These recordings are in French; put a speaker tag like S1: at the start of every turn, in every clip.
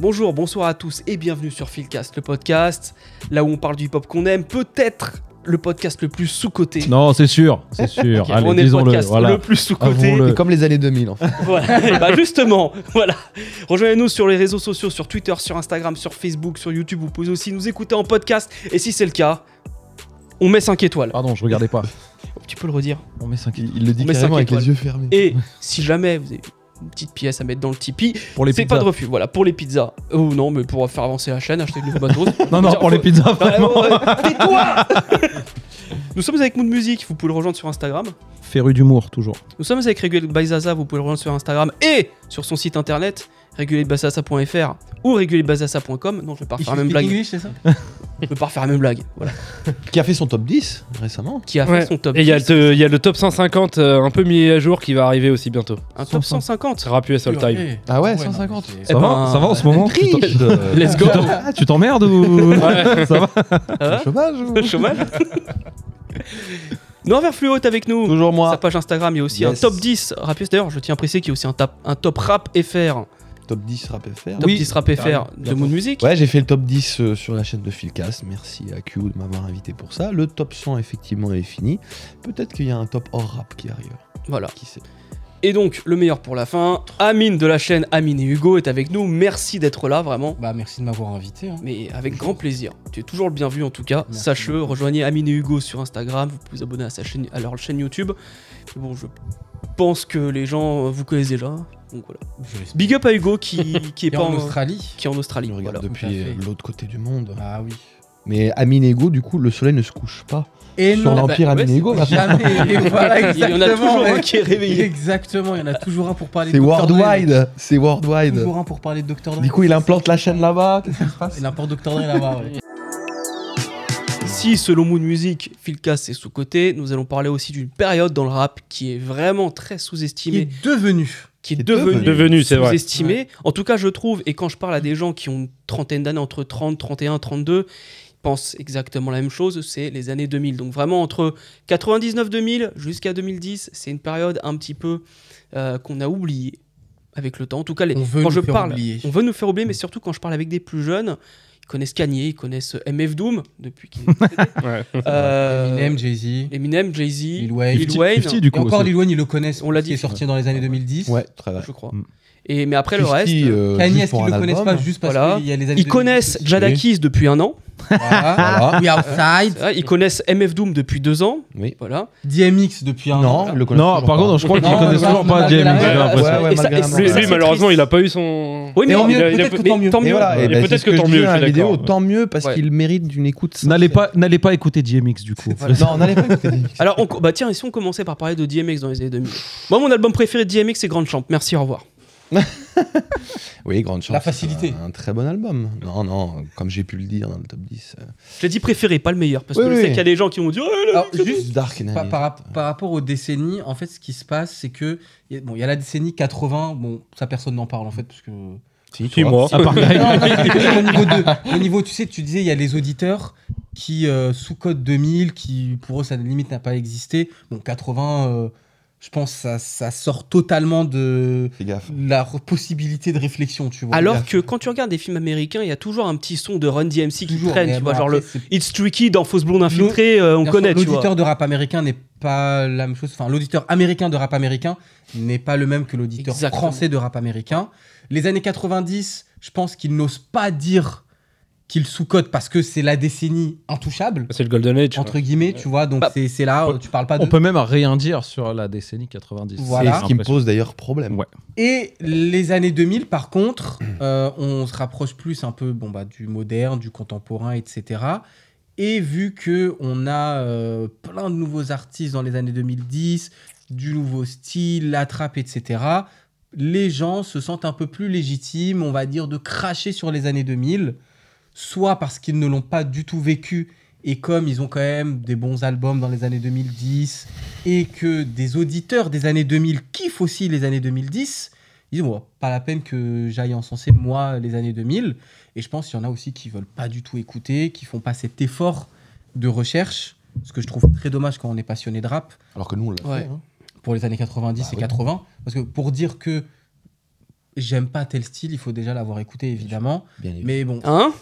S1: Bonjour, bonsoir à tous et bienvenue sur Philcast, le podcast, là où on parle du hip-hop qu'on aime, peut-être le podcast le plus sous-coté.
S2: Non, c'est sûr, c'est sûr.
S1: Ok, on
S2: Allez,
S1: est le
S2: disons-le.
S1: podcast le,
S2: Voilà.
S1: plus sous-coté.
S2: Avouons-le.
S3: C'est comme les années 2000 en fait.
S1: Voilà, et bah justement, voilà. Rejoignez-nous sur les réseaux sociaux, sur Twitter, sur Instagram, sur Facebook, sur YouTube. Vous pouvez aussi nous écouter en podcast. Et si c'est le cas, on met 5 étoiles.
S2: Pardon, je regardais pas.
S1: Tu peux le redire.
S2: On met 5
S3: Il le dit
S1: Mais cinq
S3: carrément avec
S1: étoiles.
S3: les yeux fermés.
S1: Et si jamais vous avez une petite pièce à mettre dans le Tipeee,
S2: Pour les
S1: c'est
S2: pizzas.
S1: pas de refus. Voilà, pour les pizzas. Ou non, mais pour faire avancer la chaîne, acheter de nouveaux matos.
S2: Non, non, pour les pizzas, vraiment.
S1: toi Nous sommes avec Mood Music, vous pouvez le rejoindre sur Instagram.
S2: Féru d'humour, toujours.
S1: Nous sommes avec Regulate by Zaza, vous pouvez le rejoindre sur Instagram et sur son site internet regulatebyzaza.fr ou regulatebyzaza.com. Non, je vais pas refaire la même blague.
S4: c'est ça
S1: Je vais pas refaire la même blague. Voilà.
S3: Qui a fait son top 10 récemment
S1: Qui a
S4: Ouais.
S1: fait son top
S4: Et il y, a
S1: 10,
S4: le- il y a le top 150 euh, un peu mis à jour qui va arriver aussi bientôt.
S1: un top 150.
S4: Rap US All Time.
S3: Ah ouais, 150.
S2: Ça,
S1: Eh
S2: va,
S1: ben,
S2: ça va en ce moment tu t'en- tu te-
S4: Let's go.
S2: tu t'en- Tu t'emmerdes ou. Ça va
S1: Hein
S3: Chômage ou-
S1: Chômage Norbert Fluo est avec nous.
S3: Toujours
S1: Sa
S3: moi.
S1: page Instagram, il y a aussi
S3: Yes.
S1: un top 10 rap US. D'ailleurs, je tiens à préciser qu'il y a aussi un, tap- un top rap FR,
S3: Top 10 rap FR.
S1: top
S2: Oui,
S1: 10 rap FR
S2: carrément,
S1: de
S2: bien
S1: Moon
S2: sûr.
S1: Music.
S3: Ouais, j'ai fait le top 10 euh, sur la chaîne de Philcast. Merci à Q de m'avoir invité pour ça. Le top 100, effectivement, est fini. Peut-être qu'il y a un top hors rap qui arrive.
S1: Voilà.
S3: Qui sait
S1: Et donc, le meilleur pour la fin, Amine de la chaîne Amine et Hugo est avec nous. Merci d'être là, vraiment.
S5: Bah merci de m'avoir invité. hein.
S1: Mais avec grand plaisir. Tu es toujours le bienvenu en tout cas.
S5: Merci
S1: Sache-le, rejoignez Amine et Hugo sur Instagram, vous pouvez vous abonner à, sa chaîne, à leur chaîne YouTube. Mais bon, je pense que les gens euh, vous connaissent déjà. Donc voilà.
S5: Je l'espère.
S1: Big up à Hugo qui, qui est
S5: Et
S1: pas
S5: en
S1: en-
S5: Australie.
S1: Qui est en Australie.
S3: Il regarde
S1: voilà.
S5: tout à
S3: depuis
S5: fait.
S3: euh, l'autre côté du monde.
S5: Ah oui.
S3: Mais Aminego, du coup, le soleil ne se couche pas.
S5: Et eh ben,
S3: sur l'Empire
S1: bah, ouais,
S3: Aminego, maintenant.
S5: Jamais. Et voilà,
S1: Il y en a
S5: exactement,
S1: toujours un
S5: ouais.
S1: qui est réveillé.
S5: Exactement, il y en a toujours un pour parler
S3: C'est
S5: de Dr. Dre.
S3: worldwide. C'est worldwide.
S5: Toujours un pour parler de Docteur Dre.
S3: Du coup, il implante la chaîne là-bas. Qu'est-ce qui se passe
S5: Il importe Docteur Dre là-bas. ouais.
S1: Si, selon Moon Music, Philcast est sous-côté, nous allons parler aussi d'une période dans le rap qui est vraiment très
S5: Il
S1: sous-estimée,
S5: est devenu.
S1: qui est
S3: Qui est
S1: devenue
S4: Devenu, c'est vrai.
S1: sous-estimée. En tout cas, je trouve, et quand je parle à des gens qui ont une trentaine d'années, entre 30, 31, 32, ils pensent exactement la même chose, c'est les années 2000. Donc vraiment, entre 99-2000 jusqu'à 2010, c'est une période un petit peu euh, qu'on a oubliée avec le temps. En tout cas, les-
S5: On veut
S1: quand
S5: nous
S1: je
S5: faire
S1: parle,
S5: oublier.
S1: on veut nous faire oublier, mais surtout quand je parle avec des plus jeunes, ils connaissent Kanye, ils connaissent MF Doom, depuis qu'il est...
S4: Ouais.
S1: Euh,
S5: Eminem, Jay-Z,
S1: Eminem, Jay-Z,
S5: Lil
S1: Lil,
S5: Wayne.
S2: Fifty-
S1: Wayne,
S2: Fifty, du
S5: Et
S2: coup.
S5: encore
S2: aussi.
S5: Lil Wayne, ils le connaissent.
S1: On l'a
S5: Qui
S1: dit.
S5: est sorti dans les années 2010.
S3: Ouais, très vrai.
S1: je crois.
S2: Mm.
S1: Et, mais après, le reste...
S3: Fifty, euh,
S5: Kanye,
S3: juste
S5: est-ce
S3: pour
S5: qu'ils
S3: un
S5: le connaissent
S3: album.
S5: pas juste parce
S1: Voilà.
S5: qu'il y a les années
S1: Ils connaissent
S5: 2010.
S1: Jadakis depuis un an,
S5: Voilà. We Outside,
S1: Ah, ils connaissent MF Doom depuis deux ans,
S3: Oui.
S1: voilà.
S5: DMX depuis un
S3: Non,
S5: an.
S3: ils le connaissent
S2: Non,
S3: toujours
S2: par
S3: pas.
S2: contre, je crois qu'ils
S5: Non,
S2: connaissent
S5: non,
S2: toujours
S5: non,
S2: pas
S5: non,
S2: James.
S5: non,
S2: j'ai
S5: non,
S2: l'impression.
S3: ouais, malgré la mort.
S4: Lui,
S3: Ça,
S4: lui,
S3: c'est
S4: malheureusement, il
S1: a.
S4: a pas eu son.
S1: Oui, mais
S5: Et
S1: on-
S5: mieux,
S4: il a- il a-
S5: peut-être que
S4: mais-
S5: tant mieux.
S1: tant
S3: Et
S1: mieux.
S3: voilà,
S4: Ouais.
S3: et
S4: Mais
S3: ben,
S4: peut-être
S3: c'est ce
S4: que tant
S3: je
S4: mieux,
S3: dis
S4: je
S3: à
S4: suis
S3: la vidéo,
S4: d'accord.
S3: tant mieux parce
S1: Ouais.
S3: qu'il mérite d'une écoute. sincère.
S2: N'allez pas, n'allez pas écouter DMX du coup.
S3: Non, n'allez pas écouter DMX.
S1: Alors, on co- bah tiens, et si on commençait par parler de DMX dans les années 2000 Moi, mon album préféré de DMX, c'est Grande Champ. Merci, au revoir.
S3: Oui, grande chance.
S5: La facilité.
S3: c'est Un, un très bon album. Non, non, comme j'ai pu le dire dans le top 10. euh,
S1: Je l'ai dit préféré, pas le meilleur, parce que
S3: Oui,
S1: je
S3: oui.
S1: sais qu'il y a des gens qui vont dire. Oh, là,
S5: Alors,
S1: là,
S5: juste,
S3: Juste Dark
S5: Par, par, par rapport aux décennies, en fait, ce qui se passe, c'est que y a- bon, il y a la décennie 80. Bon, ça personne n'en parle en fait, parce que Non,
S4: Si, moi.
S2: À part Greg.
S5: non, c'est que au niveau de- au niveau, tu sais, tu disais, il y a les auditeurs qui euh, sous code 2000, qui pour eux, ça limite n'a pas existé. Bon, 80, euh, je pense, ça, ça sort totalement de
S3: Fais gaffe.
S5: la re- possibilité de réflexion, tu vois.
S1: Alors que quand tu regardes des films américains, il y a toujours un petit son de Run DMC qui
S5: Toujours,
S1: traîne,
S5: mais
S1: tu
S5: bon,
S1: vois, genre
S5: après,
S1: le
S5: c'est-
S1: It's Tricky dans Fausse Blonde Infiltrée, euh, on
S5: Bien sûr,
S1: connaît, tu vois.
S5: L'auditeur de rap américain n'est pas la même chose. Enfin, l'auditeur américain de rap américain n'est pas le même que l'auditeur
S1: Exactement.
S5: français de rap américain. Les années 90, je pense qu'ils n'osent pas dire qu'ils sous-cotent parce que c'est la décennie intouchable,
S4: Ah, C'est le Golden Age.
S5: entre guillemets, tu vois. Donc
S1: Bah,
S5: c'est- c'est là, euh, tu parles pas de.
S2: On peut même rien dire sur la décennie 90.
S5: Voilà.
S3: C'est ce qui me pose d'ailleurs problème.
S2: Ouais.
S5: Et les années 2000, par contre, euh, on se rapproche plus un peu bon, bah, du moderne, du contemporain, etc. Et vu que on a euh, plein de nouveaux artistes dans les années 2010, du nouveau style, la trappe, etc., les gens se sentent un peu plus légitimes, on va dire, de cracher sur les années 2000, soit parce qu'ils ne l'ont pas du tout vécu, et comme ils ont quand même des bons albums dans les années 2010, et que des auditeurs des années 2000 kiffent aussi les années 2010, ils disent bon, pas la peine que j'aille encenser moi les années 2000. Et je pense qu'il y en a aussi qui veulent pas du tout écouter, qui font pas cet effort de recherche, ce que je trouve très dommage quand on est passionné de rap
S3: Alors que nous, on l'a
S1: Ouais.
S3: fait. hein.
S5: pour les années 90
S3: Bah
S5: et
S3: oui.
S5: 80, parce que pour dire que j'aime pas tel style, il faut déjà l'avoir écouté évidemment.
S3: Bien évidemment.
S5: Mais bon,
S1: Hein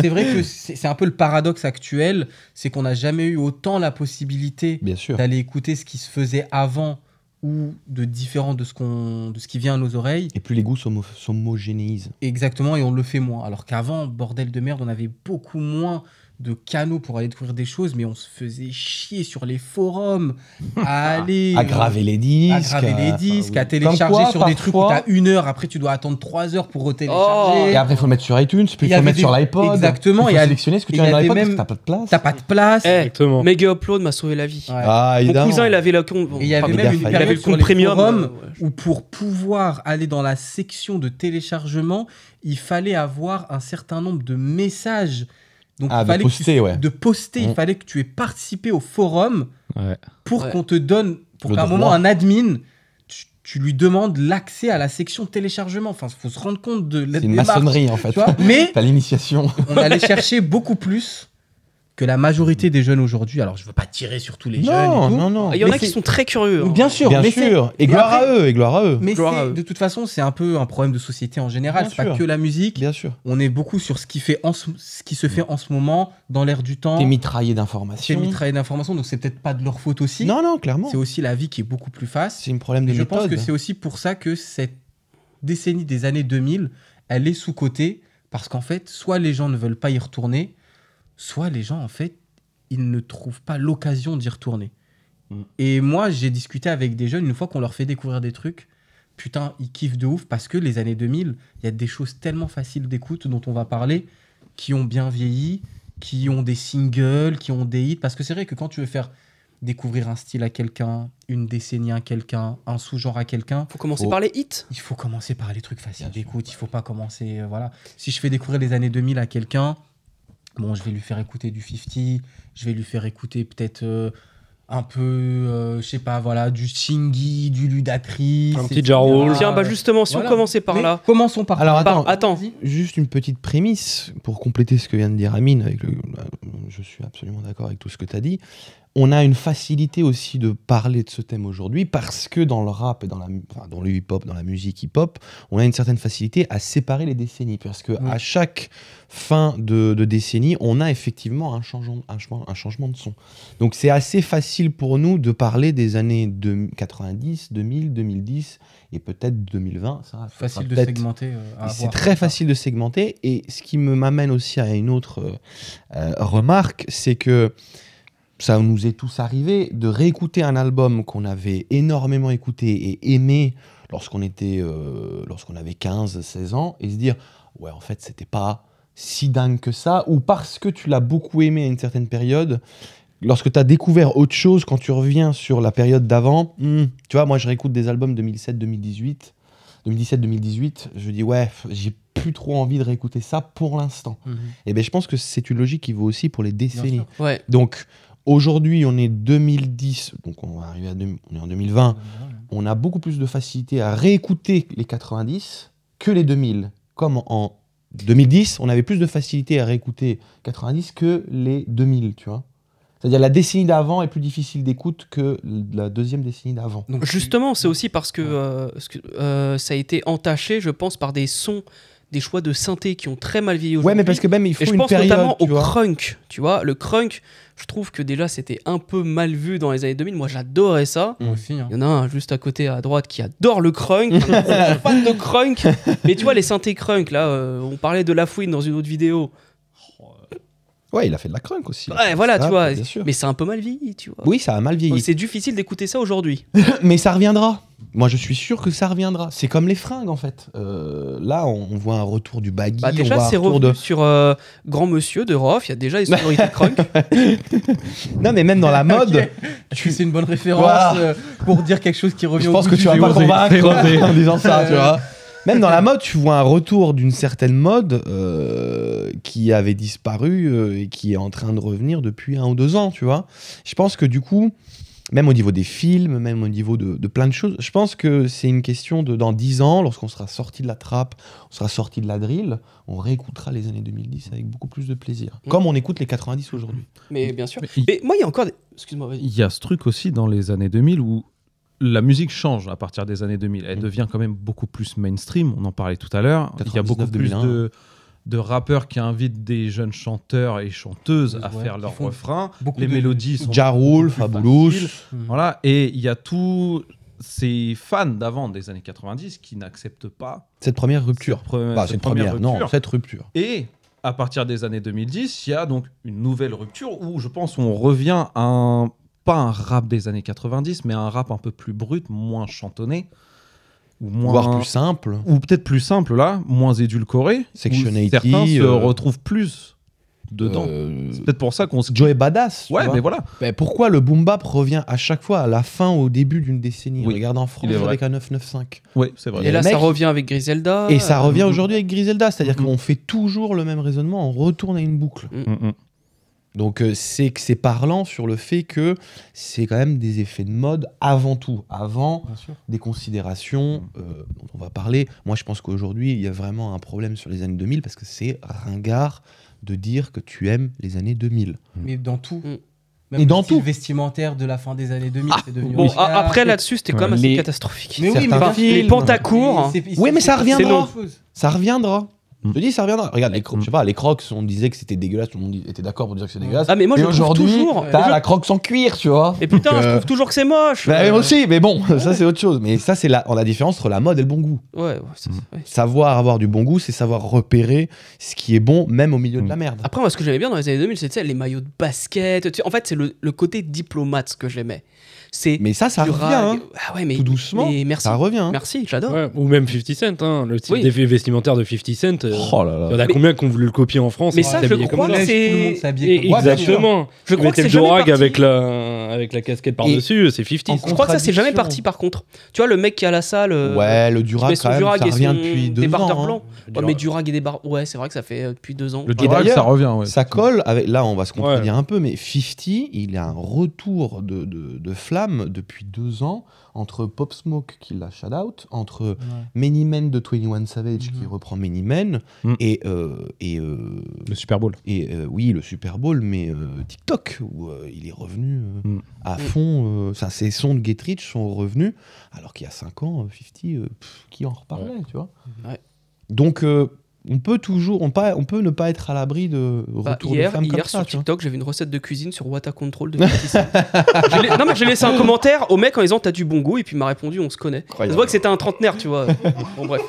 S5: c'est vrai que c'est c'est un peu le paradoxe actuel, c'est qu'on n'a jamais eu autant la possibilité
S3: Bien sûr.
S5: d'aller écouter ce qui se faisait avant ou de différent de ce qu'on, de ce qui vient à nos oreilles.
S3: Et plus les goûts s'homo- s'homogénéisent.
S5: Exactement, et on le fait moins. Alors qu'avant, bordel de merde, on avait beaucoup moins de canaux pour aller découvrir des choses, mais on se faisait chier sur les forums, à aller
S3: À graver les disques. euh,
S5: à graver les
S3: à-
S5: disques,
S3: Enfin,
S5: à
S3: oui.
S5: télécharger
S3: Comme quoi,
S5: sur des trucs où
S3: parfois-
S5: t'as une heure, après tu dois attendre trois heures pour
S3: Et
S5: retélécharger.
S3: après, il faut le mettre sur iTunes, puis
S5: Il y
S3: il faut le
S5: avait
S3: mettre
S5: des-
S3: sur l'iPod.
S5: Exactement, et
S3: Il faut
S5: à-
S3: sélectionner ce que
S5: il
S3: tu
S5: y
S3: as dans
S5: avait
S3: l'iPod parce
S5: même-
S3: que t'as pas de place.
S5: T'as pas de place.
S1: Eh,
S4: hein. Exactement.
S1: Mega Upload m'a sauvé la vie.
S5: Ouais.
S3: Ah, évidemment.
S1: Mon cousin, il avait la con- bon,
S5: Et il y avait
S1: enfin,
S3: mais
S5: même
S3: gaffe,
S5: une
S3: il
S5: période
S1: avait le
S5: sur
S1: compte
S5: les
S1: premium.
S5: forums
S1: euh, ouais.
S5: où pour pouvoir aller dans la section de téléchargement, il fallait avoir un certain nombre de messages. Donc
S3: Ah,
S5: il
S3: de
S5: fallait que tu-
S3: poster, ouais.
S5: de poster, il
S3: Mm.
S5: fallait que tu aies participé au forum
S2: Ouais.
S5: pour
S1: Ouais.
S5: qu'on te donne, pour
S3: Le
S5: qu'à un
S3: droit.
S5: moment un admin, tu, tu lui demandes l'accès à la section téléchargement. Enfin, faut se rendre compte de la
S3: C'est une
S5: démarche,
S3: maçonnerie, en fait.
S5: tu vois. Mais
S3: T'as l'initiation.
S5: on allait chercher beaucoup plus que la majorité des jeunes aujourd'hui. Alors je veux pas tirer sur tous les jeunes. et
S3: Non,
S5: tout.
S3: non, non.
S1: Ah, Il y en
S5: Mais
S1: a qui
S5: c'est-
S1: sont très curieux. hein.
S5: Bien sûr,
S3: Bien
S5: mais c'est-
S3: sûr. Et
S5: mais
S3: gloire
S5: après-
S3: à eux, et gloire à eux.
S5: Mais
S1: Gloire à
S5: c'est-
S1: eux.
S5: de toute façon, c'est un peu un problème de société en général.
S3: Bien
S5: C'est pas
S3: sûr.
S5: que la musique.
S3: Bien sûr.
S5: On est beaucoup sur ce qui, fait en ce, ce qui se fait en ce moment, dans l'air du temps.
S3: T'es mitraillé
S5: C'est
S3: d'informations.
S5: mitraillé d'informations, donc c'est peut-être pas de leur faute aussi.
S3: Non, non, clairement.
S5: C'est aussi la vie qui est beaucoup plus facile.
S3: C'est un problème de
S5: Et je pense
S3: méthode.
S5: que c'est aussi pour ça que cette décennie des années 2000, elle est sous-cotée. Parce qu'en fait, soit les gens ne veulent pas y retourner, soit les gens, en fait, ils ne trouvent pas l'occasion d'y retourner.
S2: Mm.
S5: Et moi, j'ai discuté avec des jeunes, une fois qu'on leur fait découvrir des trucs, putain, ils kiffent de ouf parce que les années 2000, il y a des choses tellement faciles d'écoute dont on va parler, qui ont bien vieilli, qui ont des singles, qui ont des hits. Parce que c'est vrai que quand tu veux faire découvrir un style à quelqu'un, une décennie à quelqu'un, un sous-genre à quelqu'un,
S1: Faut commencer
S3: Oh.
S1: par les hits.
S5: il faut commencer par les trucs faciles
S3: Bien sûr,
S5: d'écoute. Il faut pas commencer. euh, voilà. Si je fais découvrir les années 2000 à quelqu'un, bon, je vais lui faire écouter du 50, je vais lui faire écouter peut-être euh, un peu, euh, je sais pas, voilà, du Chingy, du Ludacris.
S4: Un petit
S5: etc.
S3: Oh
S4: Jarul.
S1: Tiens, bah justement, si
S5: Voilà.
S1: on commençait par
S5: Mais
S1: là.
S5: Commençons par
S3: Alors,
S1: Par-
S3: attends.
S1: attends.
S3: Juste une petite prémisse pour compléter ce que vient de dire Amine. Avec le... Je suis absolument d'accord avec tout ce que tu as dit. On a une facilité aussi de parler de ce thème aujourd'hui parce que dans le rap et dans, la, mu- enfin, dans le hip-hop, dans la musique hip-hop, on a une certaine facilité à séparer les décennies parce que
S5: Oui.
S3: à chaque fin de, de décennie, on a effectivement un changement, un changement, un changement de son. Donc c'est assez facile pour nous de parler des années de 90, 2000, 2010 et peut-être 2020. Ça, Ah, ça
S5: facile
S3: sera
S5: de
S3: peut-être-
S5: segmenter. euh, à
S3: et C'est
S5: avoir.
S3: très facile de segmenter. Et ce qui me m'amène aussi à une autre euh, euh, remarque, c'est que ça nous est tous arrivé de réécouter un album qu'on avait énormément écouté et aimé lorsqu'on était, euh, lorsqu'on avait 15, 16 ans, et se dire ouais, en fait, c'était pas si dingue que ça, ou parce que tu l'as beaucoup aimé à une certaine période. Lorsque tu as découvert autre chose, quand tu reviens sur la période d'avant, hmm, tu vois, moi je réécoute des albums 2007-2018, 2017-2018, je dis ouais, pff, j'ai plus trop envie de réécouter ça pour l'instant.
S5: Mhm.
S3: Et ben je pense que c'est une logique qui vaut aussi pour les décennies.
S5: sûr.
S1: Ouais.
S3: Donc aujourd'hui, on est 2010, donc on va arriver à deux- on est en 2020. On a beaucoup plus de facilité à réécouter les 90 que les 2000. Comme en 2010, on avait plus de facilité à réécouter 90 que les 2000, tu vois. C'est-à-dire la décennie d'avant est plus difficile d'écoute que la deuxième décennie d'avant.
S5: Donc,
S1: Justement, c'est aussi parce que euh, parce que, euh, ça a été entaché, je pense, par des sons, des choix de synthé qui ont très mal vieilli
S3: Ouais,
S1: aujourd'hui.
S3: mais parce que même il faut
S1: Et je
S3: une
S1: pense
S3: période,
S1: notamment
S3: tu
S1: au
S3: vois.
S1: crunk, tu vois. Le crunk, je trouve que déjà c'était un peu mal vu dans les années 2000. Moi j'adorais ça.
S5: moi aussi,
S3: Mm.
S5: hein.
S1: Il y en a un juste à côté à droite qui adore le crunk, un gros fan de crunk. Mais tu vois, les synthés crunk, là, euh, on parlait de La Fouine dans une autre vidéo.
S3: Ouais, il a fait de la crunk aussi.
S1: Ouais, voilà,
S3: Ah,
S1: tu vois.
S3: bien sûr.
S1: Mais c'est un peu mal vieilli, tu vois.
S3: Oui, ça a mal vieilli.
S1: Donc, C'est difficile d'écouter ça aujourd'hui.
S3: Mais ça reviendra. Moi, je suis sûr que ça reviendra. C'est comme les fringues, en fait. Euh, là, on, on voit un retour du baggy.
S1: Bah,
S3: on
S1: déjà,
S3: voit un
S1: c'est
S3: retour
S1: revenu sur euh, Grand Monsieur de Rof. Il y a déjà les sonorités crunk.
S3: de... Non, mais même dans la mode,
S5: Ok. Est-ce que c'est une bonne référence
S3: Ouah.
S5: euh, pour dire quelque chose qui revient
S3: je
S5: au
S3: pense
S5: bout
S3: que
S5: du
S3: tu vas
S5: jour
S3: pas convaincre
S2: osé.
S3: en disant ça, tu vois. Même dans la mode, tu vois un retour d'une certaine mode euh, qui avait disparu euh, et qui est en train de revenir depuis un ou deux ans, tu vois. Je pense que du coup, même au niveau des films, même au niveau de, de plein de choses, je pense que c'est une question de dans dix ans, lorsqu'on sera sorti de la trappe, on sera sorti de la drill, on réécoutera les années 2010 avec beaucoup plus de plaisir.
S1: Mm.
S3: Comme on écoute les 90 aujourd'hui.
S1: Mais bien sûr.
S2: Il
S1: Mais moi, il y a encore des. Excuse-moi, vas-y.
S2: il y a ce truc aussi dans les années 2000 où la musique change à partir des années 2000. Elle
S3: Mm.
S2: devient quand même beaucoup plus mainstream. On en parlait tout à l'heure. Il y a
S3: 99,
S2: beaucoup plus
S3: 2001.
S2: de, de rappeurs qui invitent des jeunes chanteurs et chanteuses à
S5: Ouais,
S2: faire
S5: qui
S2: leurs
S5: font
S2: refrains.
S5: beaucoup
S2: Les
S5: de-
S2: mélodies sont
S3: Ja Rule,
S2: beaucoup plus
S3: Fabulous.
S2: faciles.
S5: Mm.
S2: Voilà. Et il y a tous ces fans d'avant des années 90 qui n'acceptent pas
S3: Cette première rupture.
S2: cette pre-
S3: Bah,
S2: cette
S3: c'est une première, non,
S2: rupture.
S3: cette rupture.
S2: Et à partir des années 2010, il y a donc une nouvelle rupture où je pense on revient à un, pas un rap des années 90, mais un rap un peu plus brut, moins chantonné, ou moins
S3: Voire plus simple.
S2: ou peut-être plus simple là, moins édulcoré.
S3: Section
S2: où
S3: 80,
S2: Certains se
S3: euh,
S2: retrouvent plus dedans.
S3: Euh,
S2: C'est peut-être pour ça qu'on se.
S3: Joey Badass. tu
S2: Ouais,
S3: vois.
S2: mais voilà.
S3: Mais pourquoi le boom bap revient à chaque fois à la fin ou au début d'une décennie
S2: Oui,
S3: Regarde en France
S2: il est vrai.
S3: avec un 995.
S2: Oui, c'est
S1: Et
S2: vrai.
S1: là,
S3: les
S1: ça
S3: mecs-
S1: revient avec Griselda.
S3: Et ça
S1: euh,
S3: revient
S2: mhm.
S3: aujourd'hui avec Griselda, c'est-à-dire
S2: Mhm.
S3: qu'on fait toujours le même raisonnement, on retourne à une boucle.
S2: Mm, mm.
S3: Donc euh, c'est que c'est parlant sur le fait que c'est quand même des effets de mode avant tout, avant
S5: Bien sûr.
S3: des
S2: Mm.
S3: considérations euh, dont on va parler. Moi je pense qu'aujourd'hui il y a vraiment un problème sur les années 2000 parce que c'est ringard de dire que tu aimes les années 2000.
S5: Mais dans tout.
S1: Mm.
S5: Même
S3: Et dans
S5: le style
S3: tout.
S5: vestimentaire de la fin des années 2000, c'est devenu.
S1: Bon,
S5: Oscar.
S1: a- après, là-dessus, c'était quand même assez
S3: Les-
S1: catastrophique.
S5: Mais oui, mais
S3: certains
S1: Enfin,
S5: bien sûr.
S1: les
S3: films.
S1: pantacours.
S5: Il s'est- il
S3: Oui,
S5: s'est-
S3: mais ça
S5: il s'est-
S3: reviendra.
S5: c'est l'autre.
S3: Ça reviendra.
S2: Mm.
S1: Hmm.
S3: Je te dis ça reviendra. Regarde les crocs,
S2: Mm.
S3: je sais pas, les crocs on disait que c'était dégueulasse, tout le monde était d'accord pour dire que c'est dégueulasse.
S1: Ah, mais moi,
S3: Et
S1: je le trouve
S3: aujourd'hui,
S1: toujours.
S3: T'as
S1: Je-
S3: la croque sans cuir, tu vois.
S1: Et putain, je
S3: euh,
S1: trouve toujours que c'est moche.
S3: Bah,
S1: Euh,
S3: mais aussi, mais bon, ça c'est autre chose. Mais ça c'est la, la différence entre la mode et le bon goût.
S1: Ouais, ouais, ça,
S2: Mm.
S1: ouais.
S3: Savoir avoir du bon goût, c'est savoir repérer ce qui est bon, même au milieu de la merde.
S1: Hmm. Après, moi, ce que j'aimais bien dans les années 2000, c'était tu sais, les maillots de basket. tu sais, en fait, c'est le, le côté diplomate ce que j'aimais. C'est
S3: Mais ça, ça
S1: du
S3: revient,
S1: rag-
S3: hein.
S1: Ah ouais, mais
S3: tout doucement.
S1: mais merci.
S3: Ça revient. hein.
S1: Merci, j'adore.
S4: Ouais, ou même 50 Cent, hein, le type
S1: Oui.
S4: des vestimentaires de 50 Cent. euh,
S3: Oh là
S4: Il y
S3: là.
S4: en a
S1: Mais-
S4: combien qui ont voulu le copier en France
S1: Mais
S4: hein,
S1: ça, je
S4: s'habiller comme
S1: crois
S4: ça.
S1: que c'est-
S5: Tout le monde s'habillait
S4: Et-
S5: comme ça.
S4: Exactement.
S1: Je crois que
S4: Mettez
S1: c'est
S4: le
S1: jamais
S4: dorag
S1: parti.
S4: avec la, avec la casquette par-dessus, c'est 50.
S1: Je crois que ça, c'est jamais parti,
S3: Contradiction.
S1: par contre. Tu vois, le mec qui a la salle. euh,
S3: ouais, le
S1: qui met
S3: durag,
S1: son
S3: quand même,
S1: durag
S3: ça
S1: et
S3: revient
S1: son
S3: depuis deux
S1: débardeur
S3: ans. hein.
S1: blanc. Ouais, mais Durag et des barres. Ouais, c'est vrai que ça fait euh, depuis deux ans.
S2: Le
S1: Ouais.
S3: Et
S2: Durag, Ah, ça
S3: d'ailleurs,
S2: revient. ouais.
S3: Ça colle avec. Là, on va se contredire un peu, mais 50, il a un retour de, de, de flamme depuis deux ans entre Pop Smoke qui l'a shout out, entre
S5: Ouais.
S3: Many Men de 21 Savage qui
S5: Mhm.
S3: reprend Many Men
S2: Mhm.
S3: et, euh, et euh,
S2: Le Super Bowl.
S3: Et euh, oui, le Super Bowl, mais euh, TikTok, où euh, il est revenu euh,
S2: Mm.
S3: à fond. euh, ça, ses sons de Get Rich sont revenus, alors qu'il y a 5 ans, euh, 50, euh, pff, qui en reparlait, tu vois
S1: Ouais.
S3: Donc, euh, on peut toujours, on, pas, on peut ne pas être à l'abri de
S1: Bah,
S3: retour de
S1: hier,
S3: femmes
S1: hier
S3: comme ça,
S1: sur
S3: tu vois.
S1: TikTok, j'ai vu une recette de cuisine sur Wata Control de 50 Cent. J'ai la- Non, mais j'ai laissé un commentaire au mec en disant T'as du bon goût, et puis il m'a répondu On se connaît. Ça se voit que c'était un trentenaire, tu vois. bon, bref.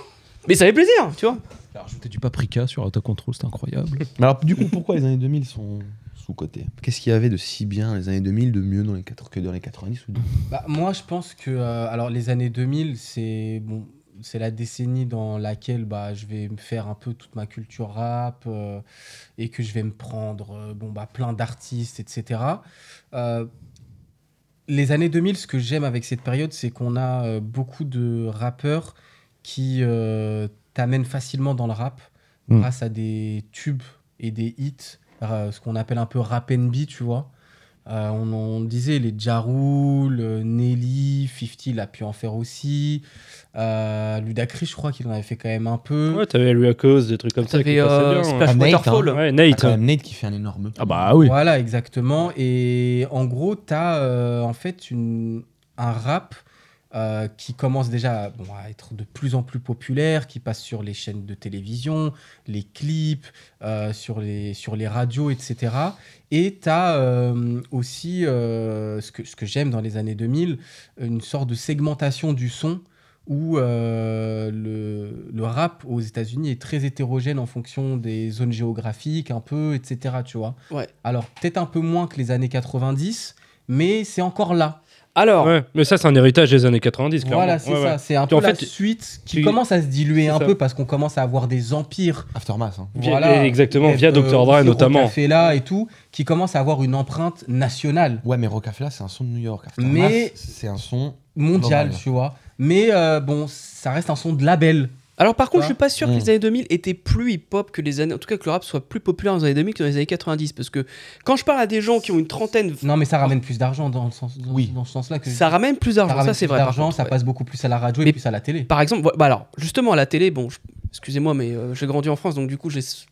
S1: Mais ça fait plaisir, tu vois.
S2: Il a rajouté du paprika sur Auto Control, c'est incroyable.
S3: Mais alors, du coup, pourquoi les années 2000 sont sous-cotées Qu'est-ce qu'il y avait de si bien les années 2000, de mieux dans les quatre- que dans les 90 ou dans-
S5: Bah, moi, je pense que euh, alors les années 2000, c'est bon, c'est la décennie dans laquelle bah, je vais me faire un peu toute ma culture rap euh, et que je vais me prendre euh, bon, bah, plein d'artistes, etc. Euh, les années 2000, ce que j'aime avec cette période, c'est qu'on a euh, beaucoup de rappeurs qui euh, t'amènent facilement dans le rap
S2: Mm.
S5: grâce à des tubes et des hits, euh, ce qu'on appelle un peu rap NB, tu vois. Euh, on, on disait les Jarul, Nelly, 50, il a pu en faire aussi. Euh, Ludacris, je crois qu'il en avait fait quand même un peu.
S4: Ouais, t'avais lui à cause, des trucs comme ça.
S1: T'avais
S4: qui passaient
S1: euh,
S4: bien,
S1: Splash
S3: Ah, Nate,
S1: Waterfall.
S4: ouais. Ouais, Nate.
S1: hein.
S3: Quand même Nate qui fait un énorme.
S2: Ah bah oui.
S5: Voilà, exactement. Et en gros, tu as en fait une, un rap euh, qui commence déjà bon, à être de plus en plus populaire, qui passe sur les chaînes de télévision, les clips, euh, sur, les, sur les radios, etc. Et tu as aussi, euh, ce que, ce que j'aime dans les années 2000, une sorte de segmentation du son où euh, le, le rap aux États-Unis est très hétérogène en fonction des zones géographiques, un peu, etc. Tu vois.
S1: Ouais.
S5: Alors peut-être un peu moins que les années 90, mais c'est encore là.
S1: Alors,
S4: Ouais, mais ça, c'est un héritage des années 90, clairement.
S5: Voilà, c'est
S4: Ouais,
S5: ça.
S4: ouais.
S5: C'est un
S4: Tu-
S5: peu
S4: en
S5: la
S4: fait,
S5: suite qui
S4: tu-
S5: commence à se diluer
S4: C'est
S5: un
S4: ça.
S5: peu parce qu'on commence à avoir des
S1: bah.
S5: empires.
S3: Aftermath. hein.
S4: Via- eh,
S5: voilà,
S4: exactement,
S5: Def,
S4: via Dr. Dre,
S5: Zero
S4: notamment.
S5: Café là et tout, qui commencent à avoir une empreinte nationale,
S3: Ouais, mais Rocafella, c'est un son de New York. Aftermath,
S5: Mais-
S3: c'est un son.
S5: mondiale,
S3: Normal.
S5: tu vois. Mais euh, bon, ça reste un son de label.
S1: alors par contre,
S5: Hein
S1: je suis pas sûr que
S3: Mm.
S1: les années 2000 étaient plus hip-hop que les années. En tout cas, que le rap soit plus populaire dans les années 2000 que dans les années 90. Parce que quand je parle à des gens qui ont une trentaine,
S5: Non,
S4: Ah.
S5: mais ça ramène plus d'argent dans le sens, dans,
S3: Oui.
S5: dans ce sens-là que
S1: ça ramène plus
S5: Ça
S1: d'argent. Ça,
S5: ramène
S1: c'est
S5: plus
S1: vrai. par
S5: d'argent,
S1: contre,
S5: ça
S1: ouais.
S5: passe beaucoup plus à la radio
S1: Mais-
S5: et plus à la télé.
S1: Par exemple, vo- bah alors, justement, à la télé, bon, je- excusez-moi, mais euh, j'ai grandi en France, donc du coup, j'ai s-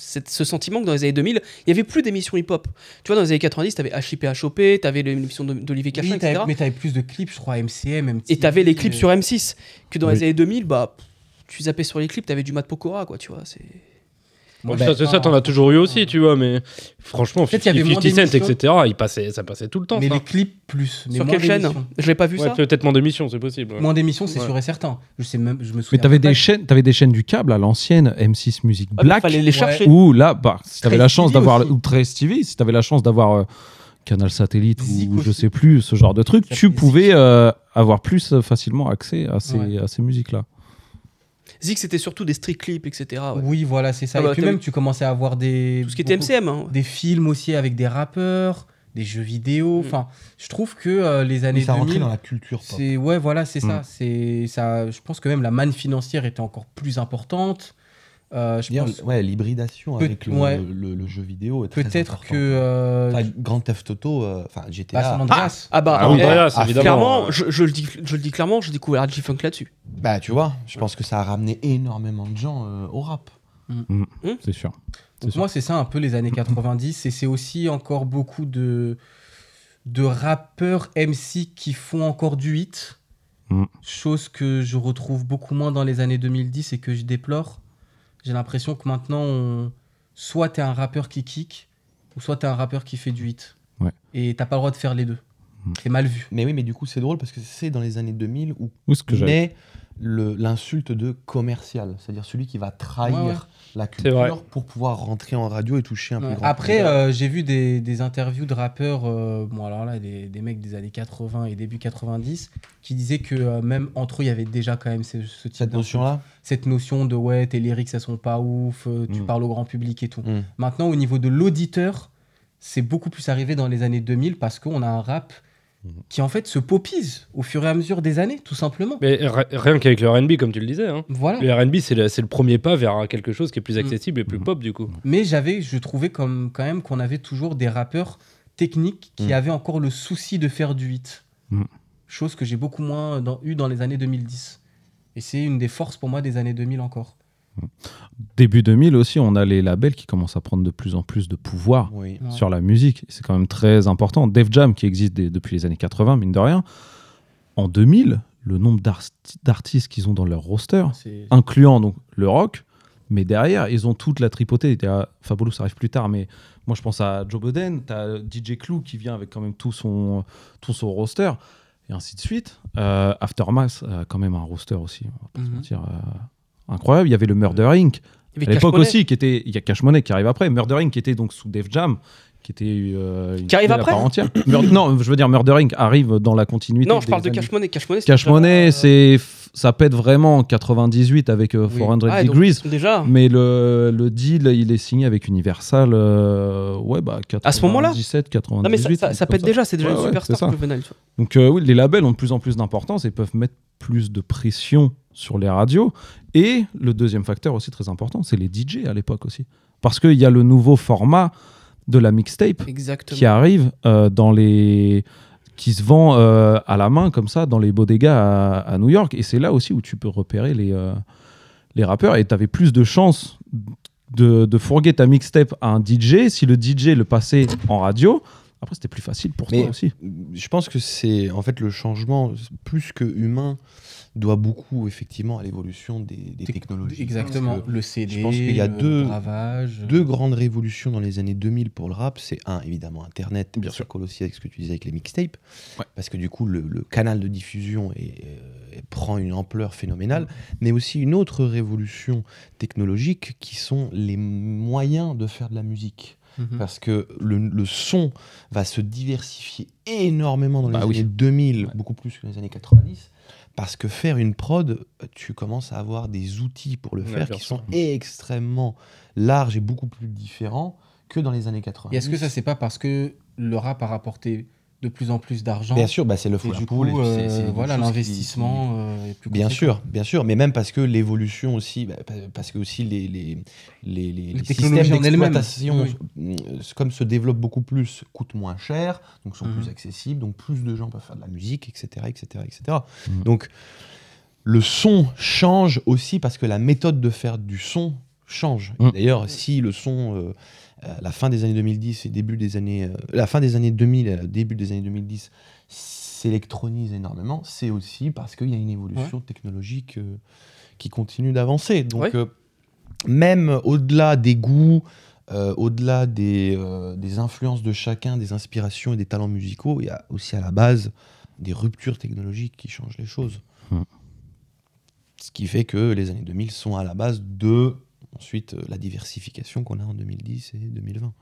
S1: cette- ce sentiment que dans les années 2000, il n'y avait plus d'émissions hip-hop. Tu vois, dans les années 90, t'avais HIP, t'avais l'émission de- d'Olivier Cachin,
S5: Oui, t'avais-
S1: etc.
S5: mais t'avais plus de clips, je crois, MCM, MTV.
S1: Et t'avais les clips
S5: euh,
S1: sur M6. Que dans les
S3: Oui.
S1: années 2000, bah, pff, tu zappais sur les clips, t'avais du Mat Pokora, quoi, tu vois. c'est-
S5: moi, ben, ah.
S4: ça,
S5: je-
S4: ça, t'en as toujours eu aussi, tu vois, mais franchement,
S5: Peut-être il y
S4: 50,
S5: avait moins
S4: 50 Cent,
S5: d'émissions.
S4: etc., il passait, ça passait tout le temps.
S5: Mais
S4: ça.
S5: les clips plus. Mais
S1: Sur
S5: moins
S1: quelle chaîne
S5: d'émissions.
S1: Je l'ai pas vu
S4: Ouais,
S1: ça.
S4: peut-être moins d'émissions, c'est possible. ouais.
S5: Moins d'émissions, c'est
S4: Ouais.
S5: sûr et certain. Je sais même, je me souviens.
S2: Mais t'avais
S5: pas
S2: des, chaînes, t'avais des chaînes du câble à l'ancienne M6 Music
S1: Ah, mais
S2: Black.
S1: fallait les chercher.
S2: Ou là, bah, si t'avais
S5: Trace
S2: la chance
S5: TV
S2: d'avoir
S5: aussi.
S2: ou Trace TV, si t'avais la chance d'avoir euh, Canal Satellite
S5: Zik
S2: ou je
S5: aussi.
S2: sais plus ce genre de truc,
S5: Ça
S2: tu
S5: s'appelait
S2: pouvais euh, avoir plus euh, facilement accès à ces,
S5: Ouais.
S2: à ces musiques-là.
S1: Zig, c'était surtout des street clips, etc. ouais.
S5: Oui, voilà, c'est ça.
S1: Ah
S5: et
S1: bah,
S5: puis
S1: t'as
S5: même,
S1: vu-
S5: tu commençais à avoir des.
S1: Tout ce qui était
S5: beaucoup-
S1: MCM. hein.
S5: Des films aussi avec des rappeurs, des jeux vidéo.
S1: Mm.
S5: Enfin, je trouve que euh, les années
S3: Mais ça rentrait
S5: 2000.
S3: dans la culture pop.
S5: C'est ouais voilà c'est ça
S2: Mm.
S5: c'est ça je pense que même la manne financière était encore plus importante Euh, je
S3: Dire,
S5: pense
S3: ouais, l'hybridation
S5: Peut-
S3: avec le,
S5: ouais.
S3: le- le jeu vidéo est très
S5: peut-être
S3: importante.
S5: que euh,
S3: Enfin, Grand Theft Auto, euh, enfin j'étais
S5: bah, San
S3: là.
S5: Andreas
S1: Ah bah,
S4: Ah oui,
S1: eh,
S4: Andreas,
S3: ah,
S4: évidemment.
S1: clairement,
S4: ouais.
S1: je, je le dis, je le dis clairement, j'ai découvert Archie Funk là-dessus.
S3: Bah tu vois, je pense que ça a ramené énormément de gens euh, au rap.
S2: C'est sûr.
S5: Donc
S2: sûr.
S5: moi c'est ça un peu les années 90 et c'est aussi encore beaucoup de de rappeurs MC qui font encore du hit
S2: Mm.
S5: chose que je retrouve beaucoup moins dans les années 2010 et que je déplore j'ai l'impression que maintenant on... soit t'es un rappeur qui kick ou soit t'es un rappeur qui fait du hit
S2: Ouais.
S5: et t'as pas le droit de faire les deux
S2: Mm.
S5: c'est mal vu
S3: Mais oui, mais du coup c'est drôle parce que c'est dans les années 2000 où
S2: Où est-ce que j'avais
S3: naît le- l'insulte de commercial, c'est-à-dire celui qui va trahir
S5: Ouais, ouais.
S3: la
S4: vrai.
S3: culture pour pouvoir rentrer en radio et toucher un
S5: Ouais.
S3: plus grand
S5: Après,
S3: public.
S5: euh, j'ai vu des, des interviews de rappeurs, euh, bon alors là, des, des mecs des années 80 et début 90, qui disaient que euh, même entre eux, il y avait déjà quand même ce, ce type
S3: cette
S5: d'influence.
S3: notion-là,
S5: Cette notion de ouais, tes lyrics, elles sont pas ouf, euh, tu
S2: Mm.
S5: parles au grand public et tout.
S3: Mm.
S5: Maintenant, au niveau de l'auditeur, c'est beaucoup plus arrivé dans les années 2000 parce qu'on a un rap
S2: Mm.
S5: qui en fait se popise au fur et à mesure des années, tout simplement.
S4: Mais ri- rien qu'avec le RB, comme tu le disais. hein.
S5: Voilà.
S4: Le RB, c'est le, c'est le premier pas vers quelque chose qui est plus
S5: Mm.
S4: accessible et plus
S2: Mm.
S4: pop, du coup.
S5: Mais j'avais, je trouvais comme, quand même qu'on avait toujours des rappeurs techniques qui
S3: Mm.
S5: avaient encore le souci de faire du hit.
S2: Mm.
S5: Chose que j'ai beaucoup moins dans- eu dans les années 2010. Et c'est une des forces pour moi des années 2000 encore.
S2: Début 2000 aussi, on a les labels qui commencent à prendre de plus en plus de pouvoir
S3: oui.
S5: Ouais.
S2: sur la musique. C'est quand même très important. Def Jam, qui existe des- depuis les années 80, mine de rien, en 2000, le nombre d'ar- d'artistes qu'ils ont dans leur roster,
S5: C'est-
S2: incluant donc le rock, mais derrière, ils ont toute la tripotée. Il y a- Fabulous arrive plus tard, mais moi je pense à Joe Budden, t'as DJ Clou qui vient avec quand même tout son, tout son roster, et ainsi de suite. Euh, Aftermath a quand même un roster aussi, on va pas se
S1: Hmm.
S5: Mhm.
S2: mentir, euh, incroyable. Il y avait le Murder Inc.
S1: Il y avait Hmm.
S2: À
S1: Cash
S2: l'époque
S1: Money,
S2: aussi, qui était, il y a Cash Money qui arrive après. Murder Inc. qui était donc sous Def Jam, qui était euh, une
S1: Qui arrive
S2: filiale à
S1: après
S2: part entière. Mur- non, je veux dire Murder Inc. arrive dans la continuité.
S1: Non, je
S2: des
S1: parle de
S2: années-
S1: Cash Money. Cash Money, c'était
S2: Cash
S1: déjà-
S2: Money, c'est f- ça pète vraiment en 98 avec euh,
S5: Oui.
S2: 400
S1: Ah, donc,
S2: Degrees.
S1: Déjà.
S2: Mais le, le deal, il est signé avec Universal. euh, ouais, bah, 97,
S1: À ce moment-là
S2: 98.
S1: Non, mais ça, ça- ça
S2: comme
S1: pète déjà, c'est déjà
S2: Ouais,
S1: une
S2: ouais, c'est
S1: superstar
S2: ça.
S1: juvénile, tu vois.
S2: donc euh, oui, les labels ont de plus en plus d'importance et peuvent mettre plus de pression sur les radios. Et le deuxième facteur aussi très important, c'est les DJ à l'époque aussi. Parce qu'il y a le nouveau format de la mixtape
S1: Exactement.
S2: qui arrive euh, dans les... qui se vend euh, à la main comme ça dans les bodegas à, à New York. Et c'est là aussi où tu peux repérer les, euh, les rappeurs et tu avais plus de chances de, de fourguer ta mixtape à un DJ si le DJ le passait en radio. Après, c'était plus facile pour
S3: Mais-
S2: toi aussi.
S3: Je pense que c'est en fait le changement plus que humain doit beaucoup effectivement à l'évolution des, des
S5: Tec-
S3: technologies.
S5: Exactement.
S3: Parce que
S5: Le CD,
S3: pense qu'il y a
S5: le
S3: deux-
S5: bravage.
S3: Deux grandes révolutions dans les années 2000 pour le rap, c'est un évidemment Internet,
S2: Bien
S3: bien
S2: sûr.
S3: sûr, aussi avec ce que tu disais avec les mixtapes,
S2: Ouais.
S3: parce que du coup le, le canal de diffusion est- euh, prend une ampleur
S2: Mm.
S3: phénoménale, mais aussi une autre révolution technologique qui sont les moyens de faire de la musique
S5: Mhm.
S3: parce que le, le son va se diversifier énormément dans les
S2: Bah oui.
S3: années 2000, beaucoup plus que dans les années 90, parce que faire une prod, tu commences à avoir des outils pour le
S4: Ouais,
S3: faire
S4: bien
S3: qui
S4: sûr.
S3: sont extrêmement larges et beaucoup plus différents que dans les années 90.
S5: Et est-ce que ça, c'est pas parce que le rap a rapporté de plus en plus d'argent
S3: Bien sûr, bah, c'est le
S5: Et
S3: fou
S5: du
S3: la
S5: coup,
S3: poule, et puis c'est-
S5: euh,
S3: c'est des
S5: voilà,
S3: choses qui-
S5: l'investissement euh, est plus
S3: Bien
S5: conséquent.
S3: sûr, bien sûr, mais même parce que l'évolution aussi, bah, pa- parce que aussi les, les, les, les- les
S5: technologies
S3: systèmes
S5: en elles-mêmes.
S3: d'exploitation, euh, comme se développent beaucoup plus, coûtent moins cher, donc sont
S5: Mhm.
S3: plus accessibles, donc plus de gens peuvent faire de la musique, etc. etc., etc.
S2: Mhm.
S3: Donc le son change aussi parce que la méthode de faire du son change.
S5: Mhm.
S2: Mm.
S3: D'ailleurs, si le son, euh, euh, la fin des années 2010 et début des années, euh, la fin des années 2000 et le début des années 2010 s'électronise énormément, c'est aussi parce qu'il y a une évolution technologique euh, qui continue d'avancer. Donc,
S1: Ouais.
S3: euh, même au-delà des goûts, euh, au-delà des, euh, des influences de chacun, des inspirations et des talents musicaux, il y a aussi à la base des ruptures technologiques qui changent les choses.
S2: Hmm.
S3: Ce qui fait que les années 2000 sont à la base de ensuite euh, la diversification qu'on a en 2010 et 2020.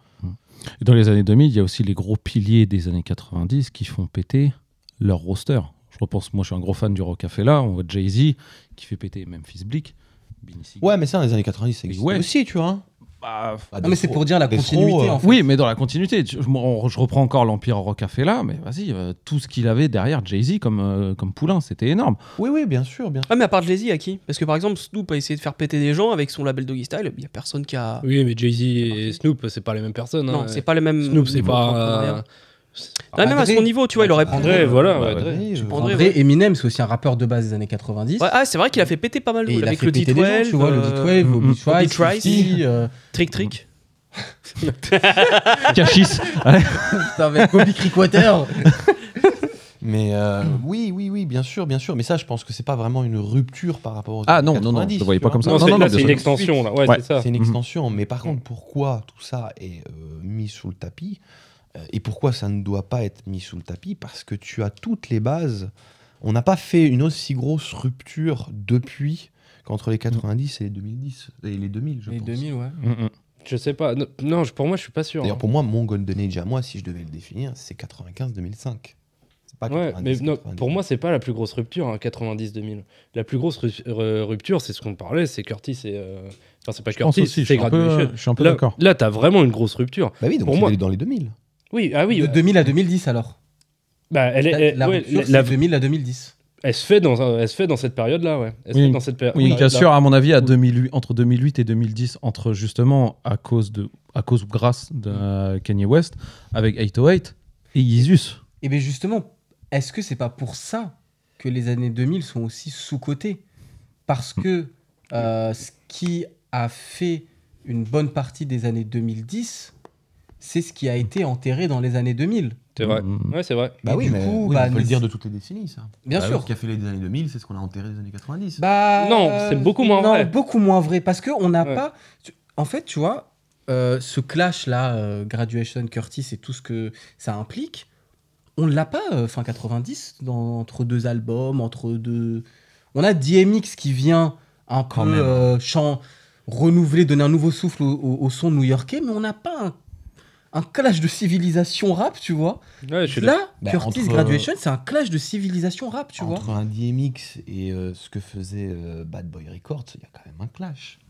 S2: Et Dans les années 2000, il y a aussi les gros piliers des années 90 qui font péter leur roster. Je repense, moi je suis un gros fan du Rocafella, on voit Jay-Z qui fait péter Memphis Bleak. Benny Sigel.
S3: Ouais, mais ça, dans les années 90, ça existe
S2: Ouais.
S3: aussi, tu vois. hein.
S2: Bah,
S3: Ah,
S5: Non, mais c'est
S3: Défro-
S5: pour dire la
S3: Défro,
S5: continuité
S3: euh,
S5: en fait.
S2: oui, mais dans la continuité. Je, je- on- je reprends encore l'Empire Rocafella, mais vas-y, euh, tout ce qu'il avait derrière Jay-Z comme, euh, comme poulain, c'était énorme.
S3: Oui, oui, bien sûr, bien sûr.
S1: Ah, mais à part Jay-Z, à qui Parce que par exemple, Snoop a essayé de faire péter des gens avec son label Doggy Style. Il y a personne qui a.
S4: Oui, mais Jay-Z et Snoop, c'est pas les mêmes personnes.
S1: Ah. non,
S4: hein.
S1: c'est pas le même.
S4: Snoop, c'est
S1: niveau
S4: pas.
S1: d'entrepreneuriat. Ah, même à son niveau, tu vois, il aurait. pu-
S4: André, voilà. Ah, ouais, André.
S3: André, euh,
S1: André,
S5: André
S1: ouais.
S5: Eminem, c'est aussi un rappeur de base des années 90.
S1: Ouais, ah, c'est vrai qu'il a fait péter pas mal de
S5: Et il a
S1: avec
S5: fait
S1: le
S5: péter des gens,
S1: D12,
S5: tu vois, le
S1: euh,
S5: D12, Bobby
S2: Mhm.
S5: Trice,
S1: Trice.
S5: 50, euh,
S1: Trick Trick.
S2: Cachis.
S5: putain, avec Bobby Creekwater.
S3: Mais euh, oui, oui, oui, bien sûr, bien sûr. Mais ça, je pense que c'est pas vraiment une rupture par rapport aux
S2: Ah,
S3: années
S2: non, non, non,
S3: 90,
S2: je le voyais
S3: tu
S2: pas
S3: vois.
S2: comme ça.
S4: Non,
S2: Non,
S4: c'est-
S2: non,
S4: là,
S2: mais
S4: c'est une
S2: je-
S4: extension, là. Ouais,
S2: Ouais.
S4: c'est ça. Mm.
S3: C'est une
S2: Mhm.
S3: extension. Mais par contre, pourquoi tout ça est euh, mis sous le tapis euh, et pourquoi ça ne doit pas être mis sous le tapis Parce que tu as toutes les bases. On n'a pas fait une aussi grosse rupture depuis qu'entre les 90 et les 2010 et les 2000, je
S5: Les
S3: pense.
S5: 2000, ouais.
S2: Mm, mm.
S4: Je sais pas. Non, Non, je- pour moi, je suis pas sûr.
S3: D'ailleurs,
S4: hein.
S3: pour moi, mon Golden Age à moi, si je devais le définir, c'est 95-2005. C'est
S5: Ah,
S3: pas
S4: Ouais,
S3: 90,
S4: mais non,
S3: 90.
S4: pour moi, c'est pas la plus grosse rupture, hein, 90-2000. La plus grosse ru- euh, rupture, c'est ce qu'on parlait, c'est Curtis et. euh, Enfin, c'est pas
S2: Je pense
S4: Curtis,
S2: aussi, je
S4: c'est
S2: suis un peu, euh,
S4: Graduation.
S2: je suis un peu
S4: Là,
S2: d'accord.
S4: là t'as vraiment une grosse rupture.
S3: Bah oui, donc
S4: pour
S3: c'est
S4: moi-
S3: dans les 2000.
S4: Oui, ah oui.
S5: de
S4: bah,
S5: 2000 à 2010 alors.
S4: bah, elle, est-
S5: La,
S4: elle-
S5: la
S4: ouais,
S5: rupture,
S4: la-
S5: c'est 2000 à 2010.
S4: elle se fait dans, un- elle se fait dans cette période-là, ouais. Elle se
S2: Oui,
S4: fait dans cette péri-
S2: Oui, bien
S4: période-là.
S2: sûr, à mon avis, à 2008, entre 2008 et 2010, entre justement à cause de, à cause ou grâce de euh, Kanye West, avec 808 et Yeezus.
S5: Et bien Eh ben, justement, est-ce que c'est pas pour ça que les années 2000 sont aussi sous-cotées Parce que euh, ce qui a fait une bonne partie des années 2010, c'est ce qui a été enterré dans les années 2000.
S4: C'est vrai.
S2: Mm.
S4: Ouais, c'est vrai.
S3: Bah
S5: Et
S3: oui,
S5: du
S3: mais
S5: coup,
S3: oui,
S5: bah,
S3: on peut
S5: mais-
S3: le dire de toutes les décennies, ça.
S5: Bien
S3: Bah oui,
S5: sûr.
S3: Ce qui a fait les années 2000, c'est ce qu'on a enterré des années 90.
S5: Bah,
S4: Non, c'est beaucoup moins
S5: non,
S4: vrai.
S5: beaucoup moins vrai. Parce qu'on n'a
S4: Ouais.
S5: pas. tu- En fait, tu vois, euh, ce clash-là, euh, Graduation, Curtis et tout ce que ça implique, on ne l'a pas euh, fin 90, dans- entre deux albums, entre deux. On a DMX qui vient un
S3: Quand
S5: peu
S3: même.
S5: euh, chan- renouveler, donner un nouveau souffle au, au- au son new-yorkais, mais on n'a pas un, un clash de civilisation rap, tu vois.
S4: Ouais, je suis
S5: Là,
S3: Bah,
S5: Curtis
S3: entre-
S5: Graduation, c'est un clash de civilisation rap, tu vois.
S3: Entre un DMX et euh, ce que faisait euh, Bad Boy Records, il y a quand même un clash.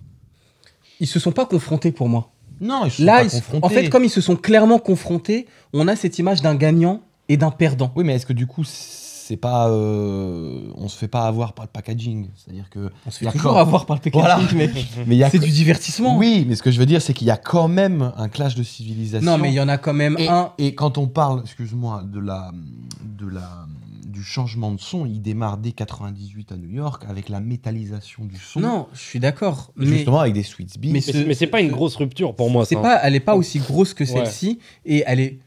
S5: Ils se sont pas confrontés pour moi.
S3: Non, ils se
S5: Là, ils
S3: sont
S5: se-
S3: pas confrontés.
S5: en fait, comme ils se sont clairement confrontés, on a cette image d'un gagnant et d'un perdant.
S3: Oui, mais est-ce que du coup, c'est pas... euh, on se fait pas avoir par le packaging C'est-à-dire que...
S5: On se fait
S3: D'accord.
S5: toujours avoir par le packaging,
S3: Voilà.
S5: mec.
S3: Mais il y a...
S5: Mmh. C'est du divertissement.
S3: Oui, mais ce que je veux dire, c'est qu'il y a quand même un clash de civilisation.
S5: Non, mais il y en a quand même
S3: Et,
S5: un.
S3: et quand on parle, excuse-moi, de la, de la, du changement de son, il démarre dès 98 à New York avec la métallisation du son.
S5: Non, je suis d'accord. Mais
S3: justement avec des sweet beats.
S5: mais
S4: Mais
S5: ce-
S4: c'est- mais c'est pas une
S5: ce-
S4: grosse rupture pour moi,
S5: c'est
S4: ça. hein.
S5: pas, elle est pas
S3: Oh.
S5: aussi grosse que
S4: Ouais.
S5: celle-ci et elle est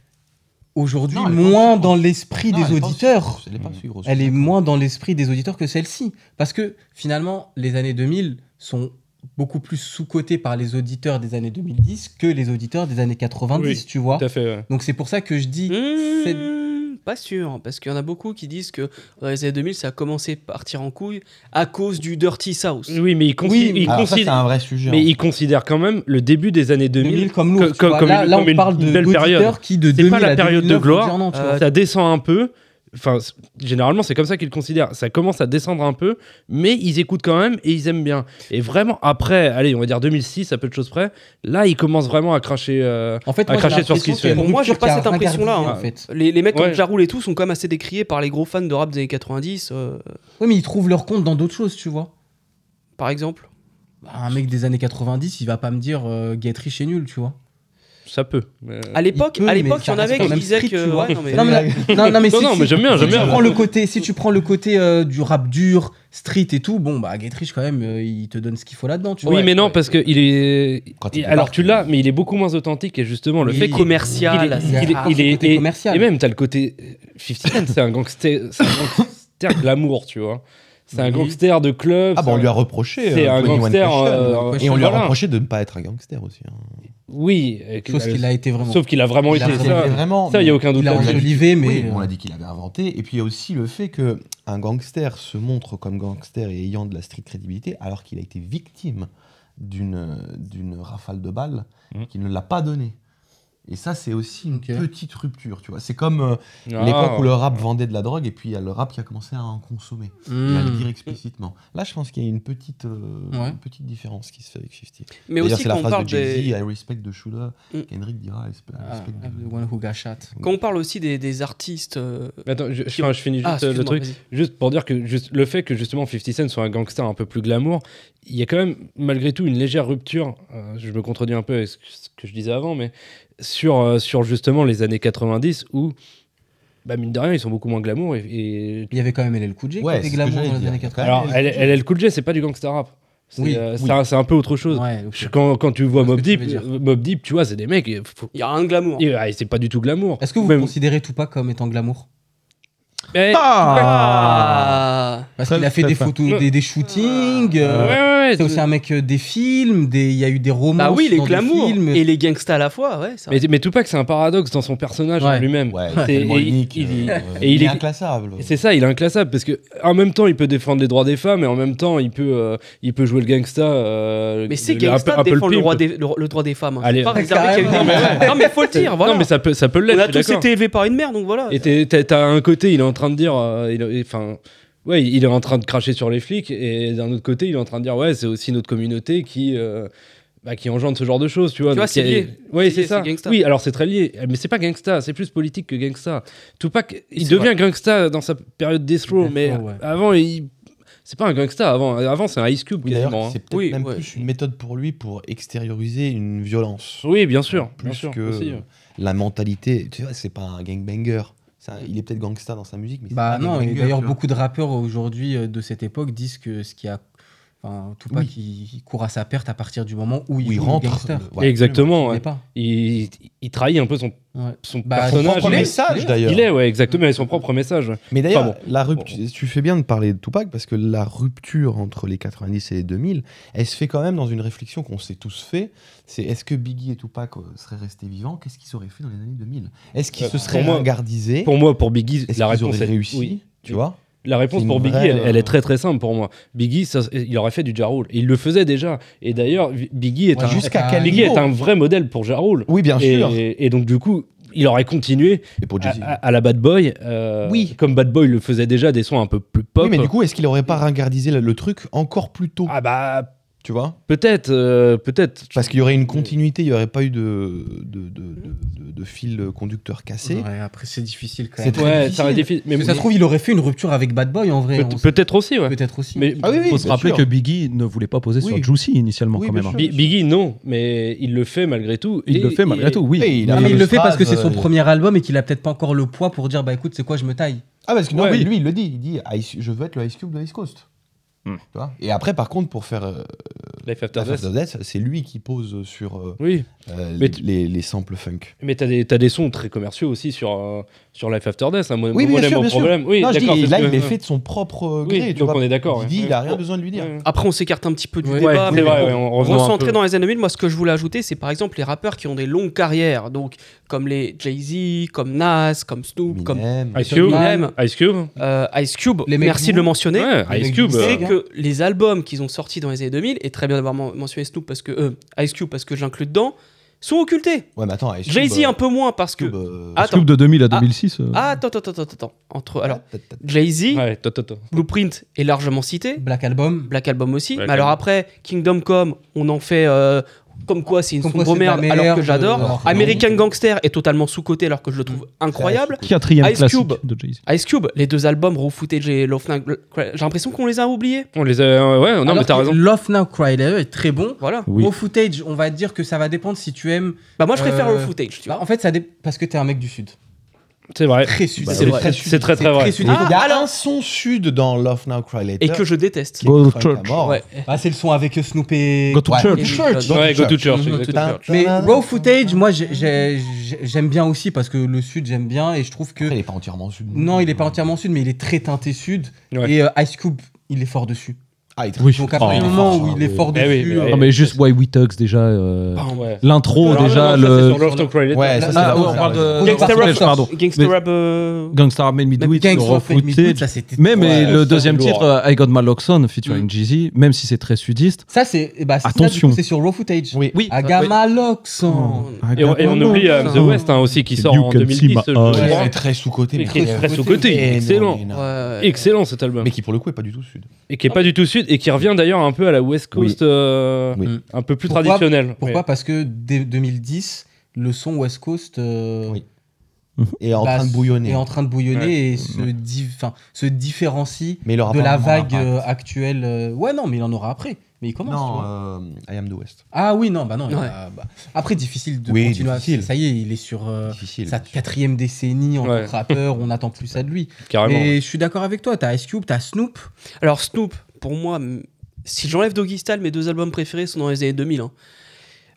S5: aujourd'hui
S3: Non, elle est pas
S5: moins
S3: aussi
S5: dans
S3: grosse.
S5: l'esprit
S3: Non,
S5: des
S3: elle est pas
S5: auditeurs.
S3: aussi grosse, Elle est, pas aussi grosse.
S5: Elle est moins dans l'esprit des auditeurs que celle-ci. Parce que finalement, les années 2000 sont beaucoup plus sous-cotées par les auditeurs des années 2010 que les auditeurs des années 90,
S4: Oui,
S5: tu vois.
S4: Tout à fait. ouais.
S5: Donc c'est pour ça que je dis
S1: Mmh.
S4: Mmh.
S5: c'est-
S1: Hmm, Pas sûr, parce qu'il y en a beaucoup qui disent que dans les années 2000, ça a commencé à partir en couille à cause du Dirty South.
S4: Oui, mais il, consi-
S5: Oui, Ah,
S4: il
S3: Alors Ah, ça, c'est
S4: considère.
S3: un vrai sujet.
S4: mais
S3: hein.
S4: il considère quand même le début des années 2000.
S5: 2000 comme lourd,
S4: co-
S5: tu
S4: comme-
S5: vois.
S4: comme
S5: là,
S4: une-
S5: là,
S4: comme
S5: on
S4: une
S5: parle de
S4: belle période.
S5: d'auditeurs qui de
S4: C'est
S5: 2000
S4: pas la
S5: à
S4: période de
S5: 2009,
S4: gloire,
S5: vont dire non, tu vois.
S1: euh,
S4: Ça descend un peu. Enfin, c- généralement, c'est comme ça qu'ils le considèrent. Ça commence à descendre un peu, mais ils écoutent quand même et ils aiment bien. Et vraiment, après, allez, on va dire 2006, à peu de choses près, là, ils commencent vraiment à cracher. euh,
S5: en fait,
S4: à
S5: moi, j'ai
S4: cracher sur ce
S5: l'impression
S4: qui se
S5: qu'il y a
S1: fait.
S5: une
S1: Pour moi, j'ai pas
S5: rupture qui a
S1: cette impression-là,
S5: interdit,
S1: hein.
S5: en fait.
S1: Les, les mecs
S4: Ouais.
S1: comme Jarul et tout sont quand même assez décriés par les gros fans de rap des années 90, euh,
S5: Oui, mais ils trouvent leur compte dans d'autres choses, tu vois.
S1: par exemple.
S5: Bah, un mec des années 90, il va pas me dire euh, Get Rich est nul, tu vois.
S4: ça peut. mais-
S1: À l'époque,
S5: Il peut,
S1: à
S5: mais
S1: l'époque, il y
S5: ça
S1: en avait
S5: reste quand
S1: qui
S5: même
S1: disaient
S5: strict,
S1: que.
S5: tu vois.
S1: ouais, non, mais-
S5: Non, mais, la- non, non, mais
S4: Non,
S5: si-
S4: non,
S5: si-
S4: mais j'aime bien,
S5: si
S4: j'aime
S5: tu
S4: bien.
S5: prends le côté, si tu prends le côté euh, du rap dur, street et tout, bon bah Getrich quand même, euh, il te donne ce qu'il faut là-dedans, tu
S4: Oui,
S5: vois.
S4: mais non,
S5: Ouais.
S4: parce que il est.
S3: Quand
S4: il-
S3: il
S4: Alors
S3: débarque,
S4: tu l'as, mais il est beaucoup moins authentique et justement le
S1: Il
S4: fait
S1: est
S4: qu'il-
S1: commercial,
S4: il est-
S1: c'est
S4: il est-
S1: rare,
S4: il
S5: ce
S4: est-
S5: côté
S4: et-
S5: commercial.
S4: Et même t'as le côté 50 Cent, c'est un gangster, c'est un gangster glamour, tu vois. C'est un
S1: Oui.
S4: gangster de club.
S3: Ah, bah, on
S4: c'est
S3: lui a
S4: un-
S3: reproché.
S4: C'est
S3: euh,
S4: un
S3: 21
S4: gangster.
S3: Question.
S4: euh,
S3: Et on lui a
S4: voilà.
S3: reproché de ne pas être un gangster aussi. hein.
S4: Oui. et que-
S5: Chose qu'il a été vraiment.
S4: Sauf qu'il a vraiment
S5: Il a
S4: été
S5: vraiment
S4: ça.
S5: été
S3: vraiment.
S4: Ça, il n'y a aucun doute.
S5: Il a
S4: là-dessus.
S5: enjolivé, mais.
S3: Oui, on a dit qu'il avait inventé. Et puis il y a aussi le fait que un gangster se montre comme gangster et ayant de la street crédibilité alors qu'il a été victime d'une d'une rafale de balles
S4: Mhm.
S3: qui ne l'a pas donné. Et ça, c'est aussi une
S5: Ok.
S3: petite rupture, tu vois. C'est comme euh,
S4: Ah.
S3: l'époque où le rap vendait de la drogue et puis il y a le rap qui a commencé à en consommer, et à le dire explicitement. Là, je pense qu'il y a une petite, euh,
S5: Hmm. Ouais.
S3: une petite différence qui se fait avec 50.
S1: Mais
S3: D'ailleurs,
S1: aussi
S3: c'est la
S1: quand on
S3: phrase
S1: parle
S3: de Jay-Z,
S1: des.
S3: I respect the shooter.
S1: Mhm.
S3: Kendrick dira, I respect, I
S5: Ah,
S3: respect the-
S5: the one who got shot.
S1: Quand on parle aussi des, des artistes. euh,
S4: Mais Attends, je, je- je finis juste
S1: ah,
S4: euh, le
S1: excuse-moi,
S4: truc.
S1: vas-y.
S4: Juste pour dire que juste le fait que justement 50 Cent soit un gangster un peu plus glamour, il y a quand même malgré tout une légère rupture. euh, je me contredis un peu avec ce que- ce que je disais avant, mais sur, euh, sur justement les années 90 où, bah mine de rien, ils sont beaucoup moins glamour. Et, et-
S5: Il y avait quand même LL Cool J
S3: Ouais,
S5: qui était
S3: c'est ce que
S5: glamour
S3: j'allais
S5: dans les
S3: dire.
S5: années 80.
S4: Alors, elle LL Cool J, c'est pas du gangster rap. C'est
S5: Oui,
S4: euh,
S5: oui.
S4: c'est un- c'est un peu autre chose.
S5: Ouais, ok.
S4: Je- Quand, quand tu vois
S5: Je vois
S4: Mob
S5: ce que tu
S4: Deep,
S5: veux dire.
S4: euh, Mob Deep, tu vois, c'est des mecs. il faut-
S1: Il y a un glamour.
S4: il- ah, c'est pas du tout glamour.
S5: Est-ce que vous
S4: Même-
S5: considérez Tupac comme étant glamour
S4: Eh,
S1: Ah
S5: Parce
S2: Très-
S5: qu'il a fait
S2: très
S5: des
S2: fin.
S5: photos, des, des shootings.
S4: ouais,
S5: euh,
S4: ouais, ouais,
S5: C'est aussi un mec euh, des films, des... il y a eu des romans.
S1: Bah oui, les
S5: dans des
S1: glamours
S5: films.
S1: et les gangsters à la fois, ouais. ça-
S4: Mais, mais Tupac, c'est un paradoxe dans son personnage en
S5: Ouais.
S4: lui-même.
S3: Ouais,
S4: C'est-
S3: tellement
S4: et il-
S3: unique.
S4: il-
S3: euh,
S4: et il
S3: il est
S4: est-
S3: inclassable.
S4: Et C'est ça, il est inclassable parce que en même temps, il peut défendre les droits des femmes et en même temps, il peut, euh, il peut jouer le gangsta. euh,
S1: Mais c'est
S4: le- un peu-
S1: gangsta
S4: un peu
S1: défend le,
S4: pimp.
S1: droit des, le, le droit des femmes. hein.
S4: Allez.
S1: C'est pas
S5: Ouais,
S1: réservé qu'à une
S5: carrément.
S1: femme. Non, mais faut le dire, voilà.
S4: Non, mais ça peut, ça peut l'être.
S1: on a
S4: je suis
S1: tous
S4: d'accord.
S1: été élevés par une mère, donc voilà.
S4: Et t'es- t'as- t'as un côté, il est en train de dire, euh, il est- enfin, ouais, il est en train de cracher sur les flics et d'un autre côté, il est en train de dire, ouais, c'est aussi notre communauté qui. euh, bah, qui engendre ce genre de choses, tu vois.
S1: Tu vois,
S4: Donc,
S1: c'est
S4: il y a-
S1: lié.
S4: Oui,
S1: C'est
S4: c'est
S1: lié,
S4: ça.
S1: c'est gangsta.
S4: Oui, alors c'est très lié. Mais c'est pas gangsta, c'est plus politique que gangsta. Tupac, il
S1: C'est
S4: devient gangsta dans sa période Death Row,
S5: Death
S4: mais
S5: Row, ouais.
S4: avant, il... c'est pas un gangsta. Avant, avant c'est un Ice Cube
S3: Oui,
S4: quasiment.
S3: D'ailleurs,
S4: hein.
S3: c'est peut-être
S1: Oui,
S3: même
S1: ouais.
S3: plus une méthode pour lui pour extérioriser une violence.
S4: Oui, bien sûr.
S3: Plus
S4: bien sûr,
S3: que
S4: aussi.
S3: la mentalité. Tu vois, c'est pas un gangbanger. C'est un- il est peut-être gangsta dans sa musique, mais c'est
S5: Bah
S3: pas un
S5: non, et
S3: gangbanger,
S5: d'ailleurs
S3: tu vois.
S5: beaucoup de rappeurs aujourd'hui euh, de cette époque disent que ce qui a enfin Tupac il, il court à sa perte à partir du moment où il,
S3: Où il
S5: joue le
S3: rentre.
S5: gangster.
S3: le- ouais,
S4: Exactement.
S5: Il
S4: ouais.
S5: est pas.
S4: Il, il trahit un peu son,
S5: Ouais.
S4: son
S5: Bah,
S3: Son
S4: personnage.
S3: propre
S5: il est-
S3: message d'ailleurs.
S4: Il est, ouais, exactement, et son propre message.
S3: Mais d'ailleurs,
S4: Enfin
S3: la rupture, tu fais bien de parler de Tupac parce que la rupture entre les 90 et les 2000, elle se fait quand même dans une réflexion qu'on s'est tous fait. C'est est-ce que Biggie et Tupac euh, seraient restés vivants Qu'est-ce qu'ils auraient fait dans les années 2000 Est-ce qu'ils
S4: Euh,
S3: se seraient
S4: pour moi-
S3: ringardisés
S4: Pour moi, pour Biggie,
S3: Est-ce
S4: la
S3: qu'ils
S4: réponse
S3: auraient
S4: est
S3: réussi
S4: oui.
S3: Tu vois
S4: La réponse
S3: C'est
S4: pour
S3: une
S4: Biggie,
S3: vraie,
S4: elle,
S3: euh,
S4: elle est très très simple pour moi. Biggie, ça, il aurait fait du Ja Rule. Et il le faisait déjà. Et d'ailleurs, Vi- Biggie est,
S5: Ouais,
S4: un,
S5: juste-
S2: Bah,
S3: Jusqu'à
S5: Ah,
S3: quel
S4: Biggie
S3: niveau
S4: est un vrai modèle pour Ja Rule.
S3: Oui, bien
S4: et,
S3: sûr.
S4: et- et donc, du coup, il aurait continué
S3: Et pour
S4: à,
S3: Jay-Z.
S4: à- à la Bad Boy. euh,
S3: Oui.
S4: Comme Bad Boy le faisait déjà, des sons un peu plus pop.
S3: Oui, mais du coup, est-ce qu'il aurait pas ringardisé le, le truc encore plus tôt
S4: Ah bah,
S3: Tu vois
S4: peut-être, euh, peut-être.
S3: Parce qu'il y aurait une continuité, il n'y aurait pas eu de, de, de, de- de- de fil conducteur cassé.
S5: Ouais, après c'est difficile quand
S3: C'est
S5: même.
S3: très
S4: Ouais, ça
S3: difficile.
S4: aurait été difficile. Mais
S5: Mais ça se trouve il aurait fait une rupture avec Bad Boy en vrai.
S4: peut-
S5: on sait-
S4: peut-être aussi, ouais.
S5: peut-être aussi.
S4: Mais
S3: Ah oui, oui,
S2: Faut se
S3: bien
S2: rappeler
S3: sûr.
S2: que Biggie ne voulait pas poser
S3: Oui.
S2: sur Juicy initialement
S3: Oui,
S2: quand
S3: bien
S2: même. hein.
S3: sûr.
S4: Bi- Biggie, non. Mais il le fait malgré tout.
S2: Il
S4: Et-
S2: le fait malgré
S4: et-
S2: tout, oui.
S3: Et il a-
S5: Non,
S2: Mais-
S5: mais il le fait parce que c'est son
S3: Euh,
S5: premier album et qu'il a peut-être pas encore le poids pour dire bah écoute c'est quoi je me taille.
S3: Ah, parce que non,
S2: Ouais.
S3: mais lui, il le dit, il dit Ice- Je veux être le Ice Cube de Ice Coast.
S2: Hmm.
S3: Tu vois Et après, par contre, pour faire euh,
S4: Life After
S3: Life
S4: Death.
S3: After Death, c'est lui qui pose sur euh,
S4: Oui.
S3: euh,
S4: Mais
S3: les,
S4: tu-
S3: les- les samples funk.
S4: Mais t'as des, t'as des sons très commerciaux aussi sur, euh, sur Life After Death. hein, moi,
S3: Oui,
S4: moi,
S3: bien
S4: là,
S3: sûr,
S4: mon
S3: bien sûr.
S4: problème- Oui,
S3: non, je dis,
S4: d'accord, c'est ce
S3: là,
S4: que-
S3: il est fait de son propre
S4: Oui,
S3: gré. tu
S4: donc
S3: vois.
S4: on est d'accord,
S3: Didi,
S4: ouais.
S3: il a rien
S4: Ouais.
S3: besoin de lui dire.
S4: Ouais.
S1: Après, on s'écarte un petit peu du
S5: Ouais,
S1: débat.
S4: c'est
S1: mais
S4: vrai,
S1: on-
S4: ouais, on
S1: On
S4: revient
S1: va
S4: un
S1: s'entrer
S4: peu.
S1: dans les années 2000. Moi, ce que je voulais ajouter, c'est par exemple les rappeurs qui ont des longues carrières, donc comme les Jay-Z, comme Nas, comme Snoop, comme
S3: Eminem.
S4: Ice Cube.
S1: Eminem,
S4: Ice Cube.
S1: euh, Ice Cube.
S5: Les mecs
S1: Merci
S5: vous.
S1: de le mentionner.
S4: Ouais,
S5: les
S4: Ice
S5: mecs
S4: Cube.
S5: du
S4: euh,
S1: C'est
S5: Bah,
S1: que les albums qu'ils ont sortis dans les années 2000, et très bien d'avoir men- mentionné Snoop parce que euh, Ice Cube parce que je l'inclus dedans, sont
S4: Bah.
S1: occultés.
S3: Ouais, mais attends, Ice Cube.
S1: Jay-Z un peu moins parce que
S3: Cube, euh,
S1: Ah,
S2: Ice Cube de 2000 à 2006. euh,
S1: Ah, attends, attends, attends, attends, attends. Entre, alors,
S3: ta- ta- ta-
S1: Jay-Z,
S4: Ouais, toi, toi, toi.
S1: Blueprint est largement cité,
S5: Black Album.
S1: Black Album aussi,
S4: Black
S1: mais alors
S4: Album.
S1: après, Kingdom Come, on en fait, euh, comme quoi c'est une
S5: Comme quoi,
S1: sombre
S5: c'est de la
S1: merde
S5: merde,
S1: alors que
S5: euh,
S1: j'adore.
S5: alors que
S1: American
S5: non. Mm.
S1: Gangster est totalement sous-coté alors que je le trouve incroyable.
S2: Quatrième
S1: Ice
S2: classique
S1: Cube.
S2: de Jay-Z.
S1: Ice Cube, les deux albums Raw Footage et Love Now Cry- j'ai l'impression qu'on les a oubliés.
S4: On les a. Ouais, non,
S5: Alors
S4: mais t'as
S5: que
S4: raison.
S5: Love Now Cry Later est très bon.
S1: Voilà.
S2: Oui.
S5: Au footage, on va dire que ça va dépendre si tu aimes.
S1: Bah moi je préfère
S5: Euh,
S1: Raw Footage, tu
S5: Bah,
S1: vois.
S5: en fait, ça dé- parce que t'es un mec du sud.
S4: C'est vrai.
S5: Très sud.
S1: Bah,
S5: c'est
S1: c'est
S5: très
S1: vrai.
S5: sud.
S4: C'est très, très vrai.
S5: sud.
S3: Il y
S1: Ah,
S3: a
S1: alors-
S3: un son sud dans Love Now Cry Later.
S1: Et que je déteste.
S3: qui est
S2: Go to
S3: crunk à
S2: church.
S3: mort.
S1: Ouais.
S5: Ah, c'est le son avec Snoop et.
S2: Go to
S3: Ouais.
S2: church.
S1: Et-
S3: Church.
S4: Ouais, go to church.
S1: Mhm,
S4: exactement.
S1: tout à fait.
S5: Mais raw footage, moi j'ai- j'ai- j'ai- j'aime bien aussi parce que le sud j'aime bien et je trouve que
S3: Après, il est pas entièrement sud.
S5: non il est pas entièrement sud mais il est très teinté sud
S4: Ouais.
S5: et euh, Ice Cube il est fort dessus.
S3: Ah, il est-
S2: Oui.
S5: Donc à partir
S2: Oh.
S5: du moment où il est fort
S4: Eh oui,
S5: dessus,
S4: mais-
S5: euh,
S2: Non, mais juste Why We Tugs déjà. euh,
S1: Pardon.
S4: Ouais.
S2: L'intro
S1: Alors, non,
S2: déjà.
S1: non, ça,
S2: le...
S4: Sur Love Talk Friday.
S3: Ouais, ça, c'est
S2: Ah, ouais,
S3: vraiment
S2: on
S3: faire
S2: parle
S3: la-
S2: de.
S1: Gangster
S2: Raps,
S1: Rap,
S2: pardon.
S1: Gangster
S2: Mais-
S1: Rap, euh,
S2: Gangster Made Me Do It.
S5: Gangs
S2: le
S5: of Hate Me Too,
S2: refootage.
S5: ça c'était
S2: Mais, mais
S5: Ouais,
S2: le
S5: ça,
S2: deuxième
S4: c'est
S2: titre,
S4: lourd.
S2: euh, I Got My Locks On, featuring Jeezy, même si c'est très sudiste.
S5: ça c'est eh bah, ça, du
S2: Attention.
S5: coup, c'est sur raw footage.
S3: Oui.
S2: Oui. Oh.
S5: Agamaloxan.
S4: Et on, et on oublie euh, The West hein, aussi qui sort
S2: You
S4: en
S2: can see
S4: 2010.
S2: my
S4: je
S2: eyes.
S4: crois.
S3: Ouais, il est très sous-côté.
S4: Mais
S3: mais
S4: qui est très
S3: sous-coté.
S4: sous-coté.
S3: Énorme,
S4: Excellent.
S3: énorme.
S1: ouais.
S4: Excellent cet album.
S3: Mais qui, pour le coup, est pas du tout sud.
S4: Et qui est pas du tout sud et qui revient d'ailleurs un peu à la West Coast euh,
S3: Oui.
S4: un peu plus
S5: Pourquoi-
S4: traditionnelle.
S5: Pourquoi
S4: Oui.
S5: Parce que dès 2010 le son West Coast euh,
S3: Oui. Et en
S5: bah,
S3: train de bouillonner. Mmh.
S5: est en train de bouillonner
S4: Ouais.
S5: et se, di- 'fin, se différencie
S3: Mais il aura
S5: de
S3: pas
S5: la
S3: vraiment
S5: vague
S3: d'impact.
S5: euh, actuelle. euh, Ouais, non, mais il en aura après. Mais il commence. tu vois.
S3: Non, euh, I am the West.
S5: Ah oui, non, bah non. il
S1: Ouais.
S5: a- bah, Après, difficile de
S3: Oui,
S5: continuer. à-
S3: difficile.
S5: Ça y est, il est sur euh,
S3: Difficile.
S5: sa quatrième décennie en
S4: Ouais. Ah
S5: tant que rappeur. On attend plus ça de lui.
S4: Carrément.
S5: Et je suis d'accord avec toi. T'as Ice Cube, t'as Snoop.
S1: Alors Snoop, pour moi, m- si j'enlève Doggy Style, mes deux albums préférés sont dans les années 2000. hein.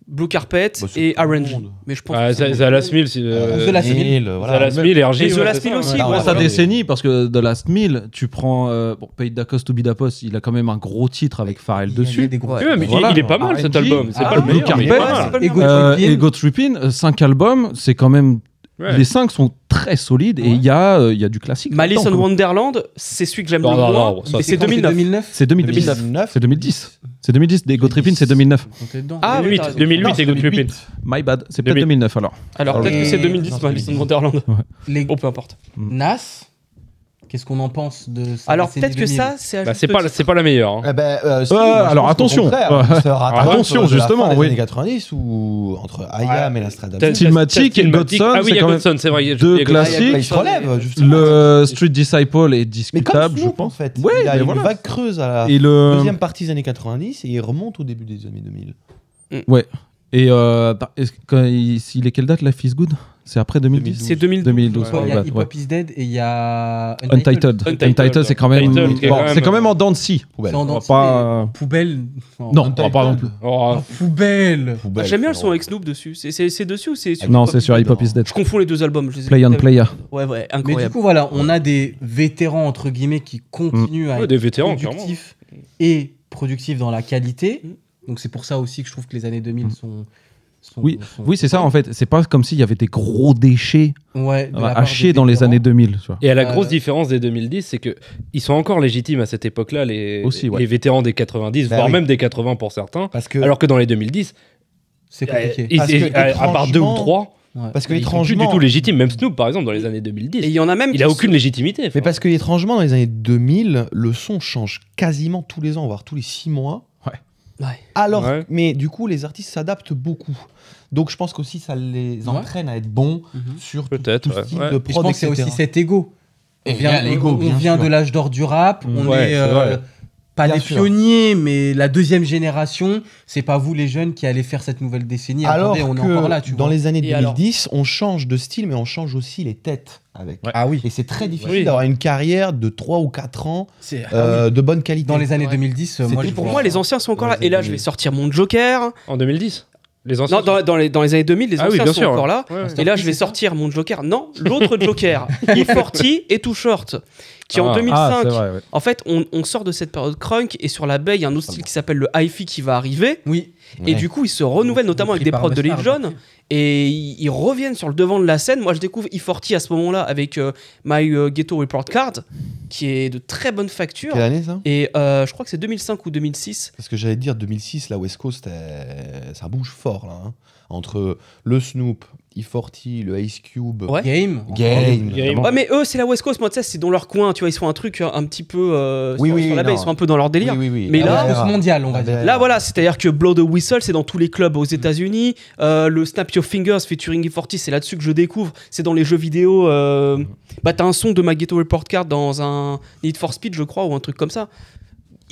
S1: Blue Carpet
S3: Bah, c'est
S1: et
S3: tout le
S1: Orange.
S3: monde.
S1: Mais je pense.
S4: Ah,
S1: que c'est-
S4: The The Last Mill. si- euh,
S5: The Last
S4: The
S5: Mill.
S3: Mille, voilà.
S4: Last Mill et RG.
S1: Et The
S4: ouais,
S1: Last
S4: c'est
S1: Mill
S4: ça,
S1: aussi. ouais,
S4: ouais.
S2: Dans
S1: ouais,
S2: sa
S1: ouais.
S2: Ah, décennie, parce que The Last Mill, tu prends euh, bon, Pete Dacoste ou Bidapost, il a quand même un gros titre avec Pharrell
S5: Il y a
S2: dessus.
S5: des gros-
S1: Ouais.
S4: Ouais, mais il-
S2: Voilà.
S4: il, est pas mal
S2: R&B,
S4: cet album. C'est
S5: ah,
S4: pas le
S5: Blue
S4: meilleur, mais il
S2: Carpet.
S4: est pas
S1: Ouais,
S4: mal.
S1: c'est pas le
S5: Et
S1: meilleur.
S5: Go-
S2: Euh,
S5: Trippin.
S2: et Go Trippin, 5 albums, c'est quand même.
S4: Ouais.
S2: Les 5 sont très solides et il y, a, euh, il y a du classique.
S1: Malice in
S2: là-dedans, quoi.
S1: Wonderland, c'est celui que j'aime le
S4: Non,
S1: moins.
S4: non, non, ça,
S1: et c'est
S5: quand
S1: 2009.
S5: 2009.
S2: C'est 2010.
S3: 2009.
S2: C'est 2010. C'est 2010. Des Go Trippin, c'est 2009.
S5: Quand t'es dedans.
S1: Ah, oui,
S4: 2008,
S1: t'as raison.
S4: 2008 et Good Trippin.
S2: My bad. C'est peut-être
S4: 2000.
S2: 2009 alors.
S1: Alors peut-être que c'est 2010,
S3: Non, c'est
S1: Malice in
S3: 2010.
S1: Wonderland.
S5: Les
S1: Bon, peu importe.
S5: Nas, qu'est-ce qu'on en pense de ça
S1: Ah, Alors peut-être que ça, c'est. à
S4: Bah,
S1: juste
S4: c'est pas,
S1: titre.
S4: c'est pas la meilleure. hein.
S3: Eh ben, euh, si,
S2: Euh,
S3: moi,
S2: alors,
S3: je pense qu'au
S2: attention.
S3: contraire, ça rattrape
S2: Attention,
S3: de la
S2: justement,
S3: fin des
S2: oui.
S3: années 90 ou entre IAM et
S4: T'as-
S3: Nostradamus.
S2: Stillmatic
S4: t'as
S2: et
S4: Stillmatic.
S2: Godson,
S4: Ah oui, il y
S2: c'est
S4: a
S2: quand même
S4: Godson, c'est vrai. il y a-
S2: deux
S4: il y a Godson.
S1: Ah,
S2: classiques.
S3: Bah, il se relève, justement.
S2: Le Street Disciple est
S3: Mais comme
S2: discutable, je
S3: Snoop, en
S2: pense.
S3: fait.
S2: Ouais,
S3: il a
S2: mais
S3: une
S2: voilà.
S3: vague creuse à la
S2: Et le
S3: deuxième partie des années 90 et il remonte au début des années 2000.
S2: et euh, bah, est-ce que- quand il, il est quelle date Life is Good C'est après 2010.
S3: 2012.
S1: C'est 2012.
S2: 2012.
S5: Il y
S2: ouais,
S5: a
S2: ouais.
S5: Hip Hop Is Dead et il y a
S2: Untitled.
S1: Untitled.
S2: Untitled, c'est quand même
S4: Untitled, qui est
S2: bon,
S4: quand même-
S2: c'est quand même en dents de scie.
S3: Poubelle.
S5: C'est en
S2: On va
S5: dentier,
S2: pas euh,
S5: Poubelle.
S2: non, on va pas non plus.
S4: Oh,
S5: Oh, poubelle.
S1: Ah,
S3: Poubelle,
S1: J'aime bien le
S3: c'est
S1: son
S3: drôle.
S1: avec Snoop dessus. C'est- C'est c'est dessus ou c'est sur
S2: Non,
S1: Hip Hop
S2: c'est sur Hip Hop
S3: dedans.
S2: Is Dead.
S1: Je confonds les deux albums. je les ai
S2: Play on
S1: écoutés.
S2: Player.
S1: Ouais, ouais,
S5: Mais du
S1: incroyable.
S5: coup, voilà, on a des vétérans, entre guillemets, qui continuent à
S4: Mm. ouais,
S5: être
S4: des vétérans, clairement.
S5: productifs et productifs dans la qualité.
S1: Mm.
S5: Donc, c'est pour ça aussi que je trouve que les années 2000
S2: Mm.
S5: sont. sont- sont-
S2: Oui, c'est ça en fait. C'est pas comme s'il y avait des gros déchets
S5: Ouais, de la part
S2: à
S5: des
S2: chier dans les
S5: vétérans.
S2: années 2000. tu vois.
S4: Et à la
S5: Euh,
S4: grosse différence des 2010, c'est que ils sont encore légitimes à cette époque-là, les,
S2: Aussi, ouais.
S4: les vétérans des 90,
S3: Bah
S4: voire
S3: oui.
S4: même des 80 pour certains.
S3: Parce que,
S4: Alors que dans les 2010,
S5: C'est
S4: euh,
S5: compliqué.
S4: ils-
S3: Parce que,
S4: ils- à, à part deux ou
S3: étrangement,
S4: trois,
S5: Ouais.
S3: parce que
S4: ils sont plus du
S3: étrangement,
S4: tout légitimes. Même Snoop, par exemple, dans les années
S1: Et
S4: 2010,
S1: il y en a même.
S4: il
S1: qui
S4: a
S1: se-
S4: aucune légitimité.
S3: mais
S4: enfin.
S3: parce que étrangement dans les années 2000, le son change quasiment tous les ans, voire tous les six mois.
S1: Ouais.
S3: Alors,
S4: Ouais.
S3: mais du coup, les artistes s'adaptent beaucoup. Donc, je pense qu'aussi ça les entraîne à être bons
S5: Mhm.
S3: sur tout,
S4: Peut-être,
S3: tout
S4: ouais.
S3: style
S4: Ouais.
S3: de
S5: Et je
S3: prod,
S5: pense que c'est
S3: etc.
S5: aussi cet ego. On
S3: Et il y
S5: vient,
S3: a l'ego,
S5: on- on
S3: bien
S5: vient
S3: sûr.
S5: de l'âge d'or du rap. On
S4: Ouais,
S5: est
S4: c'est
S5: euh,
S4: vrai.
S5: pas
S3: Bien
S5: des
S3: sûr.
S5: pionniers, mais la deuxième génération. C'est pas vous les jeunes qui allez faire cette nouvelle décennie.
S3: Alors
S5: Attendez, on
S3: que
S5: est encore là, tu
S3: dans
S5: vois.
S3: les années
S1: Et alors
S3: 2010, on change de style, mais on change aussi les têtes avec.
S5: Ah oui.
S3: Et c'est très difficile
S4: Oui.
S3: d'avoir une carrière de 3 ou 4 ans
S5: C'est-
S3: euh, de bonne qualité.
S5: Ah Dans les années
S1: Ouais.
S5: 2010, euh,
S3: C'est
S5: moi,
S1: Et
S5: je
S1: pour
S5: vois-
S1: moi, les anciens sont encore là. Et là, je vais sortir mon Joker.
S4: En 2010 Les anciens.
S1: Non, dans, dans les, dans les années 2000, les
S4: Ah
S1: anciens
S4: oui, bien
S1: sont
S4: sûr.
S1: encore là.
S2: Ah,
S4: Ouais.
S1: Et là, je vais sortir mon Joker. Non, l'autre Joker, E40 et Too Short, qui en
S2: Ah,
S1: 2005.
S2: c'est vrai, ouais.
S1: en fait, on, on sort de cette période crunk et sur la baie, il y a un autre style qui s'appelle le hi-fi qui va arriver.
S5: Oui.
S1: Et du coup, ils se renouvellent, notamment avec des prods de Lil Jon. Et ils ils reviennent sur le devant de la scène. Moi, je découvre E40 à ce moment-là avec euh, My euh, Ghetto Report Card, qui est de très bonne facture.
S3: Quelle année ça
S1: Et euh, je crois que c'est 2005 ou 2006.
S3: Parce que j'allais te dire 2006, la West Coast, euh, ça bouge fort là. hein. Entre le Snoop, E40, le Ice Cube.
S1: Ouais.
S5: Game. Ah
S3: Game. notamment.
S1: Ouais, mais eux, c'est la West Coast, moi, tu sais, c'est dans leur coin, tu vois, ils sont un truc euh, un petit peu euh,
S3: Oui,
S1: sur,
S3: oui,
S1: sur la
S3: non.
S1: baie, ils sont un peu dans leur délire.
S3: Oui, oui, oui.
S1: Mais
S3: Ah,
S1: là-
S3: ouais,
S5: Course
S3: ouais.
S5: mondiale, on va
S3: Ah,
S5: dire.
S3: ouais.
S1: Là, voilà, c'est-à-dire que Blow the Whistle, c'est dans tous les clubs aux États-Unis. Euh, le Snap Your Fingers featuring E40, c'est là-dessus que je découvre. C'est dans les jeux vidéo. euh, Bah, t'as un son de My Ghetto Report Card dans un Need for Speed, je crois, ou un truc comme ça.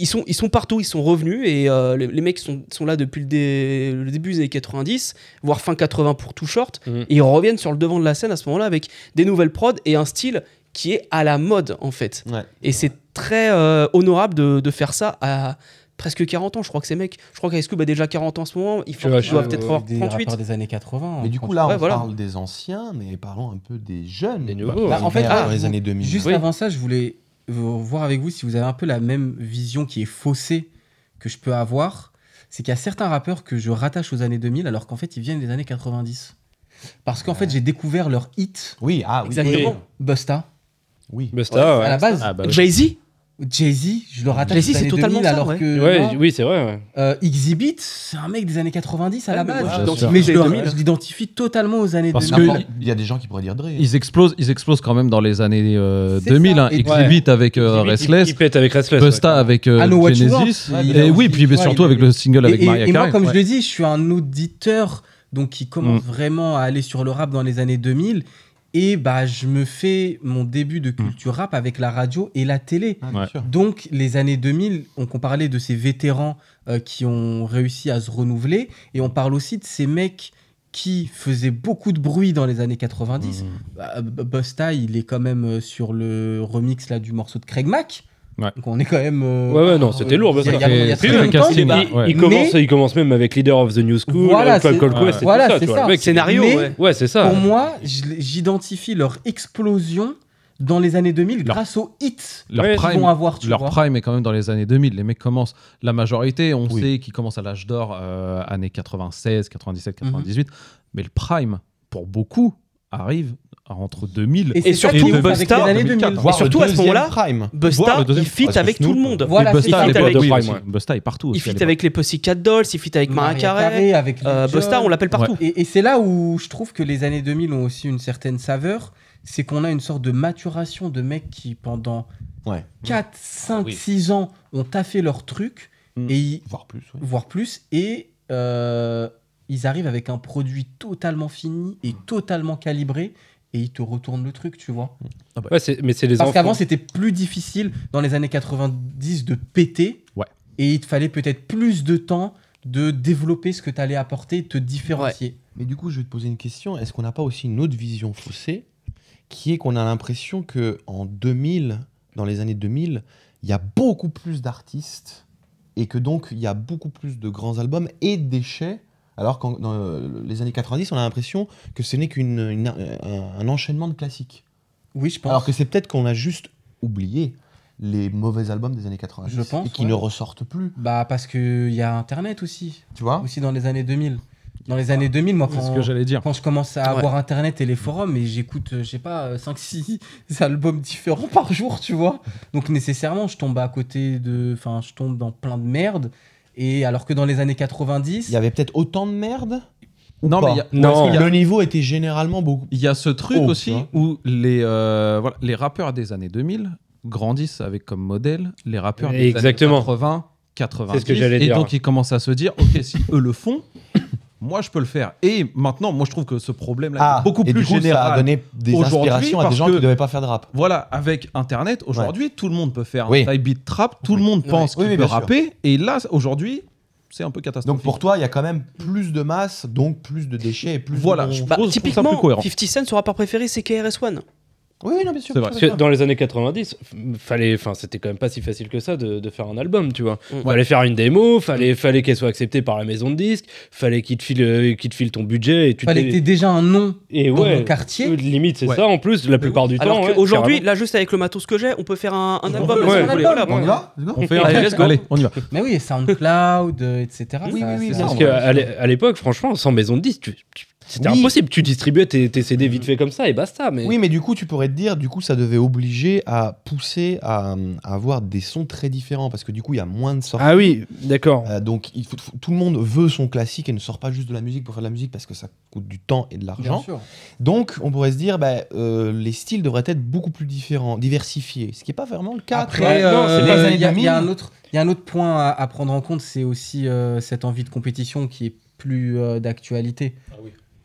S1: Ils sont, ils sont partout, ils sont revenus et euh, les, les mecs sont, sont là depuis le, dé- le début des années 90, voire fin 80 pour tout short,
S4: Mhm.
S1: et ils reviennent sur le devant de la scène à ce moment-là avec des nouvelles prods et un style qui est à la mode en fait.
S3: Ouais.
S1: Et c'est très euh, honorable de, de faire ça à presque 40 ans. Je crois que ces mecs, je crois qu'Ice Cube a déjà 40 ans en ce moment. Ils font-
S4: vois,
S1: ils
S4: je-
S1: doivent peut-être avoir
S5: des
S1: 38.
S5: rappeurs des années 80.
S3: Mais du coup,
S5: 38.
S3: là, on
S1: Ouais, voilà.
S3: parle des anciens, mais parlons un peu des jeunes.
S4: Des nouveaux.
S5: Bah, en fait,
S3: dans
S5: ah,
S3: les années 2000.
S5: Juste
S1: Oui.
S5: avant ça, je voulais vous- voir avec vous si vous avez un peu la même vision qui est faussée que je peux avoir. C'est qu'il y a certains rappeurs que je rattache aux années 2000 alors qu'en fait ils viennent des années 90. Parce qu'en fait j'ai découvert leur hit
S3: Oui, ah oui.
S1: Exactement.
S5: Busta
S3: Oui.
S4: Busta, ouais.
S5: à la base.
S4: Ah, bah oui.
S1: Jay-Z
S5: Jay-Z, je le rattache
S1: Jay-Z,
S5: aux
S1: c'est
S5: années
S1: totalement
S5: 2000
S1: ça,
S5: alors
S1: ouais.
S5: que
S4: Ouais,
S5: moi,
S4: oui, c'est vrai. ouais.
S5: euh, Exhibit, c'est un mec des années 90 à la
S1: Ouais, mais moi,
S5: base.
S3: je
S1: j'identifie
S5: Mais je
S1: les
S5: le-
S1: 2000.
S5: je l'identifie totalement aux années
S2: Parce
S5: 2000.
S3: N'importe- Il y a des gens qui pourraient dire Dre.
S2: Ils explosent, ils explosent quand même dans les années euh,
S5: C'est
S2: 2000.
S5: ça.
S2: Hein.
S5: Et-
S2: Exhibit avec euh,
S4: Il- il-
S2: Restless,
S4: Il pète avec Restless.
S2: Busta avec euh,
S5: I Know What You
S2: Genesis.
S5: Want. Ouais,
S2: et
S5: il a
S2: oui,
S5: aussi-
S2: puis
S5: ouais,
S2: surtout
S5: il-
S2: avec le single avec
S5: et, et-
S2: Maria
S5: et moi,
S2: Carey.
S5: comme
S2: Ouais.
S5: je le dis, je suis un auditeur donc qui commence
S4: Mm.
S5: vraiment à aller sur le rap dans les années 2000. Et bah, je me fais mon début
S2: Mm.
S5: de culture rap avec la radio et la télé.
S3: Ah, bien
S4: Ouais.
S1: Mmh.
S3: sûr.
S5: Donc, les années 2000, on on parlait de ces vétérans euh, qui ont réussi à se renouveler. Et on parle aussi de ces mecs qui faisaient beaucoup de bruit dans les années
S2: Mm.
S5: 90. Bah, B- Busta, il est quand même euh, sur le remix là, du morceau de Craig Mack.
S2: Ouais.
S5: Donc, on est quand même. euh,
S4: Ouais, ouais, non, c'était lourd,
S5: il y a-
S4: Busta.
S5: il y a- il y a
S2: Puis
S5: très
S2: le
S5: longtemps,
S2: casting,
S5: bah,
S2: il- Ouais.
S4: Il commence,
S5: Mais-
S4: il commence même avec Leader of the New School,
S5: Voilà,
S4: Alpha
S5: c'est-
S4: Cold
S2: ouais.
S4: Quest, et tout
S5: Voilà,
S4: ça,
S5: c'est
S4: tu vois, le
S5: ça.
S4: mec,
S1: Scénario,
S5: Mais-
S1: ouais.
S4: Ouais, c'est ça.
S5: Pour moi, je l- j'identifie leur explosion dans les années 2000
S2: Leur-
S5: grâce aux hits
S2: Leur
S4: Ouais, ils
S5: qu'ils
S2: prime,
S5: vont avoir, tu
S2: leur
S5: vois.
S2: prime est quand même dans les années 2000. Les mecs commencent, la majorité, on
S3: Oui.
S2: sait qu'ils commencent à l'âge d'or, euh, années 96, 97, 98. Mais le prime, pour beaucoup, arrive entre 2000
S5: Et c'est
S1: Et
S5: ça
S1: surtout,
S5: qui me fait
S1: Busta,
S5: avec les années
S2: 2004,
S5: 2000.
S1: Et surtout, à ce moment-là,
S3: Prime.
S2: Voir
S1: Busta,
S2: le deuxième-
S1: il fit
S3: Parce que
S1: avec
S3: Snoop,
S1: tout le monde.
S5: Voilà,
S2: Busta,
S5: c'est
S2: à
S5: ça.
S1: fit
S2: l'époque,
S1: avec-
S2: oui,
S4: Prime,
S2: aussi.
S4: ouais.
S2: Busta est partout.
S1: Il
S2: aussi à
S1: fit
S2: l'époque.
S1: avec les Pussycat Dolls, il fit avec Mariah Carey.
S5: avec
S1: Euh,
S5: Lil
S1: Busta,
S5: Jon.
S1: on l'appelle partout.
S5: Et, et c'est là où je trouve que les années 2000 ont aussi une certaine saveur, c'est qu'on a une sorte de maturation de mecs qui pendant
S3: Ouais.
S5: 4, 5,
S2: Oui.
S5: 6 ans ont taffé leur truc,
S2: Mm.
S5: et ils-
S3: Voire plus, ouais.
S5: voire plus, et euh, ils arrivent avec un produit totalement fini et totalement calibré, et ils te retournent le truc, tu vois.
S4: Ouais, c'est- mais c'est les
S5: Parce
S4: enfants.
S5: qu'avant, c'était plus difficile dans les années 90 de péter.
S2: Ouais.
S5: Et il te fallait peut-être plus de temps de développer ce que tu allais apporter, te différencier.
S3: Mais du coup, je vais te poser une question. Est-ce qu'on n'a pas aussi une autre vision faussée qui est qu'on a l'impression que en 2000, dans les années 2000, il y a beaucoup plus d'artistes et que donc il y a beaucoup plus de grands albums et de déchets. Alors qu'en dans euh, les années 90, on a l'impression que ce n'est qu'un un enchaînement de classiques.
S5: Oui, je pense.
S3: Alors que c'est peut-être qu'on a juste oublié les mauvais albums des années 90
S5: Je pense,
S3: et qui
S5: ouais.
S3: ne ressortent plus.
S5: Bah, parce qu'il y a Internet aussi.
S3: Tu vois
S5: Aussi dans les années 2000. Dans les années 2000, moi,
S2: C'est ce
S5: quand,
S2: que j'allais dire.
S5: quand je commence à
S1: Ouais.
S5: avoir Internet et les forums, et j'écoute, euh, je sais pas, 5-6 albums différents par jour, tu vois. Donc nécessairement, je tombe à côté de. Enfin, je tombe dans plein de merde. Et alors que dans les années 90.
S3: Il y avait peut-être autant de merde
S2: Non,
S3: pas.
S2: mais il y a-
S4: Non.
S2: parce qu'il y a-
S3: Le niveau était généralement beaucoup.
S2: il y, a ce truc
S3: Oh,
S2: aussi
S3: hein.
S2: où les, euh, voilà, les rappeurs des années 2000 grandissent avec comme modèle les rappeurs des
S4: Exactement.
S2: années 80, 90.
S4: C'est ce que j'allais
S2: Et
S4: dire.
S2: donc ils commencent à se dire, ok, si eux le font, moi je peux le faire. Et maintenant, moi je trouve que ce problème-là est beaucoup
S3: Ah, et
S2: plus
S3: du coup, ça a
S2: général.
S3: donné des
S2: Aujourd'hui,
S3: inspirations à des
S2: parce
S3: gens
S2: que-
S3: qui ne devaient pas faire de rap.
S2: Voilà, avec Internet, aujourd'hui, tout le monde peut faire
S3: Oui.
S2: un type beat trap, tout le monde pense
S3: Oui,
S2: qu'il
S3: oui,
S2: peut
S3: bien sûr.
S2: rapper. Et là, aujourd'hui, c'est un peu catastrophique.
S3: Donc pour toi, il y a quand même plus de masse, donc plus de déchets et plus
S2: Voilà,
S3: de...
S2: je-
S1: Bah,
S2: trouve ça plus
S1: typiquement,
S2: cohérent.
S1: 50 Cent, son rappeur préféré, c'est KRS-One.
S3: Oui, oui, non, bien sûr.
S2: C'est vrai.
S4: Parce que dans les années 90, f- fallait, enfin, c'était quand même pas si facile que ça de, de faire un album, tu vois.
S1: Mm.
S4: Fallait faire une démo,
S5: Mm.
S4: fallait, fallait qu'elle soit acceptée par la maison de disques, fallait qu'ils te filent, euh, qu'ils te filent ton budget et tu
S5: fallait que t'aies déjà un nom
S4: et
S5: dans
S4: ouais,
S5: le quartier.
S4: euh, limite c'est
S2: Ouais.
S4: ça en plus la plupart du
S1: Alors
S4: temps. ouais,
S1: qu'aujourd'hui, là, juste avec le matos que j'ai, on peut faire un, un album.
S4: peut,
S1: si
S4: ouais.
S1: vous voulez.
S4: Un
S1: Voilà,
S4: album,
S3: On y va Let's go
S2: on fait un
S1: Allez,
S2: truc.
S1: let's go.
S2: Allez, on y va.
S5: Mais oui, SoundCloud, euh, etc.
S3: Oui,
S5: ça-
S3: oui, oui,
S5: c'est
S3: non,
S5: ça.
S4: Parce qu'à l'é- à l'époque, franchement, sans maison de disque, tu, tu- C'était
S3: Oui.
S4: impossible. Tu distribuais tes, tes CD vite fait comme ça et basta. Mais
S3: Oui, mais du coup, tu pourrais te dire, du coup, ça devait obliger à pousser à, à avoir des sons très différents parce que du coup, il y a moins de sorties.
S4: ah oui, d'accord.
S3: Euh, donc, il faut- faut- tout le monde veut son classique et ne sort pas juste de la musique pour faire de la musique parce que ça coûte du temps et de
S5: Bien
S3: l'argent.
S5: sûr.
S3: Donc, on pourrait se dire, bah, euh, les styles devraient être beaucoup plus différents, diversifiés, ce qui n'est pas vraiment le cas. tu vois.
S5: Après,
S4: Ouais, non, c'est
S5: euh,
S4: pas
S3: les
S5: il y, a-
S3: années
S5: il y a un
S3: 2000.
S5: autre, il y a un autre point à, à prendre en compte, c'est aussi euh, cette envie de compétition qui est plus euh, d'actualité.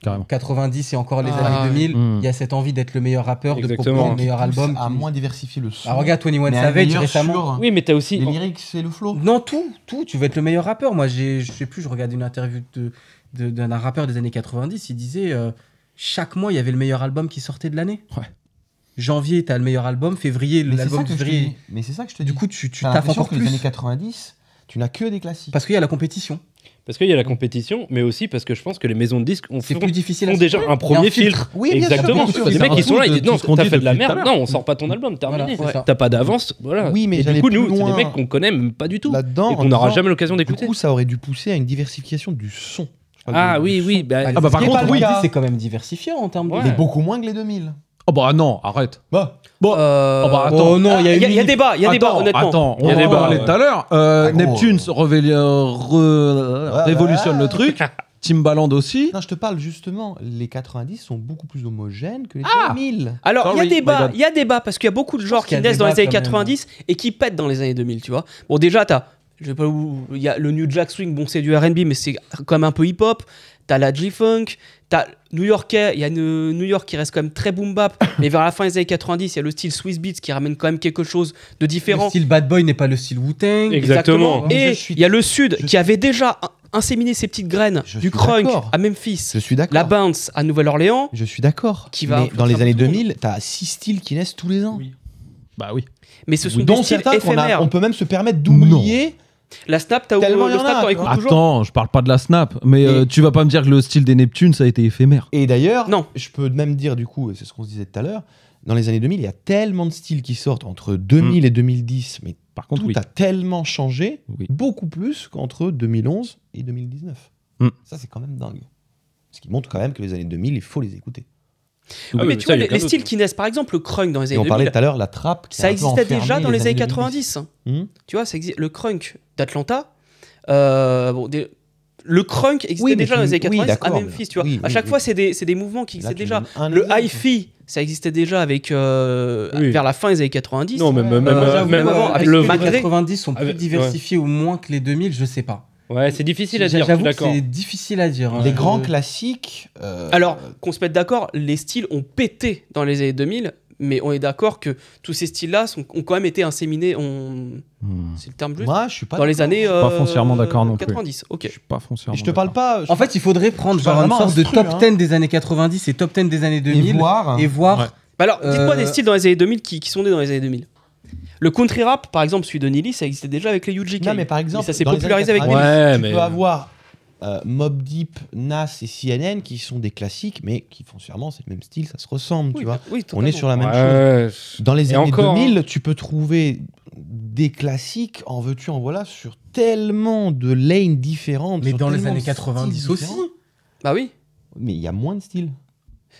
S2: Carrément.
S5: 90 et encore les
S1: Ah,
S5: années 2000, il
S2: Mm.
S5: y a cette envie d'être le meilleur rappeur, de
S4: Exactement.
S5: proposer le meilleur
S3: Qui pousse
S5: album.
S3: à
S5: qui-
S3: moins diversifier le son.
S5: Ah, regarde 21
S3: mais à
S5: Savage
S3: meilleur
S5: récemment.
S3: sur
S4: Oui, mais t'as aussi.
S3: Les lyrics, c'est le flow.
S5: Non, tout, tout. Tu veux être le meilleur rappeur. Moi, j'ai- je sais plus, je regardais une interview de- de- d'un rappeur des années 90. Il disait euh, chaque mois, il y avait le meilleur album qui sortait de l'année.
S2: Ouais.
S5: Janvier, t'as le meilleur album. Février,
S3: Mais c'est ça
S5: l'album
S3: que
S5: de
S3: je te
S5: février.
S3: dis. Mais c'est ça que je te dis.
S5: Du coup, tu, tu
S3: T'as
S5: taffes
S3: l'impression
S5: encore
S3: que les
S5: plus.
S3: années 90, tu n'as que des classiques.
S5: Parce qu'il y a la compétition.
S4: Parce qu'il y a la compétition, mais aussi parce que je pense que les maisons de disques ont
S5: C'est
S4: font-
S5: plus difficile. à
S4: font
S5: se
S4: déjà
S5: trouver. Il
S4: un
S5: y a
S4: premier
S5: un filtre.
S4: filtre.
S3: Oui, bien sûr,
S4: Exactement.
S3: bien sûr.
S4: Les
S2: Ça
S4: mecs, ils
S2: raconte
S4: sont là, ils
S2: de
S4: disent
S2: tout
S4: non,
S2: ce qu'on
S4: t'as
S2: dit
S4: fait de la
S2: depuis tout à
S4: merde.
S2: l'heure.
S4: Non, on sort pas ton album, terminé.
S5: Voilà, c'est ça.
S4: T'as pas d'avance, voilà.
S3: Oui, mais
S4: Et
S3: j'allais
S4: du coup,
S3: plus
S4: nous, c'est des
S3: loin.
S4: mecs qu'on connaît même pas du tout.
S3: Là-dedans,
S4: et
S3: en
S4: qu'on n'aura
S3: disant,
S4: jamais l'occasion
S3: Du
S4: d'écouter.
S3: coup, ça aurait dû pousser à une diversification du son. Je parle
S4: Ah
S3: du-
S4: oui,
S3: du
S4: oui. bah,
S5: Ah,
S2: Ah bah, par
S5: Ce qui est
S2: contre,
S5: pas
S2: oui.
S5: loin, C'est quand même diversifiant en termes
S4: Ouais.
S5: de.
S3: son. Beaucoup moins que les 2000.
S2: Oh bah non, arrête.
S3: Bah,
S1: Euh,
S2: Oh bah, attends.
S1: oh non, il y a- il y, a- il y a
S5: une-
S1: débat, il y a débat,
S2: Attends,
S1: honnêtement.
S2: Attends,
S4: Il y
S2: on
S4: a
S2: en
S4: débat,
S2: parlait
S4: ouais.
S2: tout à l'heure. Euh,
S3: Ah, gros,
S2: Neptune
S3: ouais.
S2: se révélait, euh, re-
S3: bah,
S2: révolutionne
S3: ouais.
S2: le truc. Timbaland aussi.
S3: non, je te parle justement, les 90 sont beaucoup plus homogènes que les
S1: Ah
S3: 2000.
S1: Alors, il y a
S2: Sorry, my
S1: débat,
S2: bad.
S1: il y a débat, parce qu'il y a beaucoup de genres
S5: qu'il y
S1: qui
S5: a
S1: naissent dans
S5: débat
S1: les années
S5: quand même.
S1: 90 et qui pètent dans les années 2000, tu vois. Bon, déjà, t'as. Je sais pas où. Il y a le New Jack Swing, bon, c'est du RB, mais c'est quand même un peu hip-hop. T'as la G-Funk, t'as New Yorkais, il y a ne- New York qui reste quand même très boom bap, mais vers la fin des années 90, il y a le style Swiss Beats qui ramène quand même quelque chose de
S5: Le
S1: différent.
S5: style Bad Boy n'est pas le style Wu-Tang.
S4: Exact. Exactement.
S3: Mais
S1: Et
S3: je suis-
S1: il y a le Sud
S3: je
S1: qui
S3: suis-
S1: avait déjà in- inséminé ses petites graines
S3: Je
S1: du
S3: suis
S1: crunk
S3: d'accord.
S1: à Memphis,
S3: Je suis d'accord.
S1: la bounce à Nouvelle-Orléans.
S3: Je suis d'accord.
S1: Qui va
S3: Mais dans les
S1: influencer
S3: années
S1: tout le monde.
S3: 2000, t'as six styles qui naissent tous les ans.
S2: Bah oui.
S1: Mais ce sont
S3: Dont
S1: des styles
S3: certains qu'on a-
S1: éphémères.
S3: on peut même se permettre d'oublier.
S1: La snap, t'as
S3: Tellement y
S1: le
S3: en
S1: snap,
S3: a,
S1: t'en
S3: tu
S1: écoutes
S3: vois.
S1: toujours.
S2: Attends, je parle pas de la snap, mais
S3: Et-
S2: euh, tu vas pas me dire que le style des Neptunes ça a été éphémère.
S3: Et d'ailleurs,
S1: Non.
S3: je peux même dire du coup, et c'est ce qu'on se disait tout à l'heure, dans les années 2000, il y a tellement de styles qui sortent entre 2000 et 2010, mais
S2: Par contre,
S3: tout
S2: oui.
S3: a tellement changé,
S2: Oui.
S3: beaucoup plus qu'entre 2011 et 2019.
S2: Mm.
S3: Ça, c'est quand même dingue. Ce qui montre quand même que les années 2000, il faut les écouter.
S1: Ah,
S4: Ah
S1: mais
S4: oui,
S1: tu
S4: ça,
S1: vois,
S4: il y a
S1: les,
S4: aucun
S1: les
S4: doute.
S1: styles qui naissent, par exemple, le crunk dans les
S3: Et
S1: années
S3: on
S1: 2000,
S3: parlait tout à l'heure, la trappe. qui a
S1: ça
S3: un peu
S1: existait
S3: enfermé
S1: déjà dans les années
S3: 2010.
S1: 90. hein.
S3: Hmm
S1: Tu vois, ça exi- le crunk d'Atlanta, euh, bon, des- le crunk existait
S3: Oui, mais
S1: déjà
S3: tu-
S1: dans les années
S3: oui,
S1: 90 à
S3: d'accord,
S1: Memphis,
S3: mais-
S1: tu vois.
S3: oui,
S1: à
S3: oui,
S1: chaque
S3: oui.
S1: fois, c'est des, c'est des mouvements qui
S3: Là,
S1: existaient
S3: tu
S1: déjà.
S3: donnes un
S1: Le
S3: exemple.
S1: hi-fi, ça existait déjà avec euh,
S4: Oui.
S1: vers la fin des années 90.
S4: Non, mais
S3: Ouais,
S4: même,
S1: ouais,
S4: même,
S1: ouais,
S4: euh,
S1: j'avoue,
S4: même
S1: ouais,
S4: avant,
S1: ouais,
S4: le
S5: les
S1: malgré-
S5: 90 sont plus
S4: Avec- ouais.
S5: diversifiés ou moins que les 2000, je sais pas.
S4: Ouais, c'est difficile à dire, je suis
S5: J'avoue que
S4: d'accord.
S5: c'est difficile à dire. hein.
S3: Les
S5: Je-
S3: grands classiques. euh,
S1: Alors, qu'on se mette d'accord, les styles ont pété dans les années 2000, mais on est d'accord que tous ces styles-là sont- ont quand même été inséminés, on...
S2: Hmm.
S1: c'est le terme juste,
S3: moi, je suis pas.
S1: dans les
S3: d'accord.
S1: années
S2: Pas foncièrement
S1: euh,
S2: d'accord non plus.
S1: 90.
S2: Je
S1: Ok.
S2: suis pas foncièrement.
S3: Je te parle
S2: d'accord.
S3: pas. je-
S5: En fait, il faudrait prendre
S3: C'est
S5: genre une
S3: vraiment
S5: sorte de
S3: instru,
S5: top
S3: hein.
S5: 10 des années 90 et top 10 des années
S3: et
S5: 2000
S3: voir. hein.
S5: et voir.
S2: Ouais.
S1: Bah alors, dites-moi
S5: Euh,
S1: des styles dans les années 2000 qui, qui sont nés dans les années 2000. Le country rap, par exemple, celui de Nili, ça existait déjà avec les UGK.
S3: Non, mais par exemple,
S1: ça s'est
S3: dans les années
S1: popularisé avec
S3: 90,
S4: Nelly. Ouais,
S3: tu
S4: mais-
S3: peux avoir euh, Mob Deep, Nas et CNN qui sont des classiques, mais qui foncièrement c'est le même style, ça se ressemble,
S1: Oui,
S3: tu vois.
S1: bah, oui,
S3: On est
S1: totalement.
S3: sur la même chose.
S4: Ouais.
S3: Dans les
S4: Et
S3: années
S4: encore,
S5: hein.
S3: 2000, tu peux trouver des classiques en veux-tu en voilà sur tellement de lanes différentes.
S5: Mais
S3: sur
S5: dans les
S3: tellement
S5: années
S3: de styles
S5: 90 aussi.
S3: différents.
S1: Bah oui.
S3: Mais il y a moins de styles.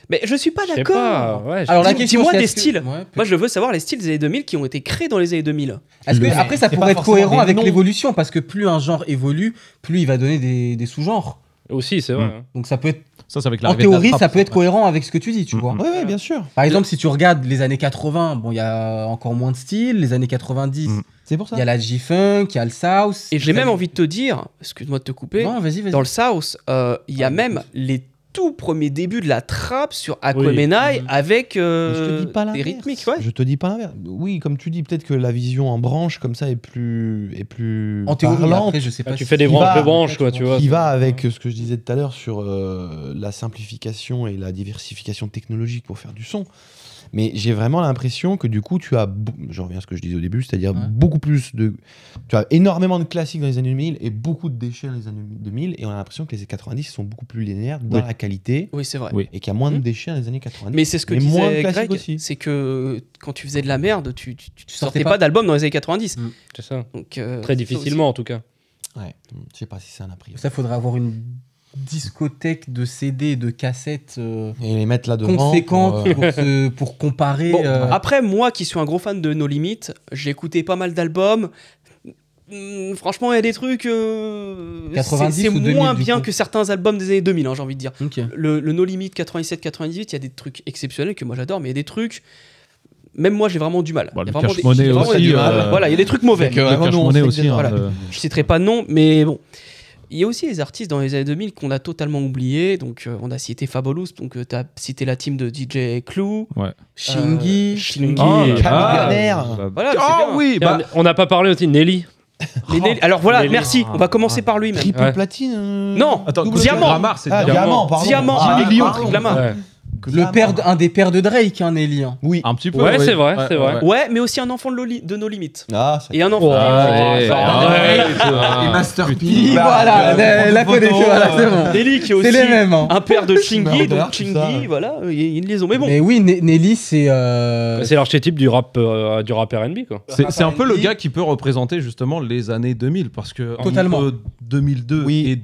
S1: Mais je suis pas
S4: Je sais pas,
S1: d'accord.
S4: ouais, je-
S5: Alors la
S1: Dis-
S5: question
S1: dis-moi
S5: c'est
S1: des
S5: est-ce que-
S1: styles.
S5: Ouais, peut-
S1: Moi, je veux savoir les styles des années 2000 qui ont été créés dans les années 2000.
S5: Est-ce que
S3: Le-
S5: après ça
S3: c'est
S5: pourrait
S3: pas
S5: être
S3: forcément
S5: cohérent
S3: des
S5: avec
S3: noms.
S5: l'évolution parce que plus un genre évolue, plus il va donner des, des sous-genres.
S4: Aussi, c'est vrai. hein.
S5: Donc ça peut être
S2: Ça, c'est avec
S5: en
S2: l'arrivée de la
S5: théorie
S2: trappe,
S5: ça peut être
S2: ouais.
S5: cohérent avec ce que tu dis, tu
S2: Mm,
S5: vois.
S2: mm.
S3: Ouais, ouais, bien sûr.
S5: Par exemple, si tu regardes les années 80, bon il y a encore moins de styles, les années 90,
S2: Mm.
S3: C'est pour
S5: il
S3: ça.
S5: y a la G-funk, il y a le South.
S1: Et j'ai
S5: les
S1: même
S5: années-
S1: envie de te dire, excuse-moi de te couper,
S5: Non, vas-y, vas-y.
S1: dans le South, euh, il y a
S5: Ah,
S1: même
S5: écoute.
S1: les tout premiers débuts de la trappe sur Aquamenai
S5: Mhm.
S1: avec
S3: Mm. Mais
S1: euh,
S3: je te dis pas
S1: des
S3: l'inverse.
S1: rythmiques. Ouais.
S3: Je te dis pas l'inverse. Oui, comme tu dis, peut-être que la vision en branche comme ça est plus est plus
S5: En théorie, mais
S3: parlante.
S5: après, je sais pas.
S4: tu
S5: si-
S4: fais des
S5: qui
S4: branches
S5: va-
S4: de branches, quoi, tu vois.
S3: qui va avec euh, ce que je disais tout à l'heure sur euh, la simplification et la diversification technologique pour faire du son. Mais j'ai vraiment l'impression que du coup, tu as, bou- je reviens à ce que je disais au début, c'est-à-dire
S5: Ouais.
S3: beaucoup plus de. Tu as énormément de classiques dans les années 2000 et beaucoup de déchets dans les années 2000, et on a l'impression que les années 90 sont beaucoup plus linéaires dans
S2: Oui.
S3: la qualité
S1: Oui, c'est vrai.
S2: Oui.
S3: et qu'il y a moins de
S1: Mhm.
S3: déchets dans les années 90.
S1: Mais c'est ce que
S3: Mais moins
S1: disait
S3: classique
S1: Greg,
S3: aussi.
S1: c'est que quand tu faisais de la merde, tu, tu, tu- tu sortais
S5: sortais
S1: pas,
S5: pas.
S1: d'album dans les années 90.
S4: C'est ça.
S1: Donc, euh,
S4: Très
S1: ça aussi.
S4: difficilement, en tout cas.
S3: Ouais, je sais pas si c'est un a priori.
S5: Ça faudrait avoir une discothèques de CD et de cassettes euh,
S3: Et les mettre là devant.
S5: conséquentes
S3: pour,
S5: pour,
S3: euh,
S5: se- pour comparer.
S1: Bon, ah.
S5: euh,
S1: Après, moi qui suis un gros fan de No Limit, j'ai écouté pas mal d'albums. Mm, Franchement, il y a des trucs. euh,
S5: 90
S1: c'est c'est
S5: ou 2000,
S1: moins
S5: du
S1: bien
S5: coup.
S1: que certains albums des années 2000, hein, j'ai envie de dire.
S5: ok.
S1: Le, le No Limit 97-98, il y a des trucs exceptionnels que moi j'adore, mais il y a des trucs. Même moi, j'ai vraiment du mal.
S2: Bon,
S1: il y
S2: le
S1: a vraiment
S2: Cash
S1: des,
S2: Money
S1: j'ai vraiment
S2: aussi,
S1: du
S2: euh,
S1: mal. Voilà, il y a des trucs mauvais.
S3: que vraiment,
S2: Cash
S3: nous, on
S2: Money
S3: sait
S2: aussi.
S3: que-
S2: hein,
S1: voilà.
S2: euh,
S1: Je citerai pas de nom, mais bon. Il y a aussi les artistes dans les années 2000 qu'on a totalement oubliés. Donc, euh, on a cité Fabulous, donc tu as cité la team de DJ Clou.
S5: Shingy,
S1: Euh, Shingy.
S2: Ah,
S5: Shingy,
S2: là, là,
S3: Camionnaire.
S2: là,
S1: Voilà,
S2: Ah
S1: c'est bien.
S2: oui,
S4: Tiens,
S2: bah,
S4: On n'a pas parlé aussi de Nelly.
S1: Les Nelly- Alors voilà,
S4: Nelly.
S1: merci. On va commencer par lui. Même.
S3: Triple
S4: Ouais.
S3: platine. euh,
S1: Non,
S2: attends,
S3: double
S1: diamant.
S3: platine.
S2: Gramard, c'est
S3: Ah,
S2: diamant.
S3: diamant, pardon.
S1: Diamant
S3: Ah,
S1: avec Lyon,
S3: pardon.
S1: avec la main.
S4: Ouais,
S5: le père, d- un des pères de Drake, hein, Nelly. hein.
S3: Oui.
S2: Un petit peu.
S4: Ouais,
S2: oui.
S4: c'est vrai, c'est vrai.
S1: Ouais, mais aussi un enfant de, Loli- de nos limites.
S3: Ah, ça-
S1: Et un enfant.
S2: ouais, Ah, ouais, Ah,
S6: Et
S5: Puis
S6: Masterpiece.
S5: voilà,
S3: euh,
S5: la,
S3: prends
S5: la
S3: ton photo,
S5: connexion, voilà,
S3: euh,
S5: c'est bon.
S1: Nelly qui est aussi
S5: C'est les mêmes. hein.
S1: un père de Chingy.
S3: Murder,
S1: donc
S3: tout ça,
S1: Chingy,
S3: ouais.
S1: voilà, ils ils les ont. Mais bon,
S5: Mais oui, Ne- Nelly, c'est. euh,
S4: Bah, C'est l'archétype du rap, euh, du rap R&B quoi.
S2: C'est c'est un peu le
S5: R&B.
S2: gars qui peut représenter justement les années 2000 parce que
S5: Totalement.
S2: entre 2002
S3: Oui.
S2: et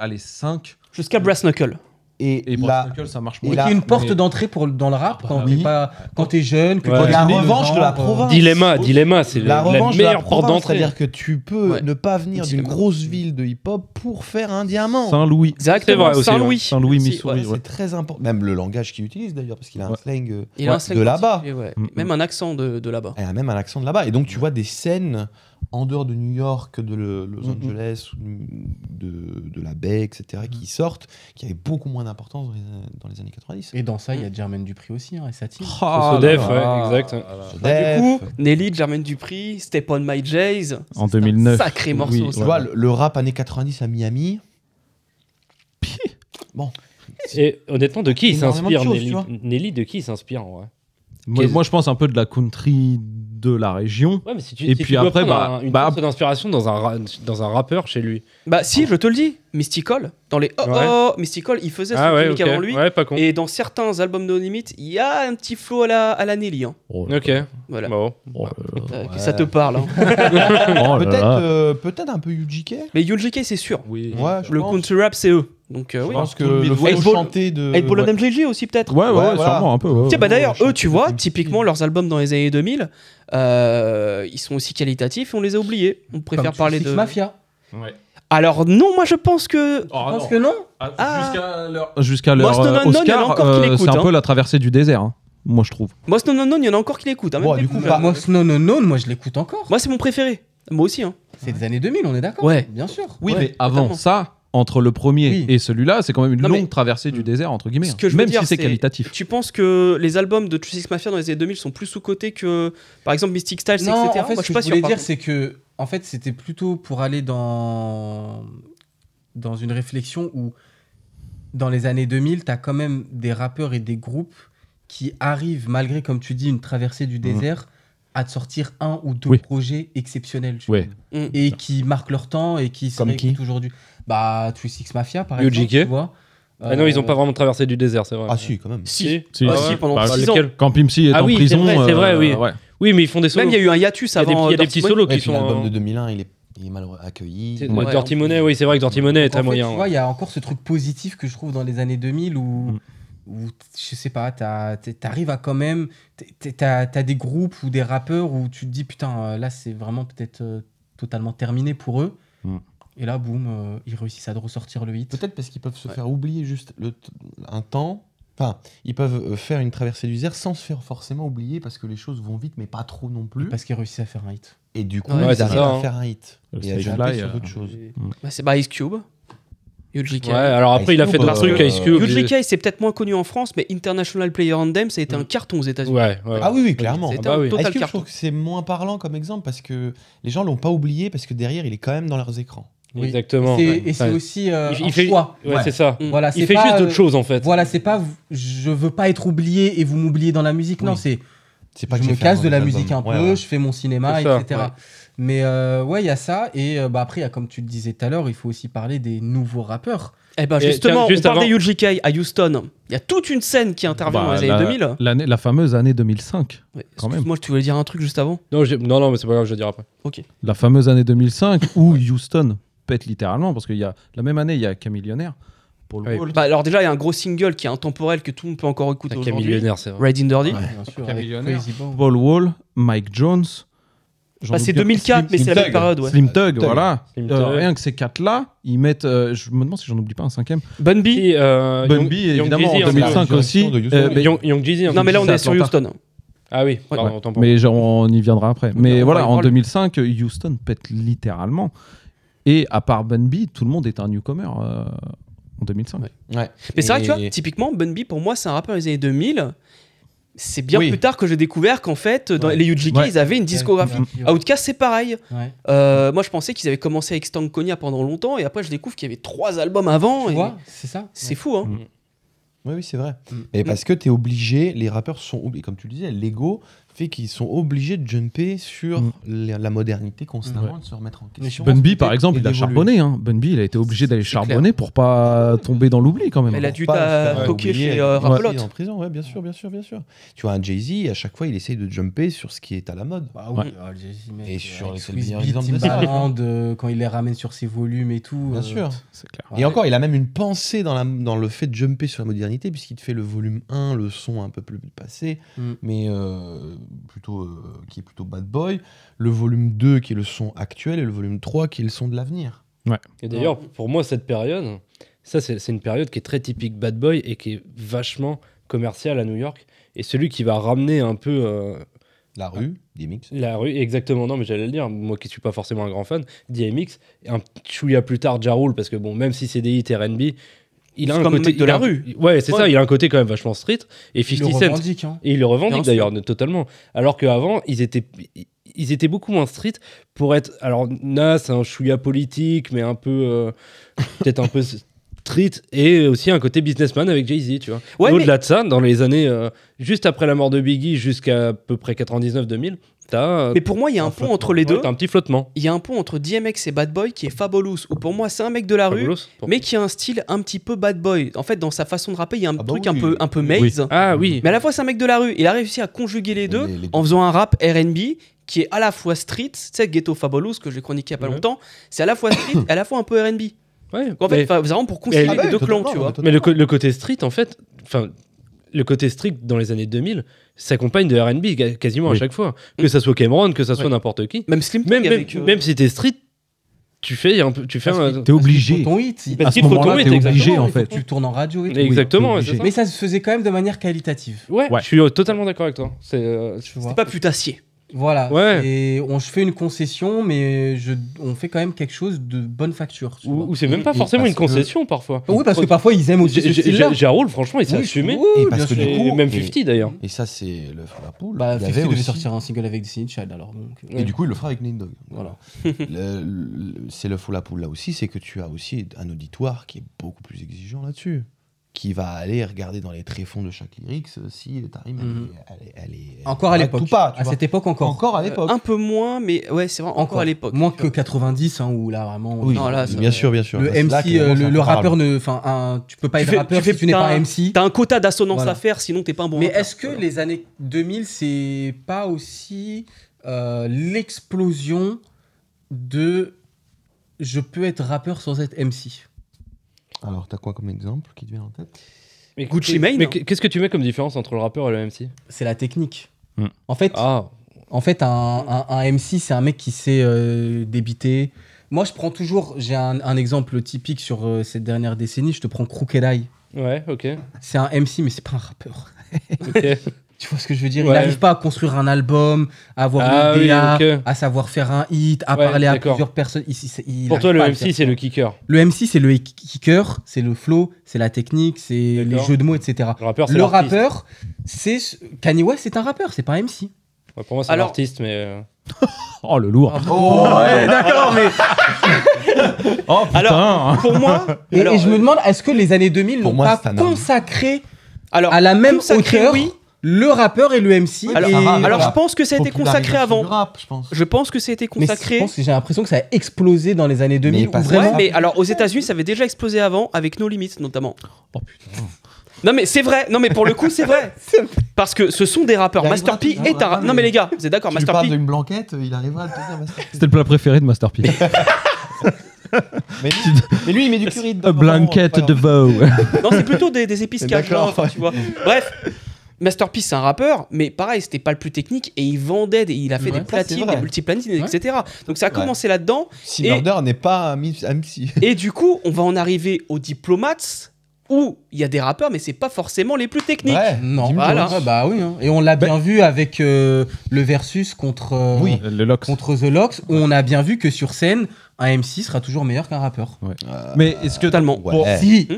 S2: 2005
S1: jusqu'à Brass Knuckle.
S3: Et,
S2: et
S3: la,
S2: Brass Knuckles, ça marche
S3: et
S2: moins.
S5: qui
S3: là-
S5: est une porte
S2: Mais-
S5: d'entrée pour le- dans le rap quand
S3: oui.
S5: t'es pas quand t'es jeune que
S4: Ouais.
S5: t'as
S3: la
S5: 19
S3: revanche
S5: ans,
S3: de la
S5: euh,
S3: province.
S4: Dilemma, Dilemma, c'est le-
S3: la
S4: la,
S3: revanche de la
S4: meilleure porte
S3: province,
S4: d'entrée.
S3: c'est-à-dire que tu peux
S1: Ouais.
S3: ne pas venir d'une
S1: Dilemma.
S3: grosse ville de hip-hop pour faire un diamant.
S2: Saint-Louis.
S1: Exactement,
S4: vrai aussi,
S1: Saint-Louis.
S2: ouais. Saint-Louis,
S1: Merci,
S2: Missouri,
S1: ouais.
S3: C'est très important. Même le langage qu'il utilise d'ailleurs, parce qu'il a un
S2: Ouais.
S3: slang. euh,
S1: Il a un
S3: Ouais.
S1: slang
S3: De là-bas.
S1: particulier, ouais.
S2: Mm,
S1: Même un accent de, de là-bas.
S3: Elle a même un accent de là-bas. Et donc, tu vois des scènes en dehors de New York, de le- Los
S2: Mhm.
S3: Angeles, ou de, de la baie, etc., qui sortent, qui avaient beaucoup moins d'importance dans, les- dans les années 90.
S5: et dans ça il y a
S1: Mm.
S5: Jermaine Dupri aussi hein, et sa
S1: Oh,
S5: team
S2: Ah,
S4: C'est Sodef,
S2: là,
S4: ouais,
S2: là.
S4: exact.
S1: Du
S3: Def,
S1: coup, Nelly, Jermaine Dupri, Step on My Jays.
S2: En 2009.
S1: Sacré morceau.
S2: Oui,
S1: ça.
S3: tu vois, le, le rap années 90 à Miami.
S4: Et honnêtement, de qui il
S3: Énormément de
S4: s'inspire
S3: choses,
S4: Nelly
S3: tu vois.
S4: Nelly, de qui il s'inspire en vrai
S2: Moi, moi, je pense un peu de la country de la région.
S4: Ouais, mais si tu,
S2: Et
S4: si
S2: puis
S4: tu dois
S2: après,
S4: prendre
S2: bah-
S4: un- une
S2: bah-
S4: source d'inspiration dans un, ra- dans un rappeur chez lui.
S1: Bah si, je te le dis, Mystical, dans les oh
S4: Ouais.
S1: oh, Mystical, il faisait
S4: Ah
S1: son
S4: ouais,
S1: gimmick
S4: ok.
S1: avant lui.
S4: Ouais, pas con.
S1: Et dans certains albums de No Limit, il y a un petit flow à la, à la Nelly. hein.
S2: Oh là
S4: Ok,
S1: Voilà.
S4: bon.
S2: Oh là
S1: Euh, que
S3: ouais.
S1: Ça te parle. hein.
S2: là. Oh là
S3: Peut-être
S2: là.
S3: euh, peut-être un peu UGK.
S1: Mais UGK, c'est sûr.
S2: Oui.
S3: Ouais, je
S1: le
S3: pense.
S1: country rap, c'est eux. Donc euh,
S3: Je
S1: oui.
S3: pense que
S2: Tout le
S3: le
S2: mid-
S3: flow
S1: Eightball-
S3: chanté de.
S1: Et Ball on MJG aussi, peut-être.
S2: Ouais, ouais,
S3: Ouais,
S2: ouais,
S3: voilà.
S2: sûrement un peu. ouais, ouais.
S5: Oh,
S1: Tiens, bah d'ailleurs,
S3: chanter
S1: eux, tu vois,
S3: comme si-
S1: typiquement, leurs albums dans les années 2000, euh, ils sont aussi qualitatifs et on les a oubliés. On
S5: Comme
S1: préfère
S5: tu
S1: parler
S5: dis,
S1: de.
S5: mafia
S1: Alors, non, moi, je pense que.
S2: Oh,
S5: je pense
S2: non.
S5: que non
S2: Ah,
S1: Ah.
S2: Jusqu'à leur, jusqu'à
S1: Moi,
S2: leur
S1: Stone
S2: euh,
S1: Unknown, il y en a
S2: Oscar,
S1: encore qui
S2: euh, c'est
S1: l'écoutent,
S2: un peu
S1: hein.
S2: la traversée du désert, hein. moi je trouve.
S1: Moi, non, non, non, il y en a encore qui l'écoutent. hein, même
S3: Bon,
S1: les
S3: du
S1: plus
S3: coup,
S1: jeunes.
S3: pas-
S5: moi Bah, non non non moi je l'écoute encore
S1: Moi, c'est mon préféré. Moi aussi, hein.
S5: c'est des années 2000 on est d'accord
S1: Ouais.
S5: bien sûr
S2: Oui,
S1: Ouais,
S2: mais avant
S1: totalement.
S2: ça, entre le premier
S5: Oui.
S2: et celui-là, c'est quand même une
S1: Non,
S2: longue
S1: mais-
S2: traversée du
S1: Mm.
S2: désert, entre guillemets.
S1: Ce que
S2: hein.
S1: je veux
S2: Même
S1: dire,
S2: si c'est
S1: c'est-
S2: qualitatif.
S1: Tu penses que les albums de True Six Mafia dans les années 2000 sont plus sous-cotés que, par exemple, Mystic Styles,
S5: non
S1: etc.
S5: en fait
S1: Moi,
S5: ce
S1: je suis
S5: que
S1: pas
S5: je voulais
S1: sûr. par
S5: dire
S1: contre.
S5: c'est que en fait c'était plutôt pour aller dans dans une réflexion où dans les années 2000 t'as quand même des rappeurs et des groupes qui arrivent malgré comme tu dis une traversée du désert à te sortir un ou deux
S2: Oui.
S5: projets exceptionnels tu
S2: Ouais.
S1: Mm.
S5: et qui marquent leur temps et qui se
S3: Comme qui
S5: réécoutent aujourd'hui. Bah, Three Six Mafia, par
S4: UGK.
S5: exemple. Tu vois Euh,
S4: Ah non, ils ont pas vraiment traversé du désert, c'est vrai.
S3: Ah si, quand même.
S1: Si.
S2: Si.
S1: Ah,
S4: Ah
S1: si,
S4: ouais.
S1: pendant
S2: Bah,
S1: six
S4: lequel
S1: ans.
S2: Quand Pimpsy est
S4: Ah
S2: en
S4: oui, c'est
S2: prison.
S4: vrai, c'est
S2: euh,
S4: vrai, oui.
S2: ouais.
S4: Oui, mais ils font des solos.
S1: Même il y a eu un hiatus
S4: Il y a des-
S1: avant. euh,
S4: il y a des
S1: Dirty
S4: petits
S1: Mo-
S4: solos
S3: Et
S4: qui
S3: puis
S4: sont.
S3: l'album de
S4: en-
S3: 2001, il est, il est mal accueilli.
S4: C'est-
S2: Ouais.
S4: Dirty Money, oui, c'est vrai que Dirty Money est
S5: Donc, en
S4: très
S5: fait,
S4: moyen.
S5: Tu
S4: ouais.
S5: vois, il y a encore ce truc positif que je trouve dans les années 2000 où,
S2: Mm.
S5: où je sais pas, t'as- t'es- t'arrives à quand même. t'es- t'es- T'as as des groupes ou des rappeurs où tu te dis putain, euh, là c'est vraiment peut-être euh, totalement terminé pour eux.
S2: Mm.
S5: Et là, boum, euh, ils réussissent à de ressortir le hit.
S3: Peut-être parce qu'ils peuvent se faire oublier juste le t- un temps. Enfin, ils peuvent euh, faire une traversée du désert sans se faire forcément oublier parce que les choses vont vite, mais pas trop non plus.
S5: Parce qu'ils réussissent à faire un hit.
S3: Et du coup,
S1: Ouais,
S3: ils
S4: c'est
S3: arrivent
S4: ça,
S3: à
S4: hein.
S3: faire un hit.
S2: Le
S3: et à
S2: Sly
S3: jumper
S2: Fly,
S3: sur
S2: euh,
S3: d'autres choses.
S1: Bah, c'est bah, Ice Cube. UGK.
S4: Ouais, alors après, il a fait
S3: Cube,
S4: d'autres
S3: euh,
S4: trucs, Ice Cube.
S1: UGK, c'est peut-être moins connu en France, mais International Player Anthem, ça a été un carton aux États-Unis.
S4: Ouais, Mm. ouais.
S3: Ah oui, oui, clairement.
S1: C'était
S4: Ah bah
S1: un
S4: oui.
S1: total
S3: Est-ce que je
S1: carton.
S3: trouve que c'est moins parlant comme exemple parce que les gens l'ont pas oublié parce que derrière, il est quand même dans leurs écrans.
S5: Oui.
S4: Exactement.
S5: C'est-
S4: ouais.
S5: Et c'est
S4: Ouais.
S5: aussi euh,
S4: Il-
S5: un
S4: il fait-
S5: choix.
S4: Ouais, c'est ça.
S1: Mm.
S5: Voilà,
S4: Il
S5: c'est
S4: fait
S5: pas,
S4: juste
S5: euh,
S4: d'autres choses en fait.
S5: Voilà, c'est pas v- je veux pas être oublié et vous m'oubliez dans la musique. Non,
S3: Oui.
S5: c'est
S3: C'est pas
S5: je
S3: que j'ai
S5: me
S3: fait
S5: casse
S3: un
S5: de la
S3: album.
S5: musique un peu,
S3: Ouais, ouais.
S5: je fais mon cinéma,
S4: C'est ça,
S5: etc.
S4: ouais.
S5: Mais euh, ouais, il y a ça. Et euh, bah, après, il y a, comme tu le disais tout à l'heure, il faut aussi parler des nouveaux rappeurs.
S1: Eh ben
S4: Et
S1: justement,
S4: tiens, juste
S1: on parle
S4: avant-
S1: des UGK à Houston. Il y a toute une scène qui intervient
S2: Bah,
S1: dans les années
S2: la-
S1: 2000.
S2: l'année- La fameuse année 2005.
S1: Ouais,
S2: quand même.
S1: Excuse-moi, tu voulais dire un truc juste avant
S4: Non, j'ai- non, non, mais c'est pas grave, je le dirai après.
S2: La fameuse année 2005 où Houston pète littéralement parce qu'il y a la même année, il y a Camillionnaire. Paul
S4: Oui.
S2: Wall.
S1: Bah, alors déjà, il y a un gros single qui est intemporel que tout le monde peut encore écouter
S4: Ah, Qui est
S1: aujourd'hui.
S4: millionnaire, c'est vrai.
S1: Ride in Dirty.
S5: bien sûr, avec
S2: millionnaire.
S5: Crazy Band.
S2: Paul Wall, Mike Jones. j'en
S1: Bah, c'est
S2: oublie-
S1: 2004, mais c'est la
S3: Slim
S1: même
S3: Thug.
S1: période. Ouais.
S2: Slim Thug,
S3: Thug.
S2: voilà.
S4: Slim
S2: Euh,
S4: Thug.
S2: rien que ces quatre-là, ils mettent. euh, je me demande si j'en oublie pas un cinquième.
S1: Bun B.
S4: Puis, euh,
S2: Bun
S4: Young-
S2: B,
S4: Young
S2: évidemment,
S4: Jeezy,
S2: en
S4: hein,
S2: 2005
S3: la
S2: aussi.
S3: version de Houston.
S2: Euh,
S4: c'est
S2: mais-
S4: vrai. Young, Young Jeezy. hein,
S1: Non, mais là, on
S2: c'est
S1: est sur
S2: Atlanta.
S1: Houston.
S4: Ah oui,
S1: Ouais.
S4: pardon, autant pour moi.
S2: Mais genre, on y viendra après. Mais
S1: on va y
S2: voilà, en
S1: parler.
S2: 2005, Houston pète littéralement. Et à part Bun B, tout le monde est un newcomer euh, en 2005.
S1: Ouais. Mais c'est vrai, tu vois, typiquement, Bun B, pour moi, c'est un rappeur des années 2000. C'est bien
S3: Oui.
S1: plus tard que j'ai découvert qu'en fait, dans
S5: Ouais.
S1: les UGK,
S2: Ouais.
S1: ils avaient une discographie. Outcast, c'est pareil.
S5: Ouais.
S1: Euh, moi, je pensais qu'ils avaient commencé avec Stankonia pendant longtemps, et après, je découvre qu'il y avait trois albums avant.
S5: Tu
S1: et
S5: vois, c'est ça.
S1: C'est fou, hein.
S3: Oui, oui, c'est vrai.
S5: Mm.
S3: Et parce que tu es obligé, les rappeurs sont obligés, comme tu le disais, l'ego fait qu'ils sont obligés de jumper sur
S2: Mm.
S3: la, la modernité constamment, de se remettre en question.
S2: Bun B, Ben par exemple,
S3: Et
S2: il a
S3: d'évoluer.
S2: charbonné. Hein. Bun B, il a été obligé d'aller
S1: clair.
S2: charbonner pour pas tomber dans l'oubli quand même.
S1: Elle a
S2: hein.
S1: dû
S3: Pas le faire
S1: toquer
S3: oublier
S1: chez euh,
S3: qu'il est
S1: Rappelote.
S3: en prison, ouais, bien sûr, bien sûr, bien sûr. Tu vois, un Jay-Z, à chaque fois, il essaye de jumper sur ce qui est à la mode.
S5: Bah oui,
S2: Ouais.
S5: ah, le Jay-Z, mec,
S3: Et
S5: avec
S3: sur les- c'est le
S5: Swiss
S3: meilleur
S5: Beat,
S3: exemple de ça.
S5: Timbaland, euh, quand il les ramène sur ses volumes et tout.
S3: Bien
S5: euh,
S3: sûr.
S2: C'est clair.
S3: Et encore, il a même une pensée dans, la, dans le fait de jumper sur la modernité, puisqu'il te fait le volume 1, le son un peu plus passé,
S5: Mm.
S3: mais euh, plutôt, euh, qui est plutôt bad boy, le volume 2 qui est le son actuel, et le volume 3 qui est le son de l'avenir.
S4: Et d'ailleurs, pour moi, cette période, ça, c'est c'est une période qui est très typique Bad Boy et qui est vachement commerciale à New York. Et celui qui va ramener un peu euh,
S3: La rue, des mix.
S4: la rue, exactement, non, mais j'allais le dire, moi qui suis pas forcément un grand fan, DMX, un petit chouïa plus tard, Ja Rule, parce que bon, même si c'est des hits RB, il a
S1: C'est
S4: un
S1: comme le
S4: côté.
S1: mec de
S4: il a
S1: la
S4: un-
S1: rue.
S4: Ouais, c'est
S1: Ouais.
S4: ça, il a un côté quand même vachement street. Et
S5: Il le
S4: 50 Cent,
S5: revendique. hein.
S4: et ils le
S1: Bien
S4: revendiquent
S1: sûr.
S4: d'ailleurs, totalement. Alors qu'avant, ils étaient, ils étaient beaucoup moins street pour être. Alors, Nas, c'est un chouïa politique, mais un peu. euh, Peut-être un peu street. Et aussi un côté businessman avec Jay-Z, tu vois.
S1: Ouais,
S4: Et
S1: mais-
S4: Au-delà de ça, dans les années. euh, juste après la mort de Biggie, jusqu'à à peu près 99-2000, t'as. euh,
S1: Mais pour moi, il y a un pont entre les
S4: ouais,
S1: deux.
S4: t'as un petit flottement.
S1: Il y a un pont entre DMX et Bad Boy qui est Fabulous, où pour moi, c'est un mec de la rue,
S4: Fabulos, pour-
S1: mais qui a un style un petit peu Bad Boy. En fait, dans sa façon de rapper, il y a un
S3: Ah bah
S1: truc un
S3: oui.
S1: peu, un peu maze.
S4: Ah oui.
S1: Mais à la fois, c'est un mec de la rue. Il a réussi à conjuguer les deux
S3: Les- les deux.
S1: en faisant un rap RB qui est à la fois street, tu sais, Ghetto Fabulous, que j'ai chroniqué il y a pas
S4: Ouais.
S1: longtemps, c'est à la fois street et à la fois un peu RB.
S4: Ouais,
S1: En
S4: mais-
S1: fait, enfin, vraiment pour concilier
S4: Ah
S1: les
S4: bah,
S1: deux clans,
S3: totalement,
S1: tu vois.
S3: totalement.
S4: Mais le, co- le côté street, en fait, enfin, le côté street dans les années 2000 s'accompagne de RB ga- quasiment
S2: Oui.
S4: à chaque fois. Que ça soit Cameron, que ça soit
S1: Ouais.
S4: n'importe qui.
S1: Même Slim Thug
S4: Même, même,
S1: avec, euh,
S4: même si t'es street, tu fais un peu. Tu fais
S5: Parce
S4: un-
S5: qu'il-
S2: T'es obligé.
S5: Ton hit. il-
S4: Parce
S2: À ce
S4: qu'il faut
S2: moment-là,
S4: tomber,
S2: t'es
S4: exactement,
S2: obligé
S5: Non,
S2: en
S5: il faut
S2: fait.
S5: que Tu tournes en radio et tout.
S4: Exactement,
S2: Oui,
S4: c'est ça.
S5: Mais ça se faisait quand même de manière qualitative.
S4: Ouais,
S2: Ouais.
S4: je suis euh, totalement d'accord avec toi. C'est, euh,
S5: Tu vois.
S1: C'est pas putassier.
S5: Voilà.
S4: Ouais.
S5: Et on je fais une concession, mais je, on fait quand même quelque chose de bonne facture. tu
S4: ou,
S5: vois.
S4: ou c'est même pas
S3: Et- et
S4: forcément
S3: parce
S4: une concession parfois.
S5: Oui, parce que parfois ils aiment aussi ce style-là.
S4: Jarol, franchement, il s'est
S5: Oui,
S4: assumé.
S5: oui,
S3: Et parce
S5: bien
S3: que
S5: sûr.
S3: du
S4: Et
S3: coup-
S4: même
S3: et-
S4: 50 d'ailleurs.
S3: Et ça, c'est le feu à la poule.
S5: Bah,
S3: il
S5: 50
S3: avait
S5: devait
S3: aussi-
S5: sortir un single avec Destiny Child alors. donc, euh,
S3: Et du coup, il le fera avec Nate Dogg.
S5: Voilà.
S3: Le- le- c'est le fou la poule là aussi, c'est que tu as aussi un auditoire qui est beaucoup plus exigeant là-dessus, qui va aller regarder dans les tréfonds de chaque lyrics euh, si ta rime elle
S5: Mhm.
S3: est- elle est, elle est- elle
S5: Encore à
S3: est correcte
S5: l'époque.
S3: ou pas, tu
S5: À
S3: vois.
S5: cette époque encore.
S3: encore à l'époque.
S1: Un peu moins, mais ouais, c'est vrai, encore, à l'époque.
S5: Moins que 90, hein, où là vraiment.
S3: Oui,
S1: Non, là, ça-
S3: bien sûr, bien sûr.
S5: Le
S3: Là, c'est là
S5: MC,
S3: que
S5: euh,
S3: vraiment,
S5: le,
S3: c'est
S5: le
S3: imparable.
S5: rappeur ne. Enfin, un- tu peux pas
S1: Tu
S5: être
S1: fais-
S5: rappeur
S1: tu fais
S5: si tu n'es pas
S1: putain-
S5: MC.
S1: T'as un quota d'assonance
S5: Voilà.
S1: à faire, sinon t'es pas un bon
S5: Mais
S1: rappeur.
S5: est-ce que les années 2000, c'est pas aussi euh, l'explosion de je peux être rappeur sans être MC
S3: Alors, t'as quoi comme exemple qui te vient en tête
S4: Mais
S1: Gucci
S4: qu'est-
S1: Mane.
S4: Mais qu'est-ce que tu mets comme différence entre le rappeur et le MC
S5: C'est la technique.
S2: Hmm.
S5: En fait,
S4: Ah,
S5: en fait un, un- un MC, c'est un mec qui sait euh, débiter. Moi, je prends toujours, j'ai un, un exemple typique sur euh, cette dernière décennie, je te prends Crooked Eye.
S4: ouais, ok.
S5: C'est un MC, mais c'est pas un rappeur.
S4: ok.
S5: Tu vois ce que je veux dire Il
S4: Ouais.
S5: n'arrive pas à construire un album, à avoir
S4: Ah
S5: une
S4: oui,
S5: DA,
S4: ok.
S5: à savoir faire un hit, à
S4: Ouais,
S5: parler à
S4: d'accord.
S5: plusieurs personnes. Il- il- il
S4: Pour toi,
S5: arrive
S4: le
S5: pas à
S4: MC,
S5: faire
S4: c'est
S5: ça.
S4: le kicker.
S5: Le MC, c'est le hic- kicker, c'est le flow, c'est la technique, c'est les
S4: D'accord.
S5: jeux de mots, etc.
S4: Le rappeur, c'est
S5: Le
S4: l'artiste.
S5: rappeur, c'est. ce- Kanye West, c'est un rappeur, c'est pas un MC.
S4: Ouais, Bah, pour moi, c'est
S1: Alors-
S4: l'artiste, mais. euh,
S2: Oh le lourd.
S3: Oh,
S5: d'accord, mais.
S2: Oh putain. hein.
S1: Pour moi,
S5: Et,
S1: alors,
S5: et
S4: euh,
S5: je me demande, est-ce que les années 2000
S3: Pour
S5: n'ont
S3: moi,
S5: pas
S3: c'est un homme.
S5: consacré
S1: alors,
S5: à la même
S1: consacré,
S5: hauteur
S1: oui.
S5: le rappeur et le MC
S1: Alors-
S5: et-
S1: Alors
S3: Voilà.
S1: je pense que ça a été consacré
S3: Du
S1: avant.
S3: rap, je pense.
S1: Je pense que ça a été
S5: Mais
S1: consacré.
S5: je pense que j'ai l'impression que ça a explosé dans les années 2000
S3: Mais
S5: où
S3: parce-
S1: Ouais,
S5: vraiment.
S1: mais alors aux États-Unis, ça avait déjà explosé avant avec nos limites notamment.
S2: Oh putain.
S1: Non mais c'est vrai. Non mais pour le coup, c'est vrai. Parce que ce sont des rappeurs.
S3: Il
S1: Master P
S3: arrivera
S1: est
S3: toujours,
S1: un. ra-
S3: mais-
S1: Non mais les gars, vous êtes d'accord,
S3: Tu lui
S1: Master
S3: parles
S1: P.
S3: d'une blanquette, il arrivera à te dire Master P.
S2: C'était le plat préféré de Masterpiece.
S3: Mais lui, mais lui, il met du curry dedans.
S2: Blanket
S3: Voilà.
S2: de Vow.
S1: Non, c'est plutôt des, des épices cajun,
S3: D'accord,
S1: enfin, tu vois. Bref, Masterpiece, c'est un rappeur, mais pareil, c'était pas le plus technique et il vendait, des- il a fait
S5: Ouais,
S1: des
S5: ça,
S3: c'est
S1: platines,
S3: vrai.
S1: des multiplatines,
S5: Ouais.
S1: etc. Donc ça a
S3: Ouais.
S1: commencé là-dedans.
S3: Silverder n'est pas un mi- un psy.
S1: Et du coup, on va en arriver aux diplomates où il y a des rappeurs, mais c'est pas forcément les plus techniques.
S3: Ouais,
S5: Non,
S3: dis-moi.
S1: voilà.
S5: Ah bah oui, hein. et on l'a bien vu avec euh, le versus contre, euh,
S3: Oui.
S2: Le Lox.
S5: contre The Locks, où on a bien vu que sur scène, un MC sera toujours meilleur qu'un rappeur.
S2: Mais est-ce que
S1: Totalement.
S3: Ouais.
S2: Bon,
S5: Si,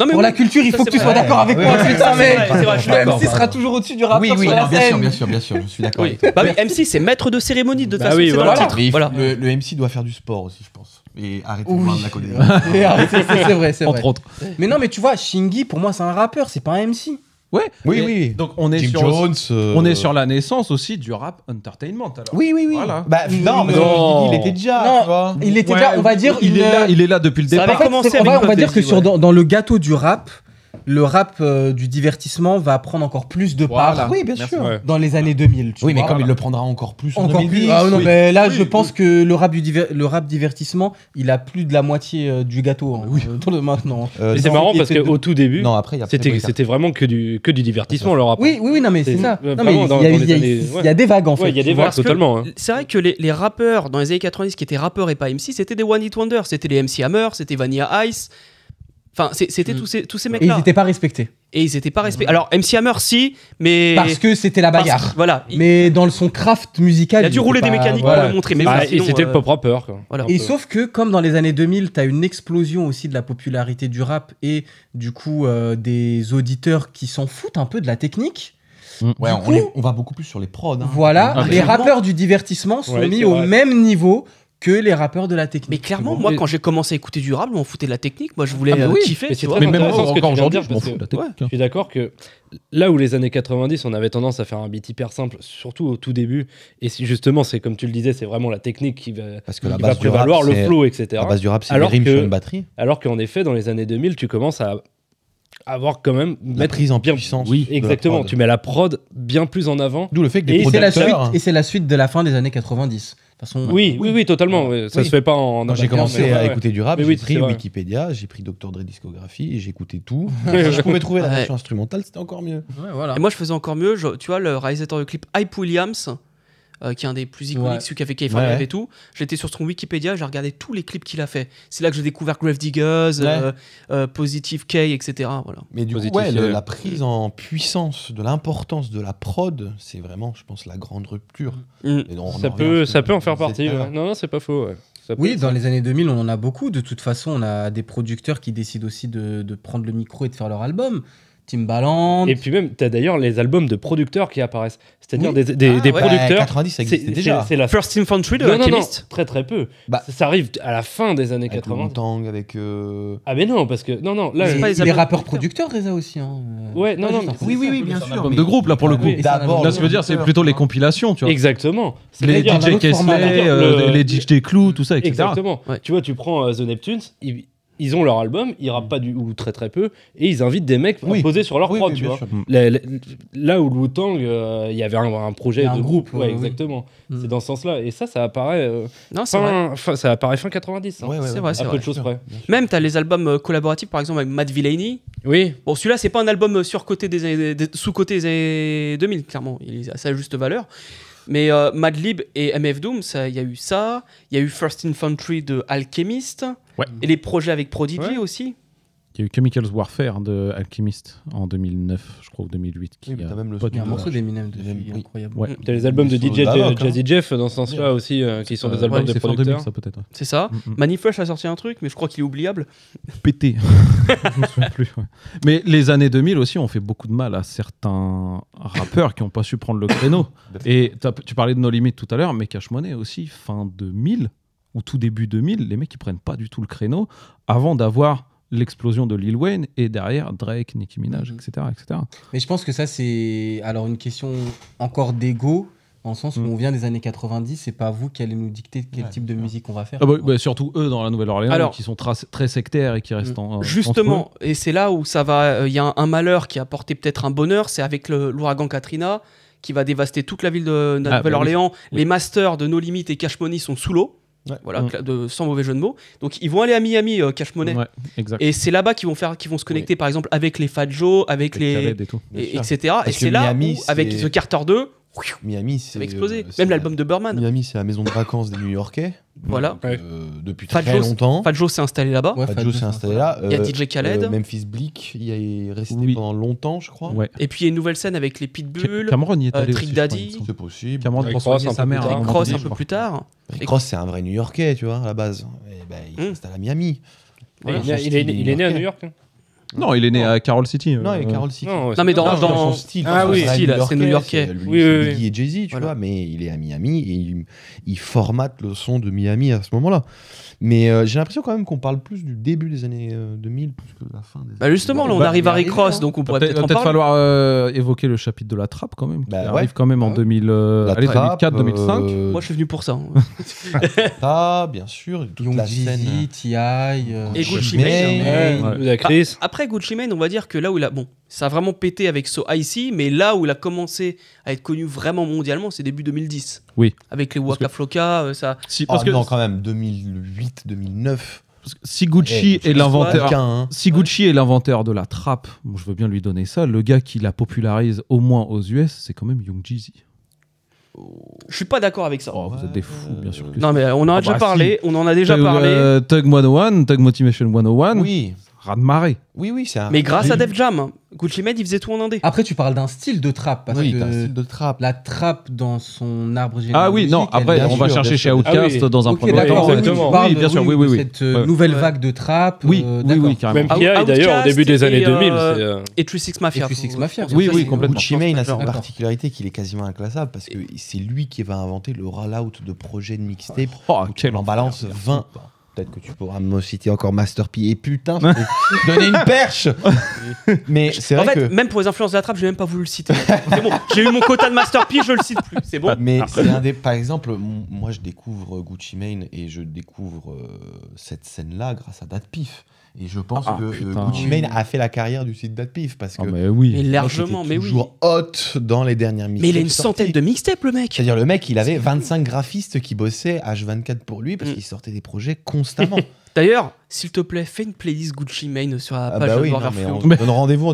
S1: Non, mais
S5: pour
S1: oui,
S5: la culture, il
S1: ça,
S5: faut que
S1: c'est
S5: tu sois
S1: vrai.
S5: d'accord avec
S3: Ouais,
S5: moi,
S3: ouais,
S1: ouais,
S5: putain,
S1: c'est vrai,
S5: mec.
S1: c'est vrai, je suis
S5: Le
S1: d'accord.
S5: MC sera toujours au-dessus du rappeur
S3: Oui, oui,
S5: sur la
S3: non, bien sûr,
S5: scène.
S3: bien sûr, bien sûr, je suis d'accord
S1: Oui.
S3: avec toi.
S1: Bah oui, MC, c'est maître de cérémonie de toute
S4: Bah
S1: façon.
S4: oui,
S1: c'est dans
S4: voilà.
S1: le titre.
S3: Mais il faut-
S1: Voilà.
S3: le, le MC doit faire du sport aussi, je pense. Et arrêter de
S5: Oui.
S3: boire de la comédie.
S5: Et arrêtez, c'est c'est vrai, c'est vrai.
S2: entre autres.
S5: Mais non, mais tu vois, Shingy, pour moi, c'est un rappeur, c'est pas un MC.
S2: Ouais.
S3: Oui,
S2: Et
S3: oui.
S2: Donc on est
S3: Jim
S2: sur
S3: Jones. euh,
S2: on est sur la naissance aussi du rap entertainment. Alors.
S3: Oui, oui, oui.
S2: Voilà.
S3: Bah, non, mais
S4: Non.
S3: il était déjà.
S5: Non.
S3: tu vois.
S5: Il était
S2: Ouais,
S5: déjà, on va dire,
S2: il
S5: une-
S2: est là, il est là depuis le
S1: Ça
S2: départ.
S1: va commencer
S5: c'est- on
S1: avec
S5: va, on va
S1: Puff
S5: dire que
S1: Daddy,
S5: sur,
S1: ouais.
S5: dans, dans le gâteau du rap, le rap euh, du divertissement va prendre encore plus de part
S2: Voilà.
S3: Oui, bien
S2: Merci.
S3: sûr.
S4: Ouais.
S5: dans les années 2000. tu
S3: Oui, mais
S5: vois.
S3: comme il le prendra encore plus en
S5: encore
S3: 2010.
S5: plus. Ah, non,
S3: oui.
S5: mais là, je pense que le rap, du diver- le rap divertissement, il a plus de la moitié euh, du gâteau hein, euh, dans le maintenant.
S3: Euh,
S4: Mais c'est
S3: non,
S4: marrant
S5: il
S4: parce
S5: était
S4: qu'au tout début,
S3: Non, après, il y a
S4: c'était c'était vraiment que du, que du divertissement, leur rap.
S5: Oui, oui, oui, non, mais c'est
S4: Ah, C'est-
S5: ça.
S4: euh,
S5: Non, mais
S4: vraiment, dans-
S5: il y a-
S4: dans les
S5: il y a-
S4: années-
S5: il y a des vagues en fait.
S4: Ouais, il y a des
S5: tu vois.
S4: vagues
S1: parce que-
S4: totalement. hein.
S1: C'est vrai que les, les rappeurs dans les années 90 qui étaient rappeurs et pas MC, c'était des One Hit Wonder. C'était les MC Hammer, c'était Vanilla Ice. Enfin, c'est- c'était
S4: Mm.
S1: tous ces, tous ces
S5: Et ils
S1: mecs-là.
S5: n'étaient pas respectés
S1: Et ils étaient pas respectés. Alors, MC Hammer, si, mais.
S5: parce que c'était la
S1: parce-
S5: bagarre.
S1: Voilà. Il-
S5: Mais dans le son craft musical,
S1: Il a dû
S5: était
S1: rouler des
S5: pas-
S1: mécaniques
S5: voilà.
S1: pour le montrer. Mais
S4: Ah,
S1: oui,
S4: et
S1: sinon,
S4: c'était
S1: euh,
S4: le pop rapper. quoi.
S1: voilà.
S5: Et
S4: peu.
S5: sauf que, comme dans les années 2000, t'as une explosion aussi de la popularité du rap et du coup euh, des auditeurs qui s'en foutent un peu de la technique.
S3: Ouais,
S5: Du
S3: on,
S5: coup-
S3: est- on va beaucoup plus sur les prods. hein.
S5: Voilà,
S2: Ah,
S5: les
S2: clairement.
S5: rappeurs du divertissement sont
S4: Ouais,
S5: mis
S4: c'est
S5: au
S4: vrai.
S5: même niveau que les rappeurs de la
S1: Mais
S5: technique.
S1: clairement,
S5: tu vois.
S1: moi, quand j'ai commencé à écouter du rap, je m'en foutais de la technique. Moi, je voulais
S2: Ah bah
S1: euh,
S2: oui,
S1: kiffer.
S4: mais
S1: tu
S4: c'est
S1: vois.
S4: très
S2: Mais même
S4: intéressant ce que tu
S2: encore
S4: viens de
S2: aujourd'hui, je
S4: dire,
S2: m'en
S4: parce
S2: fous. de
S4: que- Oh,
S2: la technique, hein.
S4: Je suis d'accord que là où les années 90, on avait tendance à faire un beat hyper simple, surtout au tout début, et si justement, c'est comme tu le disais, c'est vraiment la technique qui va,
S3: Parce que
S4: qui
S3: la
S4: va
S3: base du rap,
S4: prévaloir, le
S3: c'est-
S4: flow, etc.
S3: la base du rap, c'est les
S4: Alors
S3: rimes
S4: que-
S3: sur une batterie.
S4: Alors qu'en effet, dans les années 2000, tu commences à avoir quand même.
S3: La prise en puissance.
S4: Oui,
S3: de la
S4: exactement.
S3: prod.
S4: Tu mets la prod bien plus en avant.
S3: D'où le fait que
S4: Et
S3: les
S5: Et c'est la suite,
S3: producteurs.
S5: et c'est la suite de la fin des années 90. De toute façon,
S4: hein. Oui, oui, oui, totalement. ouais. Ça
S3: Oui.
S4: se fait pas en.
S3: Quand j'ai
S4: en-
S3: commencé
S4: mais-
S3: à
S4: ouais.
S3: écouter du rap,
S4: Mais
S3: j'ai
S4: oui,
S3: pris
S4: c'est vrai.
S3: Wikipédia, j'ai pris Docteur Dre discographie, j'ai écouté tout. je pouvais trouver la
S1: Ouais.
S3: version instrumentale, c'était encore mieux.
S5: Ouais, voilà.
S1: Et moi, je faisais encore mieux. je- tu vois, le réalisateur du clip Hype Williams, euh, qui est un des plus iconiques,
S5: Ouais.
S1: celui qui a fait K5
S3: Ouais, ouais.
S1: et tout, j'étais sur son Wikipédia, j'ai regardé tous les clips qu'il a fait. C'est là que j'ai découvert Grave Diggers, euh, euh, Positive K, etc. Voilà.
S3: Mais du coup,
S4: Positif,
S3: ouais, le-
S4: euh.
S3: la prise en puissance de l'importance de la prod, c'est vraiment, je pense, la grande rupture.
S1: Mm.
S3: Et donc, on
S4: Ça
S3: revient à ce
S4: peut,
S3: que
S4: ça peut en
S3: tu
S4: faire
S3: disais
S4: partie.
S3: tout à
S4: ouais.
S3: l'heure.
S4: Non, non, c'est pas faux. ouais. Ça peut-
S5: Oui, dans les années 2000, on en a beaucoup. De toute façon, on a des producteurs qui décident aussi de, de prendre le micro et de faire leur album. Timbaland.
S4: Et puis même, t'as d'ailleurs les albums de producteurs qui apparaissent. C'est-à-dire
S3: Oui.
S4: des, des-
S1: Ah,
S4: des
S1: ouais.
S3: Ouais,
S4: producteurs.
S3: 90, ça
S4: c'est-
S3: existait déjà.
S4: c'est- C'est la
S1: First Infantry de
S4: Non, non, non,
S1: Alchemist.
S4: très très peu.
S3: Bah.
S4: ça, ça arrive à la fin des années
S3: Avec
S4: 80.
S3: Wu-Tang, avec. euh,
S4: Ah mais non, parce que non non, là
S1: Mais
S5: Et-
S4: je-
S1: pas les
S5: et les
S1: albums
S5: rappeurs
S1: producteurs.
S5: producteurs, Reza aussi. hein, euh.
S4: Ouais, non,
S5: Pas
S4: non,
S5: juste un Ah,
S4: mais-
S3: Oui, oui,
S5: producteur.
S3: oui, bien
S2: C'est un
S3: sûr.
S2: album
S3: mais-
S2: de groupe, là, pour le
S5: Oui,
S2: coup.
S5: et ça,
S3: D'abord.
S2: Là, ce que je veux dire, c'est plutôt les compilations, tu vois.
S4: exactement.
S2: Les
S4: C'est-à-dire-
S5: un
S2: DJ
S5: autre format,
S2: Kessler,
S4: c'est-à-dire
S2: euh,
S4: le-
S2: les DJ Clou, tout ça, etc.
S4: Exactement.
S1: Ouais.
S4: Tu vois, tu prends euh, The Neptunes, ils, ils ont leur album, ils rappent pas du ou très très peu et ils invitent des mecs
S3: Oui.
S4: à poser sur leur
S3: Oui,
S4: prod,
S3: oui,
S4: tu
S3: bien
S4: vois.
S3: sûr.
S4: La- la- là où le Wu-Tang, euh, il y avait un, un projet
S5: Il y a un
S4: de
S5: groupe,
S4: ouais,
S5: euh, oui.
S4: exactement.
S5: Mm.
S4: C'est dans ce sens-là et ça ça apparaît euh,
S1: Non, c'est vrai.
S4: fin, fin- ça apparaît fin 90. hein.
S3: Ouais, ouais,
S1: C'est
S3: ouais.
S1: vrai, c'est
S4: À peu
S1: vrai.
S4: de choses près.
S1: Même, t'as les albums euh, collaboratifs, par exemple, avec Matt Villainy.
S4: Oui,
S1: Bon, celui-là, c'est pas un album euh, surcoté des années, des- sous-coté des années 2000, clairement. Il a sa juste valeur. Mais euh, Madlib et MF Doom, ça, il y a eu ça. Il y a eu First Infantry de Alchemist.
S2: Ouais.
S1: Et les projets avec Prodigy
S4: Ouais.
S1: aussi.
S2: Il y a eu Chemicals Warfare de Alchemist en 2009, je crois, ou 2008. Qui
S3: Oui, mais
S2: a
S3: t'as même le
S2: pas
S3: son
S5: Il y a un
S2: du-
S5: morceau d'Eminem dessus,
S3: Eminem,
S5: il est
S3: oui.
S5: incroyable.
S2: Ouais.
S4: t'as les albums de
S3: Ils sont
S4: DJ
S3: de la Loc, hein.
S4: Jazzy Jeff dans ce sens-là aussi euh, qui sont des
S2: Euh,
S4: albums
S2: ouais,
S4: de
S2: c'est fin 2000,
S4: producteurs.
S2: ça peut-être. ouais.
S1: C'est ça.
S2: Mm, mm.
S1: Manifest a sorti un truc, mais je crois qu'il est oubliable.
S2: pété. Je me souviens plus. ouais. Mais les années 2000 aussi ont fait beaucoup de mal à certains rappeurs qui n'ont pas su prendre le créneau. Et t'as- tu parlais de nos limites tout à l'heure, mais Cash Money aussi, fin 2000 ou tout début 2000, les mecs ils prennent pas du tout le créneau avant d'avoir l'explosion de Lil Wayne et derrière Drake, Nicki Minaj,
S5: Mhm.
S2: etc., etc.
S5: Mais je pense que ça, c'est alors une question encore d'ego, dans le sens où
S2: Mm.
S5: on vient des années 90, c'est pas vous qui allez nous dicter quel
S3: Ouais,
S5: type de
S3: c'est
S5: musique on va faire.
S2: Ah bah, bah, surtout eux dans la Nouvelle-Orléans
S1: Alors- Mhm.
S2: qui sont tra- très sectaires et qui restent en en- entre
S1: Justement, et c'est là où ça va. euh, Il y a un, un malheur qui a apporté peut-être un bonheur, c'est avec le- l'ouragan Katrina qui va dévaster toute la ville de, de
S2: Ah, bah
S1: Nouvelle-Orléans.
S2: oui.
S1: Les masters de No Limit et Cash Money sont sous l'eau.
S2: eux.
S3: Ouais.
S1: Voilà,
S2: Mm.
S1: cla- de, sans mauvais jeu de mots. Donc ils vont aller à Miami, euh, Cash Money.
S2: Ouais, exact.
S1: Et c'est là-bas qu'ils vont, faire- qu'ils vont se connecter, par exemple, avec les Fat Joe, avec les.
S2: Khaled et tout.
S3: Bien
S1: et-
S3: sûr.
S1: etc. Et
S3: que
S1: c'est là
S3: Miami,
S1: où, avec
S3: c'est-
S1: The Carter 2,
S3: Miami, c'est.
S1: ça va exploser.
S3: euh, c'est
S1: Même
S3: la-
S1: l'album de Burman.
S3: Miami, c'est la maison de vacances des New Yorkais.
S1: Voilà.
S3: Donc, euh, depuis
S1: Fat
S3: très
S1: Joe,
S3: longtemps.
S1: Fat Joe s'est installé là-bas.
S5: Ouais,
S3: Fat
S5: Fat
S3: Joe
S5: Joe,
S3: s'est installé là.
S1: Il y a
S3: euh,
S1: DJ Khaled.
S3: euh, Memphis Bleak, il y est resté
S2: Oui.
S3: pendant longtemps, je crois.
S2: Ouais.
S1: Et puis il y a une nouvelle scène avec les Pitbull,
S2: Cameron y est
S1: euh,
S2: allé
S1: Trick
S2: aussi, je crois,
S1: Daddy.
S2: il me semble.
S3: C'est possible.
S2: Cameron
S4: Avec
S2: pour
S4: Cross,
S2: soigner
S4: un
S2: sa
S4: peu
S2: mère. hein,
S4: plus
S2: à
S4: tard.
S2: moment
S1: Cross
S2: donné,
S1: un
S2: je
S1: peu
S2: crois.
S1: plus tard.
S3: Mais Cross, c'est un vrai New Yorkais, tu vois, à la base. Et ben, il
S1: Hmm.
S3: s'installe à Miami.
S1: Voilà.
S4: Il, est- il est,
S3: Son style
S4: il est né à
S3: new-yorkais.
S4: New York. hein.
S2: Non, il est né à Carol City.
S3: Non,
S2: euh,
S3: il est Carol City.
S4: Non, ouais,
S1: Non mais dans,
S3: Non,
S1: dans-
S3: dans son style,
S4: Ah
S3: dans son
S4: oui.
S3: style,
S1: Style, c'est new-yorkais.
S3: c'est lui-
S4: Oui,
S3: c'est
S4: oui, oui.
S3: Biggie et Jay-Z, tu
S1: Voilà.
S3: vois, mais il est à Miami et il, il formate le son de Miami à ce moment-là. Mais euh, j'ai l'impression quand même qu'on parle plus du début des années euh, 2000 plus que de la fin des
S1: Bah justement, là on
S2: Bah,
S1: arrive à Rick Ross,
S3: hein.
S1: donc on
S2: va
S1: pourrait
S2: peut-être
S1: peut-être en
S2: va peut-être
S1: parler.
S2: falloir euh, évoquer le chapitre de la trappe quand même. qui
S3: Bah
S2: arrive
S3: ouais.
S2: quand même en
S5: Ouais.
S2: 2000, euh,
S3: La
S2: allez,
S3: trappe,
S2: 2004, 2005.
S3: euh,
S1: Moi je suis venu pour ça. hein.
S3: Tata, bien sûr, toute
S5: Young
S3: la scène.
S5: Jeezy, T.I. euh,
S1: Et Gucci euh,
S3: Mane.
S5: Mane.
S2: Ouais.
S4: La Chris.
S1: Après Gucci Mane, on va dire que là où il a bon, ça a vraiment pété avec So Icy, mais là où il a commencé à être connu vraiment mondialement, c'est début 2010.
S2: Oui.
S1: Avec les Waka Flocka, euh, ça.
S2: Si,
S3: Oh
S2: parce, que,
S3: non, quand même, 2008, 2009.
S2: parce que si Gucci
S3: Eh,
S2: est l'inventeur.
S3: Quelqu'un, hein.
S2: Si Gucci est l'inventeur de la trappe, bon, je veux bien lui donner ça. Le gars qui la popularise au moins aux US, c'est quand même Young Jeezy.
S1: Je suis pas d'accord avec ça.
S2: Oh, vous êtes des fous, bien sûr que
S1: Non mais on en a
S2: Ah
S1: déjà
S2: bah,
S1: parlé, on en a déjà
S2: Thug,
S1: parlé.
S2: euh, Thug 101, Thug Motivation 101,
S3: Oui,
S2: ras de marée.
S3: oui, oui, c'est un.
S1: Mais grâce à
S3: début.
S1: Def Jam, hein, Gucci Mane il faisait tout en indé.
S5: Après, tu parles d'un style de trappe. Parce
S3: Oui,
S5: que
S3: t'as un style de trappe.
S5: la trappe dans son arbre généalogique.
S2: Ah oui, non,
S5: elle
S2: après,
S5: vient
S2: on va
S5: du-
S3: sûr,
S2: chercher
S3: bien
S2: chez
S3: sûr.
S2: Outkast
S4: Ah oui.
S2: dans un
S5: Ok,
S2: premier
S5: d'accord,
S2: temps.
S5: oui,
S4: exactement.
S5: tu parles
S2: Oui,
S5: de-
S2: bien sûr, oui, oui, oui.
S5: Cette euh,
S2: Ouais.
S5: nouvelle
S1: Ouais.
S5: vague de trappe.
S2: Oui,
S5: euh,
S2: oui,
S5: d'accord.
S2: oui, Ah, carrément.
S4: Même P.I. d'ailleurs, au
S1: Outcast
S4: début des
S1: et,
S4: années
S1: euh,
S4: 2000. c'est, euh,
S1: Et True Six Mafia.
S5: Et True Six
S1: faut-
S5: Mafia.
S1: faut dire
S2: Oui,
S1: ça,
S2: oui,
S1: c'est-
S2: complètement.
S3: Gucci Mane a
S1: D'accord.
S3: cette particularité qu'il est quasiment inclassable parce que c'est lui qui va inventer le roll-out de projets de mixtape.
S2: Oh,
S3: où tu
S2: quel
S3: en balance 20. Peut-être que tu pourras me citer encore Master P. Et putain, je t'ai donné une perche Mais c'est
S1: En
S3: vrai
S1: fait,
S3: que.
S1: même pour les influences de la trappe, j'ai même pas voulu le citer. C'est bon, j'ai eu mon quota de masterpiece, je le cite plus. C'est
S2: Bah,
S1: bon.
S3: Mais c'est un des. Par exemple, m- moi je découvre Gucci Mane et je découvre euh, cette scène-là grâce à Datpif. Et je pense
S2: Ah,
S3: que euh,
S2: putain.
S3: Gucci Mane a fait la carrière du site Datpif parce que.
S2: Ah,
S3: le mec
S2: mais
S1: Mais
S2: oui.
S1: largement,
S3: était
S1: mais oui.
S3: toujours hot dans les dernières mixtapes.
S1: Mais il a une
S3: sorties.
S1: centaine de mixtapes, le mec.
S3: C'est-à-dire, le mec, il avait 25 graphistes qui bossaient H24 pour lui parce
S1: Mm.
S3: qu'il sortait des projets constamment.
S1: D'ailleurs, s'il te plaît, fais une playlist Gucci Mane sur la
S3: Ah
S1: page
S3: bah
S1: de
S3: oui,
S1: Warner
S3: non, mais on
S1: Influence.
S3: se donne rendez-vous en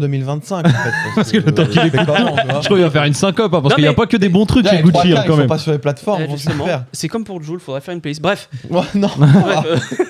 S3: 2025 en fait,
S2: Parce que le temps qu'il
S3: euh, c'est comment, tu vois
S2: Je crois qu'il va faire une syncope, hein, parce
S1: Non,
S2: qu'il n'y a
S1: mais-
S2: pas que des bons trucs
S3: Là,
S2: chez
S3: les
S2: Gucci
S3: trois
S2: hein,
S3: quarts,
S2: quand
S3: ils sont
S2: même.
S3: pas sur les plateformes,
S1: Eh,
S3: on
S1: justement,
S3: faire.
S1: c'est comme pour Jules, faudrait faire une playlist. Bref,
S3: Ouais, non.
S2: Ah.
S1: bref, euh,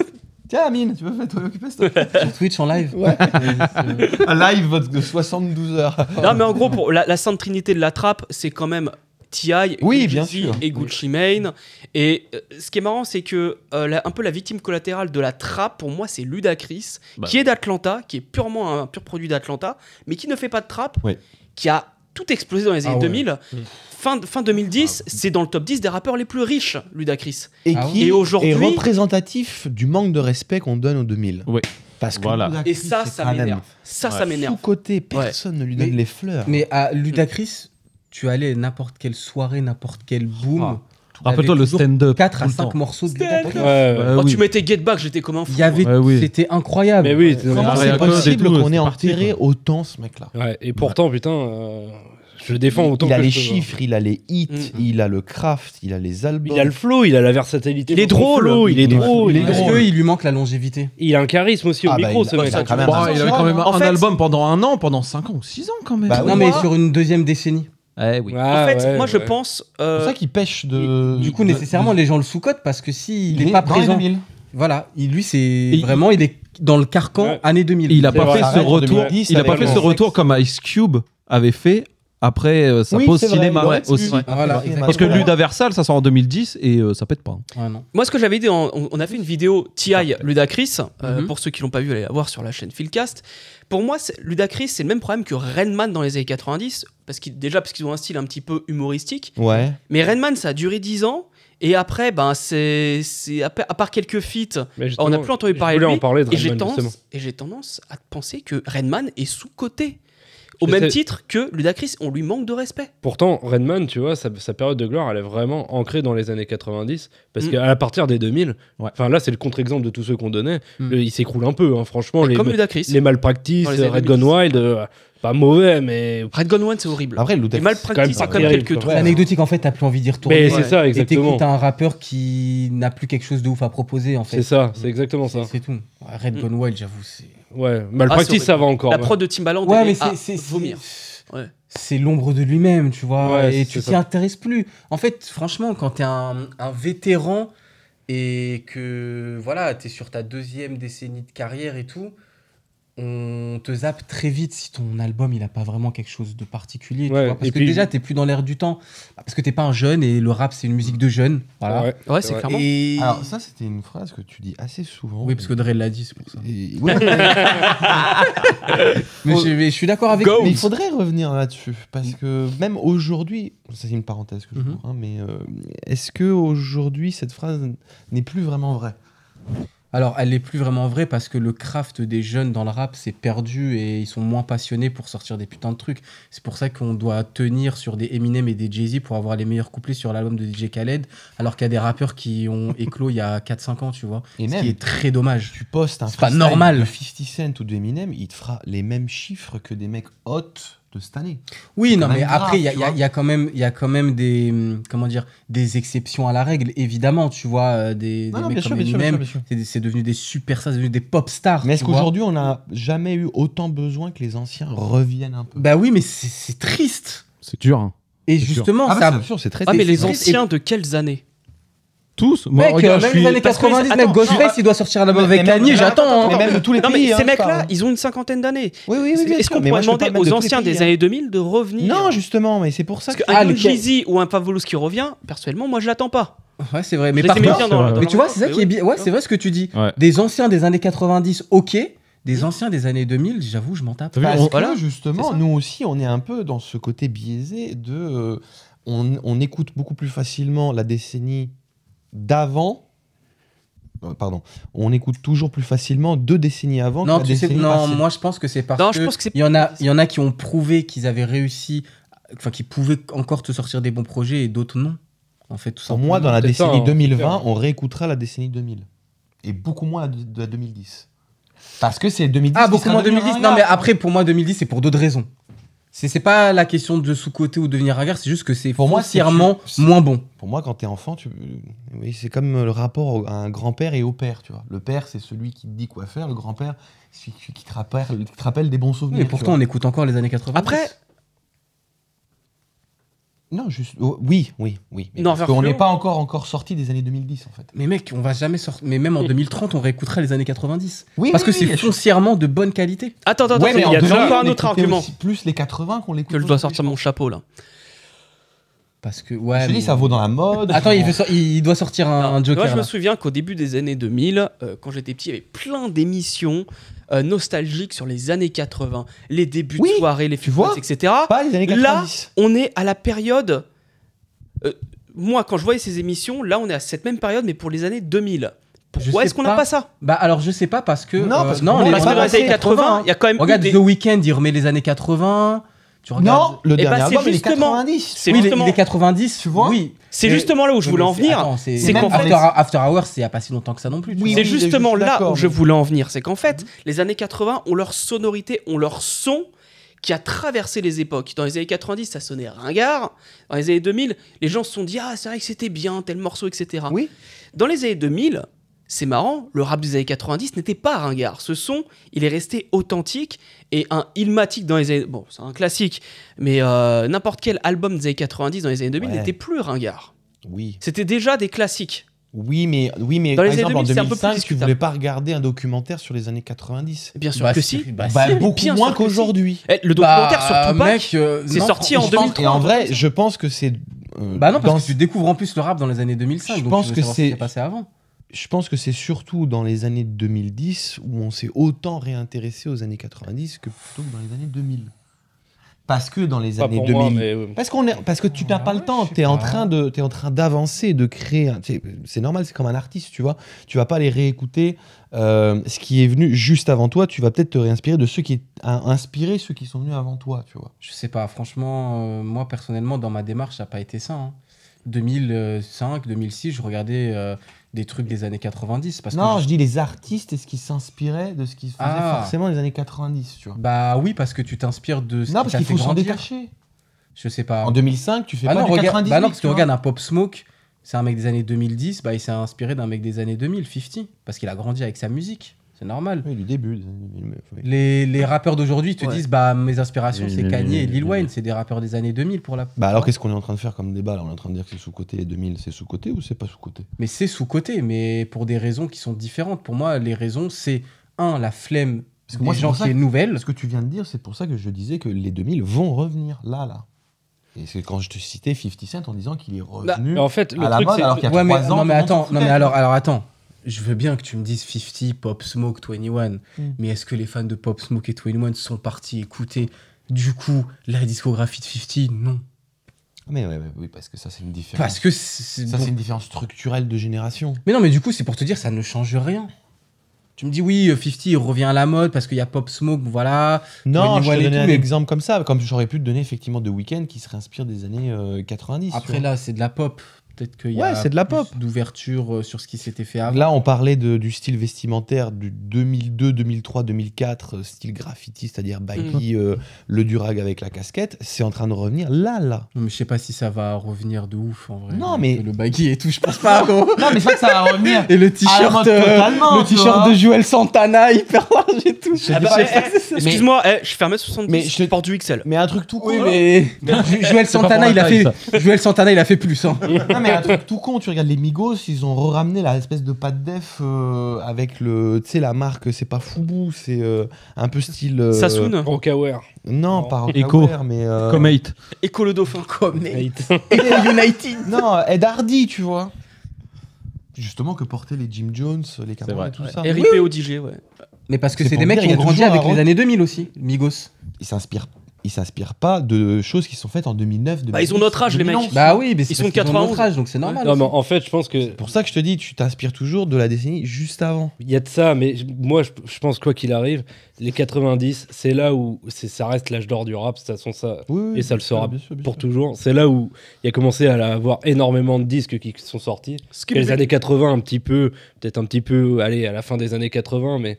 S3: Tiens Amine, tu peux faire toi occuper ce truc
S5: Sur Twitch en live.
S3: Ouais.
S5: Euh,
S3: Un live de 72 heures.
S1: non, mais en gros, pour la, la Sainte Trinité de la trappe, c'est quand même T.I.
S3: Oui,
S1: Gucci
S3: bien sûr.
S1: et Gucci Mane. Et euh, ce qui est marrant, c'est que euh, la- un peu la victime collatérale de la trappe, pour moi, c'est Ludacris,
S2: Bah.
S1: qui est d'Atlanta, qui est purement un pur produit d'Atlanta, mais qui ne fait pas de trappe,
S3: Oui.
S1: qui a tout explosé dans les
S5: Ah
S1: années
S5: ouais.
S1: 2000.
S5: Mm.
S1: Fin, fin 2010,
S3: Ah, mm.
S1: c'est dans le top 10 des rappeurs les plus riches, Ludacris.
S3: Et
S5: Ah
S3: qui
S1: Et aujourd'hui-
S3: est représentatif du manque de respect qu'on donne aux 2000.
S2: Oui.
S3: Parce que
S2: Voilà.
S1: Et ça, ça m'énerve. Ça, ça
S3: Sous
S1: m'énerve.
S3: côté, personne ne lui donne
S5: Mais-
S3: les fleurs.
S5: Mais à Ludacris, tu allais à n'importe quelle soirée, n'importe quel boom.
S2: Rappelle-toi le stand-up.
S5: 4 à
S2: tout le
S5: 5
S2: temps.
S5: morceaux de
S1: Stand-up.
S5: Ludacris.
S4: ouais, ouais.
S2: Ouais,
S1: Oh,
S2: Ah oui.
S1: Tu mettais Get Back, j'étais comme un fou.
S5: Il y avait,
S2: Ouais, oui.
S5: c'était incroyable.
S4: Mais oui,
S5: Euh,
S4: non,
S3: Comment
S4: mais-
S2: Maria
S3: c'est
S2: Code et
S3: possible
S2: tout,
S3: qu'on
S2: c'est
S3: ait
S2: parti,
S3: enterré autant ce mec-là
S4: Ouais, et pourtant, putain, euh, je le défends autant
S3: Il a
S4: que
S3: les
S4: je peux. hein.
S3: chiffres, il a les hits,
S1: Mhm.
S3: il a le craft, il a les albums.
S4: Il a le flow, il a la versatilité.
S1: Il est
S4: dans son
S1: drôle.
S4: flow, il est
S3: Il est
S4: drôle.
S3: drôle.
S4: Il, est
S5: Est-ce
S4: drôle.
S5: qu'il lui manque la longévité
S4: Il a un charisme aussi au
S3: Ah, bah,
S4: micro,
S3: il a-
S4: ce
S3: bah,
S4: mec.
S3: ça, quand même.
S2: Bah, il avait quand même
S1: En
S2: un
S1: fait-
S2: album pendant un an, pendant 5 ans ou 6 ans quand même.
S3: Bah,
S5: Non,
S3: oui.
S5: mais
S1: Moi-
S5: sur une deuxième décennie.
S2: Eh oui.
S1: En
S4: Ah,
S1: fait,
S4: ouais,
S1: moi, je
S4: ouais.
S1: pense.
S3: C'est
S1: euh,
S3: pour ça qu'il pêche de.
S5: Du coup,
S3: de-
S5: nécessairement, les gens le sous-cotent parce que s'il
S3: Mmh. Il
S5: n'est
S3: est
S5: pas
S3: dans les
S5: présent,
S3: 2000.
S5: voilà, il- lui, c'est
S2: Et-
S5: vraiment, il est dans le carcan
S4: Ouais.
S5: année 2000.
S2: Il n'a
S4: C'est
S2: pas
S4: vrai.
S2: fait ce
S3: Arrête, en
S2: retour.
S3: 2010,
S2: Il a pas
S3: avec
S2: fait
S3: le
S2: ce retour
S3: sexe.
S2: comme Ice Cube avait fait après euh, sa
S3: Oui,
S2: pause
S3: c'est vrai,
S2: cinéma
S3: il aurait pu.
S2: aussi.
S1: Ouais.
S5: Ah, voilà,
S3: Parce
S2: Parce que
S3: Voilà.
S2: Luda Versal, ça sort en 2010 et euh, ça pète pas. hein.
S5: Ouais, non.
S1: Moi, ce que j'avais dit, on, on a fait une vidéo TI Ludacris. euh,
S5: Mhm.
S1: Pour ceux qui l'ont pas vu, allez la voir sur la chaîne Philcast. Pour moi, c'est- Ludacris, c'est le même problème que Redman dans les années 90. Parce qu'ils, déjà, parce qu'ils ont un style un petit peu humoristique.
S3: Ouais.
S1: Mais Redman, ça a duré 10 ans. Et après, ben, c'est, c'est à, pa- à part quelques feats,
S4: Mais justement,
S1: on n'a plus entendu
S4: je
S1: parler de
S4: voulais
S1: lui.
S4: en parler de
S1: et, j'ai
S4: Redman,
S1: tendance,
S4: justement.
S1: et j'ai tendance à penser que Redman est sous-coté. Au
S4: Mais
S1: même
S4: c'est-
S1: titre que Ludacris, on lui manque de respect.
S4: Pourtant, Redman, tu vois, sa, sa période de gloire, elle est vraiment ancrée dans les années 90. Parce
S1: Mm.
S4: qu'à partir des 2000,
S2: Ouais.
S4: enfin là, c'est le contre-exemple de tous ceux qu'on donnait.
S5: Mm.
S4: Le- il s'écroule un peu, hein, franchement. Les,
S1: Comme Ludacris.
S4: les malpractices,
S1: Dans les années
S4: Red Gun
S1: 2010.
S4: Wild, euh, pas mauvais, mais.
S1: Red Gun One, c'est horrible.
S3: Après,
S1: Et
S3: Ludacris,
S1: Malpractice,
S4: quand
S1: c'est
S4: même
S1: quand
S4: pas
S1: même
S4: terrible,
S1: quelques
S4: quoi.
S1: trous.
S5: C'est anecdotique en fait, t'as plus envie d'y retourner.
S4: Mais
S1: Ouais.
S4: c'est ça,
S5: Et
S4: exactement.
S5: t'écoutes un rappeur qui n'a plus quelque chose de ouf à proposer en
S4: C'est
S5: fait.
S4: ça, c'est exactement ça.
S5: C'est tout. Ouais, Red Gone Wild, j'avoue, c'est.
S4: Ouais,
S1: Ah, c'est
S4: malpractice, ça va
S1: horrible.
S4: encore.
S1: La
S4: mais-
S1: prod de Timbaland
S5: Ouais, mais
S1: est à
S5: c'est- c'est. c'est-
S1: vomir. Ouais.
S5: C'est l'ombre de lui-même, tu vois,
S4: Ouais,
S5: et
S4: c'est
S5: tu t'y
S4: ça.
S5: intéresses plus. En fait, franchement, quand t'es un, un vétéran et que voilà, t'es sur ta deuxième décennie de carrière et tout, on te zappe très vite si ton album il a pas vraiment quelque chose de particulier. tu
S4: Ouais,
S5: vois, parce
S4: et
S5: que
S4: puis-
S5: déjà t'es plus dans l'air du temps, parce que t'es pas un jeune et le rap c'est une musique de jeune, voilà.
S4: Ouais.
S1: Ouais,
S4: C'est
S1: c'est
S4: vrai.
S1: clairement.
S5: Et
S3: Alors, ça, c'était une phrase que tu dis assez souvent.
S5: oui, parce que Dre l'a dit, c'est pour ça.
S3: Et- ouais,
S5: Mais
S3: Faut-
S5: je, mais je suis d'accord avec.
S3: mais
S5: Mais
S3: il faudrait revenir là-dessus parce que même aujourd'hui, ça c'est une parenthèse que je
S5: Mhm.
S3: prends, hein, mais euh, est-ce que aujourd'hui cette phrase n'est plus vraiment vraie
S5: Alors, elle est plus vraiment vraie parce que le craft des jeunes dans le rap c'est perdu et ils sont moins passionnés pour sortir des putains de trucs. C'est pour ça qu'on doit tenir sur des Eminem et des Jay-Z pour avoir les meilleurs couplets sur l'album de DJ Khaled, alors qu'il y a des rappeurs qui ont éclos il y a 4-5 ans, tu vois.
S3: Et
S5: Ce
S3: même,
S5: qui est très dommage.
S3: tu postes un
S5: C'est pas
S3: freestyle
S5: normal.
S3: de 50 Cent ou de Eminem, il te fera les mêmes chiffres que des mecs hot de cette année.
S5: Oui,
S3: C'est
S5: non,
S3: quand
S5: mais
S3: même grave,
S5: après, il y, a-
S3: tu
S5: il y a-
S3: vois.
S5: il y a quand même, il y a quand même des, hum, comment dire, des exceptions à la règle, évidemment, tu vois, euh, des,
S3: Non,
S5: des
S3: non,
S5: mecs
S3: bien sûr,
S5: comme
S3: bien sûr, bien
S5: Eminem,
S3: sûr, bien sûr.
S5: c'est- c'est devenu des super stars, c'est devenu des pop stars.
S3: Mais est-ce
S5: tu vois.
S3: qu'aujourd'hui on n'a jamais eu autant besoin que les anciens reviennent un peu
S5: Bah oui, mais c'est- c'est triste.
S2: C'est dur. hein.
S5: Et
S2: C'est sûr.
S5: justement,
S3: Ah bah,
S5: ça.
S3: c'est absurde, c'est très
S1: Ah, mais
S5: c'est-
S1: les
S5: c'est-
S1: anciens de quelles années
S2: Tous Moi,
S5: Mec, euh,
S2: regarde,
S5: même
S2: je suis-
S5: les années
S1: parce que les-
S5: 90, même
S1: attends,
S5: Ghostface, il doit sortir un album
S3: Mais
S5: avec
S3: même-
S5: Kanye, j'attends.
S3: Mais
S5: hein.
S3: même de tous les
S1: Non, mais
S3: pays.
S1: ces
S3: hein,
S1: mecs-là,
S3: enfin.
S1: ils ont une cinquantaine d'années.
S3: Oui, oui, oui, bien
S1: Est-ce
S3: sûr,
S1: qu'on
S3: mais moi,
S1: pourrait
S3: je te
S1: demander
S3: parle même de
S1: aux
S3: tous les
S1: anciens
S3: pays,
S1: des
S3: hein.
S1: années 2000 de revenir
S3: Non, justement, mais c'est pour ça
S1: Parce que
S3: que.
S5: Ah,
S1: un Young
S5: lequel-
S1: Jeezy ou un Pavlos qui revient, personnellement, moi je l'attends pas.
S5: Ouais, c'est vrai. Mais
S1: Je les
S5: par
S1: aimais
S5: contre, euh,
S1: bien dans la-
S2: mais
S1: dans
S5: mais
S1: la-
S5: tu vois, c'est ça
S1: mais
S5: qui est
S1: oui.
S5: bien. Ouais, c'est vrai ce que tu dis.
S2: Ouais.
S5: Des anciens des années 90, ok. Des anciens des années 2000, j'avoue, je m'en tape.
S2: T'as vu,
S3: Parce
S2: on-
S3: que,
S1: voilà, c'est
S3: justement,
S1: ça.
S3: nous aussi, on est un peu dans ce côté biaisé de. euh, on, on écoute beaucoup plus facilement la décennie d'avant. Euh, Pardon. On écoute toujours plus facilement deux décennies avant
S5: Non,
S3: que la
S5: tu sais,
S3: décennie
S5: non
S3: passée.
S5: moi je pense que c'est parce
S1: Non,
S5: que,
S1: je pense que c'est-
S5: il y en a, il y en a qui ont prouvé qu'ils avaient réussi, enfin qui pouvaient encore te sortir des bons projets et d'autres non. En fait, tout
S3: Pour
S5: simplement.
S3: moi, dans la
S4: c'est ça,
S3: décennie
S4: hein,
S3: 2020,
S4: c'est
S3: on réécoutera la décennie 2000. Et beaucoup moins la, de la 2010. Parce que c'est 2010.
S5: Ah,
S3: qui
S5: beaucoup
S3: sera
S5: moins
S3: devenu
S5: 2010.
S3: ringard.
S5: Non, mais après, pour moi, 2010, c'est pour d'autres raisons. C'est c'est pas la question de sous-côté ou de devenir ringard, c'est juste que c'est
S3: Pour moi, c'est-
S5: foncièrement
S3: c'est-
S5: moins bon.
S3: Pour moi, quand t'es enfant, tu... oui, c'est comme le rapport au- à un grand-père et au père, tu vois. Le père, c'est celui qui te dit quoi faire. Le grand-père, c'est celui qui te rappelle, qui te rappelle des bons souvenirs.
S5: Mais
S3: tu
S5: pourtant,
S3: vois.
S5: on écoute encore les années 80.
S1: Après-
S3: Non, juste... oh, Oui, oui, oui. Mais
S1: Non,
S3: parce
S1: vers
S3: qu'on
S1: plus
S3: n'est
S1: haut.
S3: pas encore, encore sorti des années 2010, en fait.
S5: Mais mec, on va jamais sortir. Mais même en 2030, on réécoutera les années 90.
S3: Oui,
S5: Parce
S3: oui,
S5: que
S3: oui,
S5: c'est
S3: je-
S5: foncièrement de bonne qualité.
S1: Attends, attends,
S3: Ouais, mais
S1: attends,
S3: en
S1: il y a
S3: 2000,
S1: encore un
S3: on
S1: autre
S3: écoutait
S1: argument
S3: aussi plus les 80 qu'on l'écoute.
S1: que je dois
S3: aujourd'hui.
S1: sortir de mon chapeau là.
S5: Parce que, ouais.
S3: Je te dis,
S5: mais-
S3: ça vaut dans la mode.
S5: Attends, il,
S3: dans-
S5: veut sor- il il doit sortir un, un Joker.
S1: Moi, je me
S5: là.
S1: souviens qu'au début des années 2000, euh, quand j'étais petit, il y avait plein d'émissions euh, nostalgiques sur les années 80, les débuts
S3: Oui,
S1: de soirée, les
S3: tu
S1: fuites,
S3: vois.
S1: etc.
S3: Pas les années
S1: Là,
S3: 90.
S1: on est à la période. euh, moi, quand je voyais ces émissions, là, on est à cette même période, mais pour les années 2000. Pourquoi
S5: sais
S1: est-ce qu'on n'a
S5: pas.
S1: pas ça
S5: Bah alors, je sais pas parce que.
S3: Non,
S5: euh,
S3: parce que
S5: non,
S3: pour
S5: on
S3: moi,
S5: est
S1: Parce que
S3: pas
S1: dans les
S3: passé
S1: années 80,
S5: 80.
S1: il y a quand même. eu
S5: Regarde
S1: des-
S5: The Weeknd, il remet les années 80. Tu regardes.
S3: Non, le
S1: Eh ben,
S3: dernier
S1: c'est
S3: album, il est
S1: justement-
S3: 90.
S1: c'est
S5: oui, les-
S1: justement-
S5: les 90, tu
S3: vois.
S5: Oui.
S1: C'est
S5: Mais-
S1: justement là où je voulais en venir.
S5: Attends, C'est
S1: c'est
S5: même
S1: qu'en
S5: after,
S1: fait-
S5: after Hours, c'est il y a pas si longtemps que ça non plus. tu
S3: Oui,
S5: vois.
S1: C'est
S3: oui, je suis
S1: justement là
S3: d'accord,
S1: où je
S3: mais- Mhm.
S1: voulais en venir. C'est qu'en fait, les années 80 ont leur sonorité, ont leur son qui a traversé les époques. Dans les années 90, ça sonnait ringard. Dans les années 2000, les gens se sont dit Ah, c'est vrai que c'était bien, tel morceau, etc.
S3: Oui.
S1: Dans les années 2000, c'est marrant, le rap des années 90 n'était pas ringard. Ce son, il est resté authentique et un ilmatique dans les années. Bon, c'est un classique, mais euh, n'importe quel album des années 90 dans les années 2000
S3: Ouais.
S1: n'était plus ringard.
S3: Oui.
S1: C'était déjà des classiques.
S3: Oui, mais, oui, mais
S1: Dans
S3: par
S1: les années
S3: exemple,
S1: 2000, c'est un
S3: en
S1: peu plus
S3: 2005, tu
S1: discutable.
S3: voulais pas regarder un documentaire sur les années 90.
S1: Bien sûr
S5: Bah,
S1: que
S5: c'est-
S1: si.
S5: bah,
S3: Bah,
S5: si.
S3: beaucoup
S1: bien
S3: moins
S1: sûr que si.
S3: qu'aujourd'hui.
S1: Eh, le documentaire
S5: Bah,
S1: sur Tupac,
S5: mec, euh,
S1: c'est
S5: non,
S1: sorti en
S5: je
S3: Je pense-
S1: 2003,
S3: Et en
S1: un truc
S3: vrai,
S1: comme
S3: je pense que c'est. euh,
S5: Bah non, parce
S3: dans-
S5: que tu découvres en plus le rap dans les années 2005.
S3: Je
S5: donc
S3: pense
S5: tu veux
S3: que
S5: savoir ce qui
S3: c'est-
S5: est passé avant.
S3: Je pense que c'est surtout dans les années 2010 où on s'est autant réintéressé aux années 90 que plutôt que dans les années 2000. Parce que dans les
S4: Pas
S3: années
S4: pour
S3: 2000.
S4: moi, mais euh, oui.
S3: Parce, qu'on est, parce que tu n'as
S5: Ah Ouais,
S3: pas le
S5: je
S3: temps,
S5: sais
S3: tu es, en
S5: pas.
S3: train de- t'es en train d'avancer, de créer. un- t'sais, C'est normal, c'est comme un artiste, tu vois. Tu vas pas aller réécouter euh, ce qui est venu juste avant toi, tu vas peut-être te réinspirer de ceux qui. à inspirer ceux qui sont venus avant toi, tu vois.
S5: Je sais pas, franchement, euh, moi personnellement, dans ma démarche, ça n'a pas été ça. hein. 2005, 2006, je regardais euh, des trucs des années 90. Parce
S3: non,
S5: que
S3: je... dis les artistes et ce qui s'inspiraient de ce qui se faisait
S5: Ah.
S3: forcément les années 90, tu vois.
S5: Bah oui, parce que tu t'inspires de ce
S3: Non,
S5: qui
S3: parce
S5: t'a
S3: qu'il
S5: fait
S3: faut s'en
S5: grandir.
S3: détacher.
S5: Je sais pas.
S3: En 2005, tu fais
S5: Bah
S3: pas
S5: non,
S3: du
S5: regarde-
S3: 98.
S5: bah non, parce que tu
S3: vois.
S5: regardes un Pop Smoke, c'est un mec des années 2010, bah il s'est inspiré d'un mec des années 2000, 50, parce qu'il a grandi avec sa musique. C'est normal.
S3: Oui, du début. des années 2000, mais- oui.
S5: Les, les rappeurs d'aujourd'hui ils te
S1: Ouais.
S5: disent bah mes inspirations
S3: Oui,
S5: c'est
S3: oui,
S5: Kanye
S3: oui,
S5: et Lil
S3: oui,
S5: Wayne,
S3: oui.
S5: c'est des rappeurs des années 2000 pour la
S3: Bah alors qu'est-ce qu'on est en train de faire comme débat là On est en train de dire que c'est sous-côté les 2000, c'est sous-côté ou c'est pas sous-côté
S5: Mais c'est sous-côté, mais pour des raisons qui sont différentes. Pour moi, les raisons, c'est un, la flemme
S3: Parce que
S5: des
S3: moi, c'est
S5: gens
S3: pour ça
S5: qui est
S3: que-
S5: nouvelle.
S3: Ce que tu viens de dire, c'est pour ça que je disais que les 2000 vont revenir là, là. Et c'est quand je te citais 50 Cent en disant qu'il
S5: Bah,
S3: est revenu.
S4: Mais en fait, le
S3: à la
S4: truc,
S3: mode,
S4: c'est.
S3: alors qu'il y a
S5: Ouais, mais,
S3: trois ans,
S5: non,
S3: tout
S5: mais
S3: le monde s'en
S5: attends, non,
S3: foutait.
S5: mais alors, alors attends. Je veux bien que tu me dises 50, Pop Smoke, 21.
S3: Mm.
S5: Mais est-ce que les fans de Pop Smoke et 21 sont partis écouter du coup la discographie de 50 Non.
S3: Mais ouais, ouais, oui, parce que ça, c'est une différence.
S5: Parce que c'est.
S3: ça,
S5: bon.
S3: c'est une différence structurelle de génération.
S5: Mais non, mais du coup, c'est pour te dire, ça ne change rien. Tu me dis, oui, euh, 50, il revient à la mode parce qu'il y a Pop Smoke, voilà.
S3: Non,
S5: Wally
S3: je te
S5: Wall et
S3: donnais
S5: tout,
S3: un
S5: mais-
S3: exemple comme ça, comme j'aurais pu te donner effectivement de week-end qui se réinspire des années euh, 90. tu
S5: Après
S3: vois.
S5: là, c'est de la pop. Peut-être qu'il y
S3: Ouais,
S5: a
S3: c'est de la
S5: plus
S3: pop.
S5: d'ouverture euh, sur ce qui s'était fait avant.
S3: Là, on parlait de- du style vestimentaire du 2002, 2003, 2004, euh, style graffiti, c'est-à-dire baggy, euh, le durag avec la casquette. C'est en train de revenir là, là.
S5: Non, mais je sais pas si ça va revenir de ouf en vrai.
S3: Non,
S5: Avec
S3: mais-
S5: le baggy et tout, je pense pas gros.
S3: Non, mais c'est vrai que ça va revenir.
S5: Et le
S3: Ah,
S5: t-shirt,
S3: moi,
S5: euh,
S3: totalement,
S5: le
S3: tu
S5: t-shirt
S3: vois.
S5: de Joel Santana hyper large et tout.
S3: Ah bah,
S1: eh,
S3: mais-
S1: eh, Excuse-moi, eh, je fais 1m70,
S3: Mais
S1: mais
S3: je
S1: je
S3: te-
S1: porte du XL.
S3: Mais un truc tout con.
S5: Oui, mais Ju- Joel Santana,
S2: la
S5: il a
S2: taille,
S5: fait Joel Santana, il a fait plus hein.
S3: Non, mais un truc tout con. Tu regardes les Migos, ils ont ramené la espèce de pâte def euh, avec le, tu sais, la marque. C'est pas Fubu, c'est euh, un peu style. euh,
S1: Sassoon,
S4: Rockaware.
S3: Non, pas
S2: Echo.
S3: Echo. Mais euh,
S2: Comme 8.
S1: Echo le dauphin.
S5: Comme
S4: Hate.
S5: United.
S3: non, Ed Hardy, tu vois. Justement que portaient les Jim Jones, les Cameron
S2: vrai,
S3: et tout
S2: ouais.
S3: ça.
S1: RIP au DJ, ouais.
S5: Mais parce que
S3: C'est
S5: c'est des
S3: pour
S5: mecs
S3: dire,
S5: qui
S3: il y
S5: ont
S3: a
S5: grandi
S3: toujours
S5: avec
S3: un
S5: les années 2000 aussi, Migos.
S3: ils s'inspirent ils s'inspirent pas de choses qui sont faites en 2009
S1: Bah, ils ont notre âge, les mecs.
S3: 2011.
S5: Bah oui, mais
S1: Ils
S5: c'est
S1: sont
S5: parce qu'ils ont
S1: 91.
S5: notre âge, donc Ah, c'est normal.
S4: Non, mais en fait, je pense que.
S3: c'est pour ça que je te dis tu t'inspires toujours de la décennie juste avant
S4: Il y a de ça, mais je- moi, je, je pense, quoi qu'il arrive, les 90, c'est là où c'est- ça reste l'âge d'or du rap. De toute façon, ça,
S3: Oui, oui,
S4: Et ça
S3: bien
S4: le
S3: sûr,
S4: sera
S3: bien sûr, bien
S4: pour
S3: sûr.
S4: toujours. C'est là où il y a commencé à la- avoir énormément de disques qui sont sortis.
S1: Skip
S4: les
S1: the-
S4: années 80, un petit peu, peut-être un petit peu, allez, à la fin des années 80, mais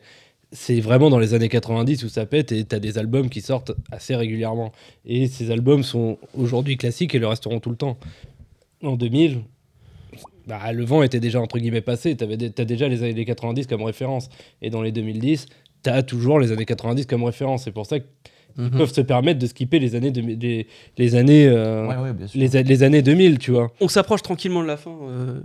S4: c'est vraiment dans les années 90 où ça pète et t'as des albums qui sortent assez régulièrement. Et ces albums sont aujourd'hui classiques et le resteront tout le temps. En 2000, bah, le vent était déjà entre guillemets passé. T'avais des- T'as déjà les années 90 comme référence. Et dans les 2010, t'as toujours les années 90 comme référence. C'est pour ça que
S5: Mhm.
S4: peuvent se permettre de skipper les années, de- les, les années, euh,
S3: Ouais, ouais, bien sûr.
S4: les, a- les années 2000, tu vois.
S1: On s'approche tranquillement de la fin. euh,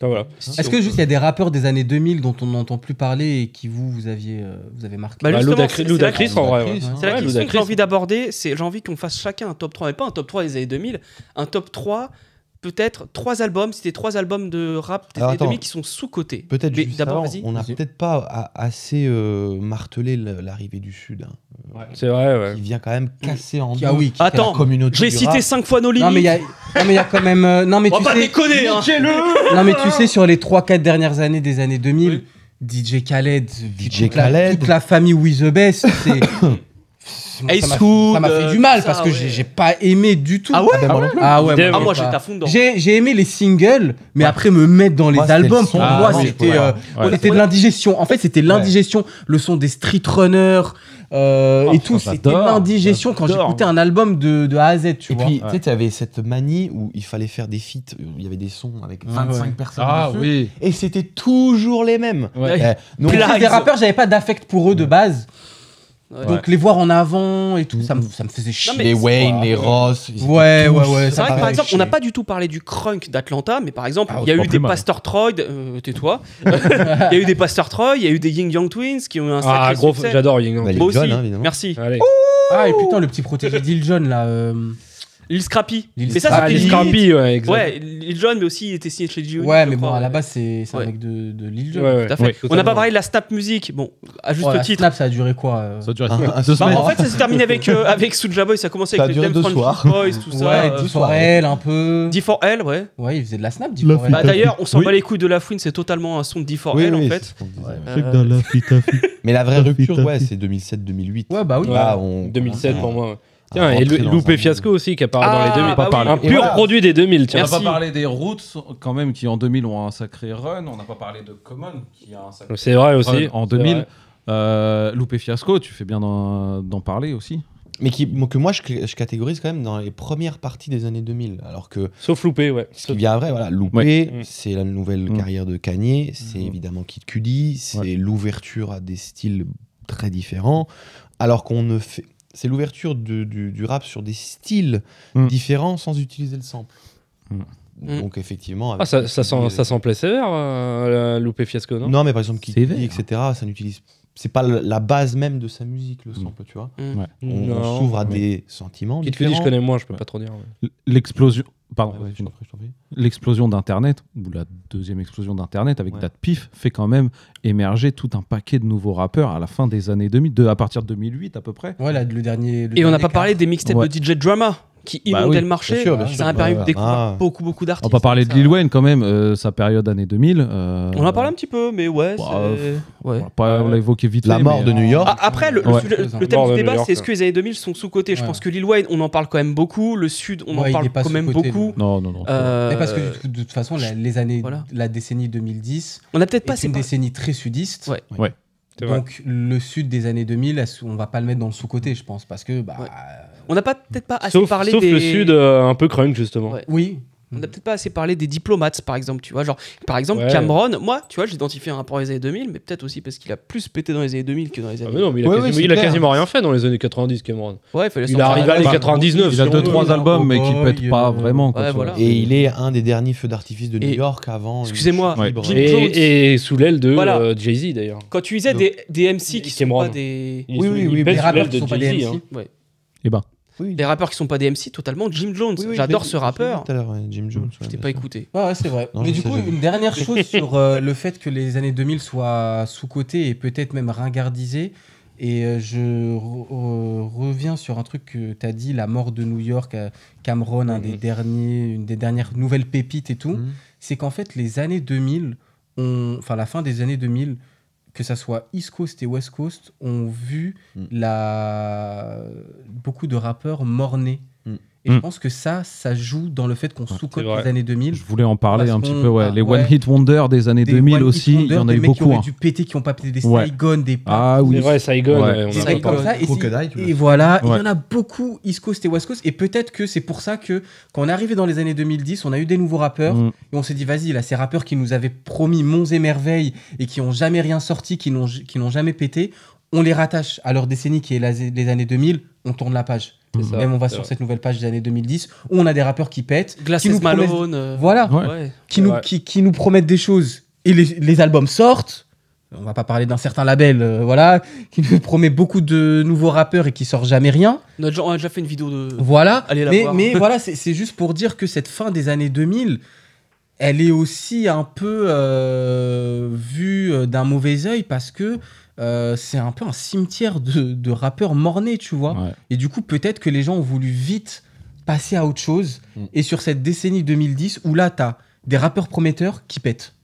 S4: Enfin, voilà.
S1: si
S5: Est-ce
S1: on
S5: que
S1: peut.
S5: juste il y a des rappeurs des années 2000 dont on n'entend plus parler et qui vous vous aviez euh, vous avez marqué
S1: Bah,
S4: Bah,
S1: justement,
S4: Ludacris-
S1: c'est- c'est la-
S4: Ludacris, en vrai. ouais.
S3: Ludacris, hein.
S1: C'est la
S4: Ouais,
S1: question que j'ai
S4: Ludacris.
S1: envie d'aborder, c'est j'ai envie qu'on fasse chacun un top 3, mais pas un top 3 des années 2000, un top 3, peut-être trois albums, c'était trois albums de rap des
S3: Alors,
S1: années
S3: attends.
S1: 2000 qui sont sous-cotés.
S3: Peut-être
S1: Mais
S3: juste
S1: d'abord,
S3: avant,
S1: vas-y.
S3: on n'a
S5: vas-y.
S3: peut-être pas a- assez euh, martelé l- l'arrivée du Sud, hein,
S4: C'est vrai, ouais.
S3: qui vient quand même casser en deux
S5: Ah oui, qui-
S3: la
S1: Attends,
S3: communauté
S1: j'ai
S3: du
S1: cité
S3: rap.
S1: cinq fois nos limites.
S5: Non mais il y a non, mais il y a quand même euh, non mais
S1: On
S5: tu
S1: va pas
S5: sais
S1: déconner, hein.
S5: non mais tu sais sur les 3 4 dernières années des années 2000 DJ Khaled
S3: DJ
S5: toute la-
S3: Khaled.
S5: toute la famille With the Best c'est Moi,
S1: Ace
S5: ça m'a-
S1: Hood,
S5: ça m'a fait du
S1: euh,
S5: mal
S1: ça,
S5: parce que j'ai
S1: ouais.
S5: j'ai pas aimé du tout
S1: Ah ouais
S3: Ah, ben, moi non plus.
S5: Ah ouais,
S4: Idem.
S1: Ah,
S5: j'ai
S1: moi,
S5: pas-
S1: j'étais à fond dedans.
S5: j'ai j'ai aimé les singles, mais après me mettre dans les
S3: Bah, Moi, c'était le
S5: albums,
S3: son.
S5: pour
S3: Ah,
S5: moi,
S3: oui, je
S5: c'était
S3: pourrais.
S5: euh,
S2: Ouais.
S5: c'était de l'indigestion. En fait, c'était l'indigestion. Le son des street runners euh,
S3: Ah,
S2: Oh,
S5: et tout,
S2: ça,
S5: c'était
S2: j'adore.
S5: l'indigestion quand
S2: J'adore.
S5: j'écoutais un album de, de A à Z, tu
S3: Et
S5: vois.
S3: puis, tu
S2: Ouais.
S3: sais, tu avais cette manie où il fallait faire des feats, où il y avait des sons avec
S5: Ouais,
S3: 25
S5: ouais.
S3: personnes.
S2: Ah
S3: dessus,
S2: oui.
S3: Et c'était toujours les mêmes.
S2: Ouais.
S3: Eh, nous,
S5: Donc,
S1: Plagues.
S5: les rappeurs, j'avais pas d'affect pour eux de base.
S1: Ouais.
S5: Donc, les voir en avant et tout, ça me, ça me faisait chier.
S1: Non, mais
S3: les Wayne,
S5: Voilà.
S3: les Ross. ils étaient
S5: Ouais,
S3: tous-
S5: ouais,
S1: C'est vrai
S5: ouais,
S1: que,
S5: paraît
S1: par exemple,
S5: chier.
S1: on n'a pas du tout parlé du crunk d'Atlanta, mais par exemple,
S2: Ah,
S1: il y a
S2: autant
S1: eu
S2: plus
S1: des
S2: mal.
S1: Pastor Troy, euh, tais-toi. Il y a eu des Pastor Troy, il y a eu des Ying Yang Twins qui ont eu un sacré
S4: Ah, gros,
S1: succès. Oh,
S4: j'adore Ying.
S3: Bah,
S4: Yang.
S3: les
S1: Moi aussi,
S3: John, hein, évidemment.
S1: merci.
S4: Allez.
S5: Ah, et putain, le petit protégé d'Il John là. euh,
S1: Lil Scrappy.
S5: Lil
S1: mais ça,
S5: Scrappy. Ah,
S1: c'était
S5: Lil
S4: Ah, Scrappy, ouais, exact.
S1: Ouais, Lil Jon, mais aussi il était signé chez G.
S5: Ouais, mais bon, à la base, c'est c'est
S1: Ouais.
S5: un mec de, de l'île.
S4: Ouais, ouais.
S1: Tout à fait.
S4: Ouais.
S1: On n'a pas parlé de la Snap Music. Bon, à juste
S5: Oh, la
S1: titre.
S5: Snap, ça a duré quoi euh,
S2: Ça dure
S3: Un- un-
S2: deux
S3: deux
S1: Bah,
S2: semaines.
S3: semaines.
S1: en fait, ça s'est terminé avec, euh, avec Soulja Boy. Ça a commencé
S3: Ça a
S1: avec
S3: duré
S1: les
S3: deux
S1: Dance
S3: soirs.
S1: Boys, tout ça.
S5: Ouais,
S1: euh,
S5: d Forel, un peu.
S1: D4L, ouais.
S5: Ouais, il faisait de la Snap, d
S6: La
S5: Forel.
S1: Bah, D'ailleurs, on s'en
S6: Oui.
S1: bat les couilles de la fouine, c'est totalement un son de D4L
S3: Oui,
S1: en
S3: oui,
S1: fait.
S3: c'est ce qu'on disait.
S1: Euh,
S6: Check dans la fuite à fuite.
S3: Mais la vraie
S6: Taffy,
S3: rupture, ouais,
S6: taffy.
S3: c'est 2007-2008.
S5: Ouais, bah oui.
S4: Ouais.
S3: Là, on
S4: 2007
S3: commence à-
S4: pour moi. ouais.
S3: à
S4: Tiens, et
S3: rentrer
S4: lou-
S3: Ah, dans
S4: Loupé
S3: un-
S4: Fiasco aussi qui apparaît
S1: Ah,
S4: dans les 2000.
S1: bah oui.
S4: Un
S3: Et
S4: pur
S3: voilà.
S4: produit des 2000,
S2: On
S4: tiens.
S2: n'a pas
S1: Merci.
S2: parlé des Roots, quand même, qui en 2000 ont un sacré run. On n'a pas parlé de Common, qui a un sacré
S4: C'est vrai
S2: run
S4: aussi.
S2: en
S4: c'est
S2: 2000.
S4: vrai.
S2: Euh, Loupé Fiasco, tu fais bien d'en d'en parler aussi.
S3: Mais qui, que moi, je, je catégorise quand même dans les premières parties des années 2000. Alors que
S4: Sauf Loupé, ouais.
S3: ce qui vient après, voilà, Loupé,
S4: Mm.
S3: c'est la nouvelle
S2: Mm.
S3: carrière de Kanye, c'est
S2: Mm.
S3: évidemment Kid Cudi, c'est
S2: Ouais.
S3: l'ouverture à des styles très différents. Alors qu'on ne fait. C'est l'ouverture du, du- du rap sur des styles
S2: Mm.
S3: différents sans utiliser le sample.
S2: Mm.
S3: Donc, effectivement.
S4: Ah,
S3: avec-
S4: ça, ça, sent, ça s'en plaît sévère, euh, la Loupé Fiasco, non
S3: Non, mais par exemple, Kid
S2: C'est
S3: Cudi,
S2: vert.
S3: etc., ça n'utilise. C'est pas le- la base même de sa musique,
S2: Mm.
S3: le sample, tu vois. On, on
S4: Non.
S3: s'ouvre à
S4: Ouais.
S3: des sentiments.
S4: Qui te dit, je
S3: différents.
S4: connais moins, je peux pas trop dire. ouais.
S2: L'explosion.
S3: Ouais,
S2: Pardon,
S3: ouais, je
S2: excuse-moi.
S3: t'en prie, je t'en prie.
S2: l'explosion d'Internet, ou la deuxième explosion d'Internet avec
S3: Ouais.
S2: DatPif, fait quand même émerger tout un paquet de nouveaux rappeurs à la fin des années 2000, de- à partir de 2008 à peu près.
S5: Ouais, là, le dernier. le
S1: Et on n'a
S5: dernier
S1: pas parlé des mixtapes
S2: Ouais.
S1: de DJ Drama qui
S2: Bah
S1: inondaient
S2: oui,
S1: le marché.
S3: bien sûr, bien
S1: ça
S3: sûr.
S1: a permis
S3: Ouais,
S1: de
S3: ouais.
S1: découvrir
S3: Ah.
S1: beaucoup, beaucoup d'artistes. hein,
S2: On va parler de
S1: Ça-
S2: Lil Wayne quand même, euh, sa période année 2000. euh,
S1: On en a parlé un petit peu, mais ouais.
S2: Bah,
S1: c'est- ouais.
S2: on l'a pas- on l'a évoqué vite.
S3: La
S2: fait,
S3: mort
S2: mais, euh,
S3: de
S5: euh,
S3: New York.
S1: Ah, après, le, le
S2: Ouais.
S1: sujet- le
S5: Chose, hein.
S1: thème
S4: Mort
S1: du
S4: de
S1: débat,
S4: New York,
S1: c'est est-ce
S4: ouais.
S1: que les années 2000 sont sous-cotées Je
S5: Ouais.
S1: pense que Lil Wayne, on en parle quand même beaucoup. Le Sud, on
S5: Ouais,
S1: en
S5: il
S1: parle
S5: est pas
S1: quand même
S5: sous-coté,
S1: beaucoup.
S5: le-
S2: Non, non, non.
S1: Euh,
S5: Mais parce que du coup, de toute façon, la, les années,
S1: voilà.
S5: la décennie 2010
S1: on n'a peut-être pas
S5: est
S1: assez
S5: une
S1: parlé.
S5: décennie très sudiste.
S1: Ouais.
S2: Ouais.
S4: C'est vrai.
S5: Donc le sud des années 2000, on va pas le mettre dans le sous-côté, je pense, parce que bah
S1: Ouais. On n'a pas- peut-être pas assez
S4: Sauf,
S1: Ah, parlé
S4: sauf
S1: des.
S4: le sud, euh, un peu crunk, justement.
S1: Ouais.
S5: oui,
S1: On n'a peut-être pas assez parlé des diplomates, par exemple, tu vois. Genre, par exemple,
S4: Ouais.
S1: Cameron, moi, tu vois, j'identifie un rapport aux années 2000, mais peut-être aussi parce qu'il a plus pété dans les années 2000 que dans les
S4: Ah,
S1: années.
S4: mais non, mais il a,
S3: Ouais,
S4: quasiment,
S3: ouais, c'est
S4: il a
S3: clair.
S4: quasiment rien fait dans les années 90, Cameron.
S1: Ouais, il fallait
S4: Il
S1: sortir
S4: arrive à
S1: la-
S4: les
S1: bah,
S4: 99.
S2: Il a
S4: si on
S2: deux
S4: veut.
S2: trois
S5: oui,
S2: albums,
S5: Marco
S2: mais qui
S1: Oh,
S5: Boy,
S2: pètent pas
S5: euh,
S2: vraiment. quoi,
S1: ouais,
S2: tu vois.
S1: voilà.
S3: Et il est un des derniers feux d'artifice de New
S1: Et-
S3: York avant. une
S1: Excusez-moi,
S3: chute
S2: Ouais.
S3: libre.
S1: Jim
S4: Et,
S1: Jones.
S4: et sous l'aile de
S1: Voilà.
S4: euh, Jay-Z, d'ailleurs.
S1: Quand tu disais
S5: Donc-
S1: des, des MC qui
S4: Qui
S1: sont
S4: est mort,
S1: pas
S4: non.
S1: des.
S4: Il est
S3: Oui,
S4: sous-
S3: oui,
S4: il
S3: oui,
S4: pète
S5: les
S4: sous
S5: rappeurs
S4: l'aile
S5: qui
S4: de
S5: sont pas
S4: Jay-Z,
S5: des
S4: hein.
S5: MC.
S1: Ouais.
S2: Eh ben,
S3: Oui,
S1: Des rappeurs qui sont pas des MC, totalement. Jim Jones,
S3: oui, oui,
S1: j'adore
S3: j'ai-
S1: ce
S3: j'ai
S1: rappeur.
S3: dit Tout à l'heure, ouais, Jim Jones.
S1: Je
S3: ouais,
S1: t'ai
S3: bien
S1: pas
S3: sûr.
S1: écouté.
S5: Ouais, ouais, c'est vrai.
S3: Non,
S5: Mais
S3: je
S5: du
S3: sais,
S5: coup,
S3: je-
S5: une dernière chose sur euh, le fait que les années 2000 soient sous-cotées et peut-être même ringardisées. Et euh, je re- re- reviens sur un truc que tu as dit, la mort de New York, euh, Cameron, un des
S4: Mhm.
S5: derniers, une des dernières nouvelles pépites et tout.
S3: Mhm.
S5: C'est qu'en fait, les années 2000, ont- enfin la fin des années 2000, que ça soit East Coast et West Coast, ont vu
S3: Mhm.
S5: la... beaucoup de rappeurs mornés.
S3: Mhm.
S5: Et je
S2: Mhm.
S5: pense que ça, ça joue dans le fait qu'on sous-cote
S4: vrai.
S5: les années 2000
S2: je voulais en parler
S5: Parce
S2: un petit
S5: qu'on-
S2: peu. Ouais.
S5: ah,
S2: les
S5: ouais.
S2: One Hit Wonder des années
S5: des
S2: 2000
S5: One Hit
S2: aussi, il y
S5: Wonder,
S2: en a
S5: des
S2: eu
S5: mecs Qui
S2: beaucoup.
S5: auraient
S2: hein.
S5: dû péter, qui ont pas pété des
S2: Ouais.
S5: Saigon, des Pac,
S2: Ah
S4: C'est
S2: oui.
S4: vrai,
S2: Ouais.
S4: Saigon. ouais, on
S5: des
S4: en a
S5: mecs
S4: pas
S5: comme
S4: parlé.
S5: ça. Et, c'est-
S3: Crocodile, tu l'as
S5: et voilà, il
S2: Ouais.
S5: y en a beaucoup, East Coast et West Coast. Et peut-être que c'est pour ça que quand on est arrivé dans les années 2010, on a eu des nouveaux rappeurs.
S2: Mm.
S5: Et on s'est dit, vas-y, là, ces rappeurs qui nous avaient promis monts et merveilles et qui ont jamais rien sorti, qui n'ont qui n'ont jamais pété, on les rattache à leur décennie qui est la- les années 2000, on tourne la page.
S4: C'est ça,
S5: Même on va
S4: c'est
S5: sur
S4: vrai.
S5: cette nouvelle page des années 2010, où on a des rappeurs qui pètent, qui
S1: Glacis
S5: nous promettent-
S1: Malone. euh,
S5: Voilà.
S2: Ouais.
S1: ouais.
S5: qui nous,
S4: Ouais.
S5: qui, qui nous promettent des choses et les, les albums sortent. On va pas parler d'un certain label, euh, voilà, qui nous promet beaucoup de nouveaux rappeurs et qui sort jamais rien.
S1: On a déjà- on a déjà fait une vidéo de.
S5: Voilà.
S1: Allez la
S5: mais
S1: voir.
S5: mais voilà, c'est c'est juste pour dire que cette fin des années 2000, elle est aussi un peu euh, vue euh, d'un mauvais œil parce que euh, c'est un peu un cimetière de, de rappeurs mornés, tu vois.
S2: Ouais.
S5: Et du coup, peut-être que les gens ont voulu vite passer à autre chose.
S3: Mm.
S5: Et sur cette décennie 2010, où là, t'as des rappeurs prometteurs qui pètent.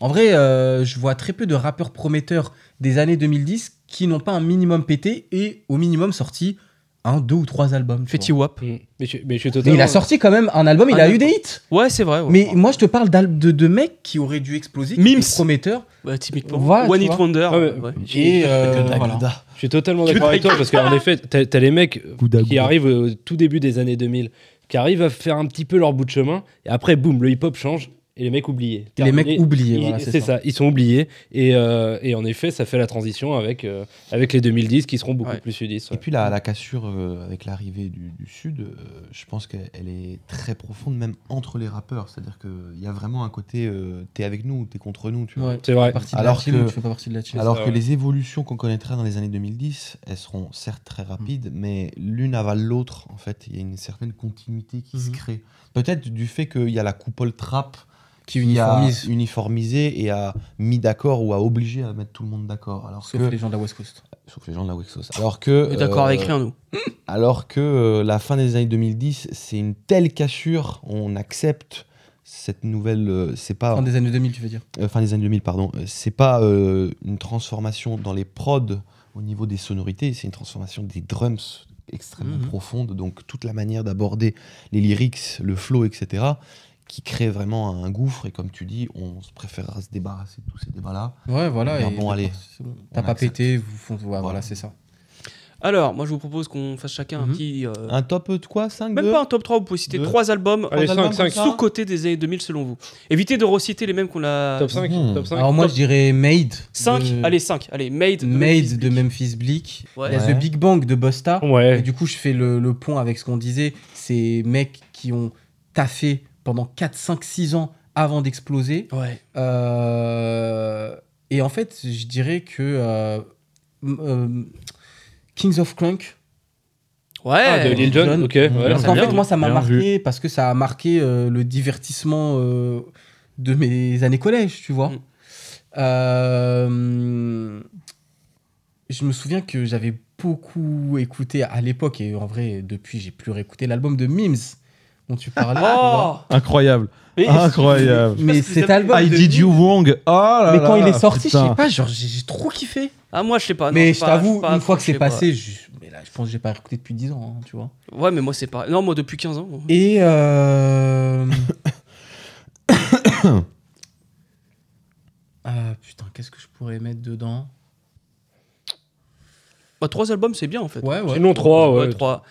S5: En vrai, euh, je vois très peu de rappeurs prometteurs des années 2010 qui n'ont pas un minimum pété et au minimum sorti un, deux ou trois albums. tu vois.
S1: Fetty Wap.
S4: Mm. Mais je- mais je suis
S5: Mais il
S4: totalement-
S5: a sorti quand même un album, il
S1: Un
S5: a eu
S1: album.
S5: des hits.
S1: Ouais, c'est vrai. ouais.
S5: Mais moi, je te parle d'al- de, de mecs qui auraient dû exploser, qui
S1: Mims.
S5: étaient prometteurs.
S1: Ouais, Bah, typiquement.
S5: Voilà,
S1: One
S5: tu
S1: Hit
S5: vois.
S1: Wonder.
S4: Ah ouais.
S1: ouais.
S5: Et euh,
S3: Gouda,
S5: voilà.
S3: Gouda.
S4: Je suis totalement d'accord avec toi parce qu'en effet, t'as t'as les mecs
S6: Gouda,
S4: qui
S6: gouda.
S4: arrivent au tout début des années 2000, qui arrivent à faire un petit peu leur bout de chemin, et après, boum, le hip-hop change, et les mecs oubliés.
S5: Et les mecs
S4: Terminé.
S5: oubliés,
S4: Ils-
S5: voilà,
S4: c'est ça. ils sont oubliés. Et, euh, et en effet, ça fait la transition avec, euh, avec les 2010 qui seront beaucoup
S1: Ouais.
S4: plus sudistes.
S3: Et puis la, la cassure euh, avec l'arrivée du, du Sud, euh, je pense qu'elle elle est très profonde, même entre les rappeurs. C'est-à-dire qu'il y a vraiment un côté euh, t'es avec nous, t'es contre nous. Tu vois.
S5: Ouais.
S4: C'est vrai.
S5: Partie de
S3: Alors
S5: la team,
S3: que-
S5: ou tu fais pas partie de la team.
S3: Alors
S4: ça,
S3: que
S4: ouais.
S3: les évolutions qu'on connaîtra dans les années 2010, elles seront certes très rapides, mais l'une avale l'autre. En fait, il y a une certaine continuité qui se
S5: Mhm.
S3: crée. Peut-être du fait qu'il y a la coupole trap
S5: qui
S3: a
S5: uniformise,
S3: uniformisé et a mis d'accord ou a obligé à mettre tout le monde d'accord. Alors
S5: sauf
S3: que
S5: les gens de la West Coast.
S3: sauf les gens de la Wexos. Alors que
S1: On est d'accord
S3: euh,
S1: avec rien, nous.
S3: Alors que euh, la fin des années 2010, c'est une telle cassure, on accepte cette nouvelle. euh, c'est pas
S5: Fin des années 2000, tu veux dire.
S3: euh, fin des années 2000, pardon. Euh, C'est pas euh, une transformation dans les prods au niveau des sonorités, c'est une transformation des drums extrêmement
S1: Mhm.
S3: profonde. Donc toute la manière d'aborder les lyrics, le flow, etc., qui crée vraiment un gouffre. Et comme tu dis, on se préférera se débarrasser de tous ces débats-là.
S5: Ouais, voilà.
S3: Bien,
S5: et-
S3: Ben bon, allez.
S5: c'est bon. T'as
S3: On
S5: pas
S3: accepte.
S5: pété, vous font- ouais, voilà,
S3: Voilà.
S5: c'est ça.
S1: Alors, moi, je vous propose qu'on fasse chacun un
S5: Mhm.
S1: petit. euh,
S3: Un top euh, de quoi 5
S1: Même pas un top 3, vous pouvez citer
S3: deux.
S1: trois albums
S4: Allez,
S3: Trois
S4: 5,
S3: albums
S4: 5,
S3: comme ça
S1: sous-cotés des années 2000 selon vous. Évitez de reciter les mêmes qu'on a.
S4: Top 5,
S3: Mhm.
S4: top 5.
S5: euh, Alors moi, je dirais Made.
S1: 5,
S5: de-
S1: allez, 5. Allez, Made. de Memphis
S5: Made de
S1: Bleak.
S5: Memphis Bleak.
S1: Ouais.
S5: Il y a
S3: Ouais.
S5: The Big Bang de Bosta. Et
S4: Ouais.
S5: du coup, je fais le, le pont avec ce qu'on disait. Ces mecs qui ont taffé pendant 4, 5, 6 ans avant d'exploser.
S1: Ouais.
S5: Euh, et en fait, je dirais que euh, m- euh, Kings of Crunk.
S1: Ouais.
S4: Ah, de
S5: Ouais.
S4: Lil Jon,
S5: Jon.
S4: ok. ouais,
S5: parce
S4: c'est
S5: qu'en
S4: bien,
S5: fait, moi, ça m'a
S4: bien vu.
S5: marqué parce que ça a marqué euh, le divertissement euh, de mes années collège, tu vois.
S1: Mm.
S5: Euh, je me souviens que j'avais beaucoup écouté à l'époque et en vrai, depuis, j'ai plus réécouté l'album de Mims dont tu parlais. tu vois.
S1: Oh
S2: Incroyable.
S1: Mais-
S2: Incroyable.
S5: Mais
S1: Je sais pas si
S5: cet
S1: vous avez-
S5: album.
S2: I
S5: de
S2: did
S5: Mims-
S2: you wrong. Oh là
S5: Mais quand
S2: là,
S5: il est sorti, je
S2: putain.
S5: sais pas, genre j'ai j'ai trop kiffé.
S1: Ah, moi, je sais pas. non,
S5: mais
S1: j'ai
S5: je
S1: pas- j'ai
S5: t'avoue,
S1: pas
S5: une fois que
S1: accroché,
S5: c'est passé, je... Mais là, je pense que j'ai pas écouté depuis 10 ans, hein, tu vois.
S1: ouais. Ouais, mais moi, c'est pas. Non, moi, depuis 15 ans.
S5: Et euh... Ah, putain, qu'est-ce que je pourrais mettre dedans
S1: Bah, trois albums, c'est bien, en fait.
S5: Ouais, ouais.
S4: Sinon 3, ouais.
S1: Ouais, trois.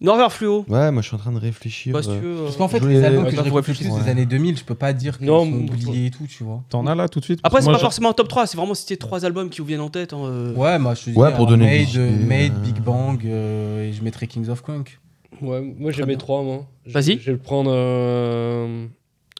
S1: Norbert Fluo.
S3: Ouais, moi je suis en train de réfléchir.
S1: Bah, si
S3: euh,
S1: tu veux, euh,
S5: Parce qu'en fait,
S3: Je
S5: les
S3: voulais-
S5: albums
S1: Ouais,
S5: que
S1: ça,
S5: je
S1: faut
S5: réécoute plus
S3: réfléchir,
S5: des
S3: ouais.
S5: années 2000, je peux pas dire qu'ils
S4: Non,
S5: sont
S4: mais-
S5: oubliés et tout, tu vois.
S2: T'en as là tout de suite
S1: Après,
S2: Parce que
S1: c'est
S2: moi,
S1: pas
S2: je-
S1: forcément un top 3, c'est vraiment citer trois albums qui vous viennent en tête. hein, euh.
S5: Ouais, moi je te
S3: Ouais,
S5: dis,
S3: pour
S5: euh,
S3: donner
S5: Made,
S3: des idées,
S5: Made,
S3: euh.
S5: Big Bang, euh, et je mettrais Kings of Crunk.
S4: Ouais, moi j'ai
S1: Très
S4: mes
S1: bien.
S4: 3, moi. Je-
S1: Vas-y.
S4: Je vais le prendre. Euh...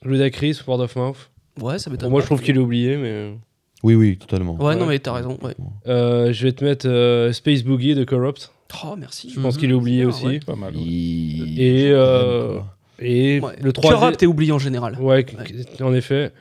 S4: Ludacris, Word of Mouth.
S1: Ouais, ça m'étonne.
S4: Moi,
S1: pas.
S4: je trouve qu'il est oublié, mais.
S3: Oui, oui, totalement.
S1: Ouais, non,
S4: Ouais.
S1: mais t'as raison. Ouais.
S4: Euh, je vais te mettre euh, Space Boogie de Corrupt.
S1: Oh, merci.
S4: Je pense
S5: Mhm,
S4: qu'il est oublié
S1: bien,
S4: aussi.
S1: ouais.
S2: Pas mal. ouais.
S3: Ah, Il-
S4: Et, euh,
S3: quoi.
S4: Et
S1: Ouais.
S4: le
S1: Cœur
S4: 3
S1: Up, t'es oublié en général.
S4: Ouais, qu- qu- en effet.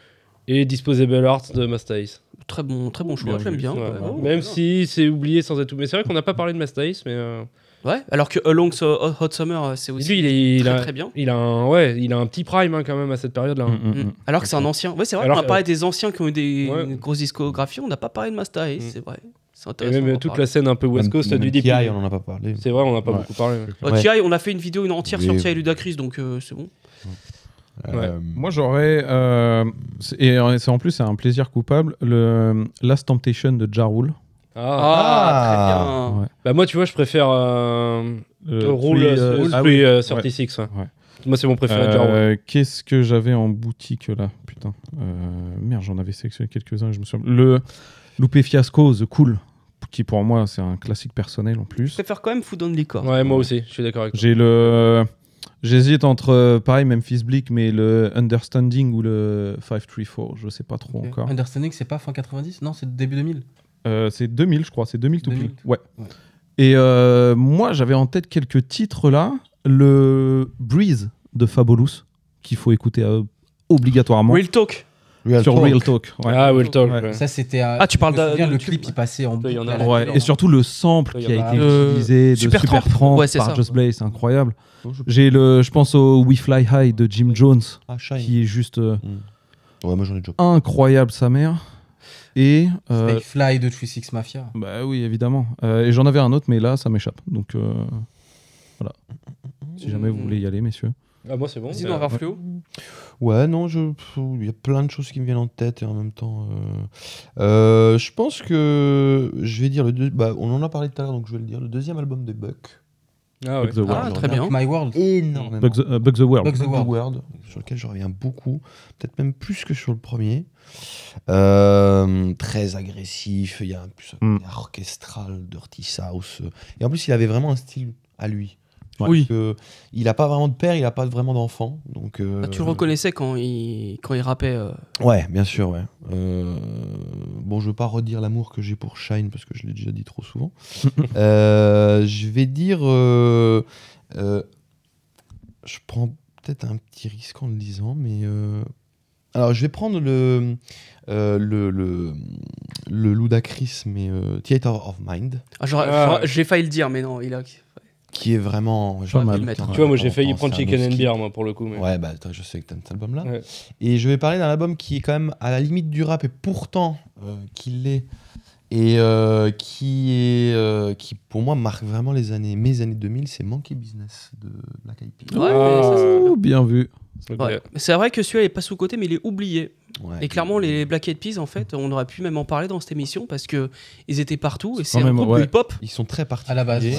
S4: Et Disposable Art de Mastice.
S1: Très bon, très bon choix,
S2: Bien
S1: je l'aime
S2: vu.
S1: bien.
S4: Ouais.
S1: Ouais, ouais,
S4: Même
S1: ouais.
S4: si c'est oublié sans être tout. Mais c'est vrai qu'on n'a pas parlé de Mastice, mais. euh,
S1: Ouais, alors que Along So- Hot Summer, euh, c'est aussi
S4: Lui, il, est- il
S1: très,
S4: a,
S1: très bien.
S4: il, a un, ouais, il a un petit prime hein, quand même à cette période-là. hein.
S2: Mm, mm,
S1: Mm.
S2: mm.
S1: Alors que c'est un ancien. Ouais, c'est vrai,
S4: Alors
S1: on a
S4: que- euh,
S1: parlé des anciens qui ont eu des
S4: Ouais.
S1: une grosse discographie, on n'a pas parlé de Master Ace,
S4: Mm.
S1: c'est vrai. C'est
S4: Et
S1: intéressant.
S4: même euh,
S1: d'en
S4: toute
S1: parler.
S4: la scène un peu West Coast
S3: Même-
S4: du
S3: même
S4: Deep.
S3: T.I., on en a pas parlé.
S4: C'est vrai, on n'a pas
S2: Ouais.
S4: beaucoup parlé. mais-
S5: Mm.
S1: Oh,
S3: Ouais.
S1: T.I., on a fait une vidéo une entière sur
S3: Oui.
S1: T.I. Ludacris, donc euh, c'est bon.
S3: Euh,
S2: Moi, j'aurais. euh, c'est- et euh, c'est en plus, c'est un plaisir coupable. Le Last Temptation de Ja Rule.
S4: Ah.
S1: Ah,
S3: Ah.
S1: très bien.
S2: Ouais.
S4: Bah, moi, tu vois, je préfère euh,
S2: Le
S4: Rule,
S2: Three,
S4: euh,
S2: euh,
S4: Rule
S2: ah
S4: Three,
S2: oui.
S4: euh, 36. ouais.
S2: Ouais.
S4: Moi, c'est mon préféré.
S2: Euh,
S4: genre, ouais.
S2: Qu'est-ce que j'avais en boutique là Putain. Euh, merde, j'en avais sélectionné quelques-uns. Je me souviens. Le Loupé Fiasco, The Cool, qui pour moi, c'est un classique personnel en
S1: Je
S2: plus.
S1: préfère quand même Food on Liquor.
S4: Ouais, moi aussi, je suis d'accord avec toi.
S2: J'ai le. J'hésite entre, euh, pareil, Memphis Bleak, mais le Understanding ou le 534, je sais pas trop
S5: Ok.
S2: encore.
S5: Understanding, c'est pas fin 90 Non, c'est début 2000.
S2: Euh, c'est 2000, je crois. C'est 2000 tout
S5: 2000.
S2: pile. Ouais.
S5: Ouais.
S2: Et euh, moi, j'avais en tête quelques titres là. Le Breeze de Fabolous, qu'il faut écouter euh, obligatoirement.
S1: Real Talk.
S3: Real
S2: Sur
S3: Talk.
S2: Real Talk. ouais.
S4: Ah, Will Talk.
S2: Ouais.
S4: ouais.
S5: Ça, c'était.
S1: Ah, tu parles
S5: de.
S1: d'un-
S5: Le
S1: d'un
S5: clip,
S1: tube.
S5: il passait en.
S4: Il y en a
S5: à
S4: un.
S5: la
S2: Ouais,
S5: télé,
S2: Et
S5: hein.
S2: surtout le sample qui a
S4: Regarde.
S2: été
S1: Euh,
S2: utilisé de Super,
S1: Supertramp.
S2: Tramp
S1: Ouais, c'est
S2: par
S1: ça.
S2: Just Blaze, c'est incroyable.
S3: Oh, je-
S2: J'ai le, je pense au We Fly High de Jim Jones,
S3: Ah, Shine.
S2: qui est juste euh,
S3: Ouais, moi j'en ai déjà.
S2: incroyable sa mère. Et euh,
S5: Snake Fly de True Six Mafia.
S2: bah oui, évidemment. Euh, et j'en avais un autre, mais là, ça m'échappe. Donc euh, voilà. Si jamais vous voulez y aller, messieurs.
S4: Ah, moi, c'est bon.
S1: Vas-y,
S4: mais-
S1: Norbert Fluo.
S3: Ouais, non, je... pff, il y a plein de choses qui me viennent en tête et en même temps. euh, euh, je pense que je vais dire le. deux- bah, on en a parlé tout à l'heure, donc je vais le dire. Le deuxième album de Buck.
S4: Ah ouais.
S2: Bug the World.
S1: Ah,
S3: Alors,
S1: très bien.
S3: My World, énormément.
S2: Bug the, euh, Bug the World.
S5: Bug the World.
S3: sur lequel je reviens beaucoup, peut-être même plus que sur le premier. Euh, très agressif, il y a un plus un
S2: Mm.
S3: côté orchestral, Dirty South. Et en plus, il avait vraiment un style à lui.
S2: Ouais.
S3: Oui. il n'a pas vraiment de père, il n'a pas vraiment d'enfant. Donc, euh,
S1: Ah, tu le reconnaissais quand il, quand il rappait. euh,
S3: Ouais, bien sûr, ouais. Euh, Bon, je veux pas redire l'amour que j'ai pour Shine parce que je l'ai déjà dit trop souvent. Euh, je vais dire. euh, euh, je prends peut-être un petit risque en le disant, mais. euh, Alors, je vais prendre le. euh, le, le, le Ludacris, mais euh, Theater of Mind,
S1: Ah, j'aurais-
S4: Ah.
S1: j'aurais- J'ai failli le dire, mais non, il a.
S3: qui est vraiment.
S1: J'aurais pu
S2: mal.
S1: le mettre.
S4: Tu vois, moi j'ai
S3: Attends,
S4: failli
S3: attends,
S4: prendre
S3: Oh, c'est un
S4: Chicken and
S3: autre
S4: Beer, moi, pour le coup. mais-
S3: Ouais, bah attends, je sais que t'aimes cet album-là.
S4: Ouais.
S3: Et je vais parler d'un album qui est quand même à la limite du rap et pourtant euh, qui l'est. Et euh, qui, est, euh, qui, pour moi, marque vraiment les années, mes années 2000, c'est Monkey Business de Black Eyed Peas.
S1: Ouais, mais ça, c'est-
S2: Oh, bien vu.
S1: Ouais. Mais C'est vrai que celui-là est pas sous-côté, mais il est oublié.
S3: Ouais.
S1: Et clairement, les Black Eyed Peas, en fait, on aurait pu même en parler dans cette émission parce que ils étaient partout et c'est
S2: quand
S1: un
S2: même,
S1: groupe
S2: ouais.
S1: de hip-hop.
S3: Ils sont très particuliers.
S5: À la base.
S4: C'est-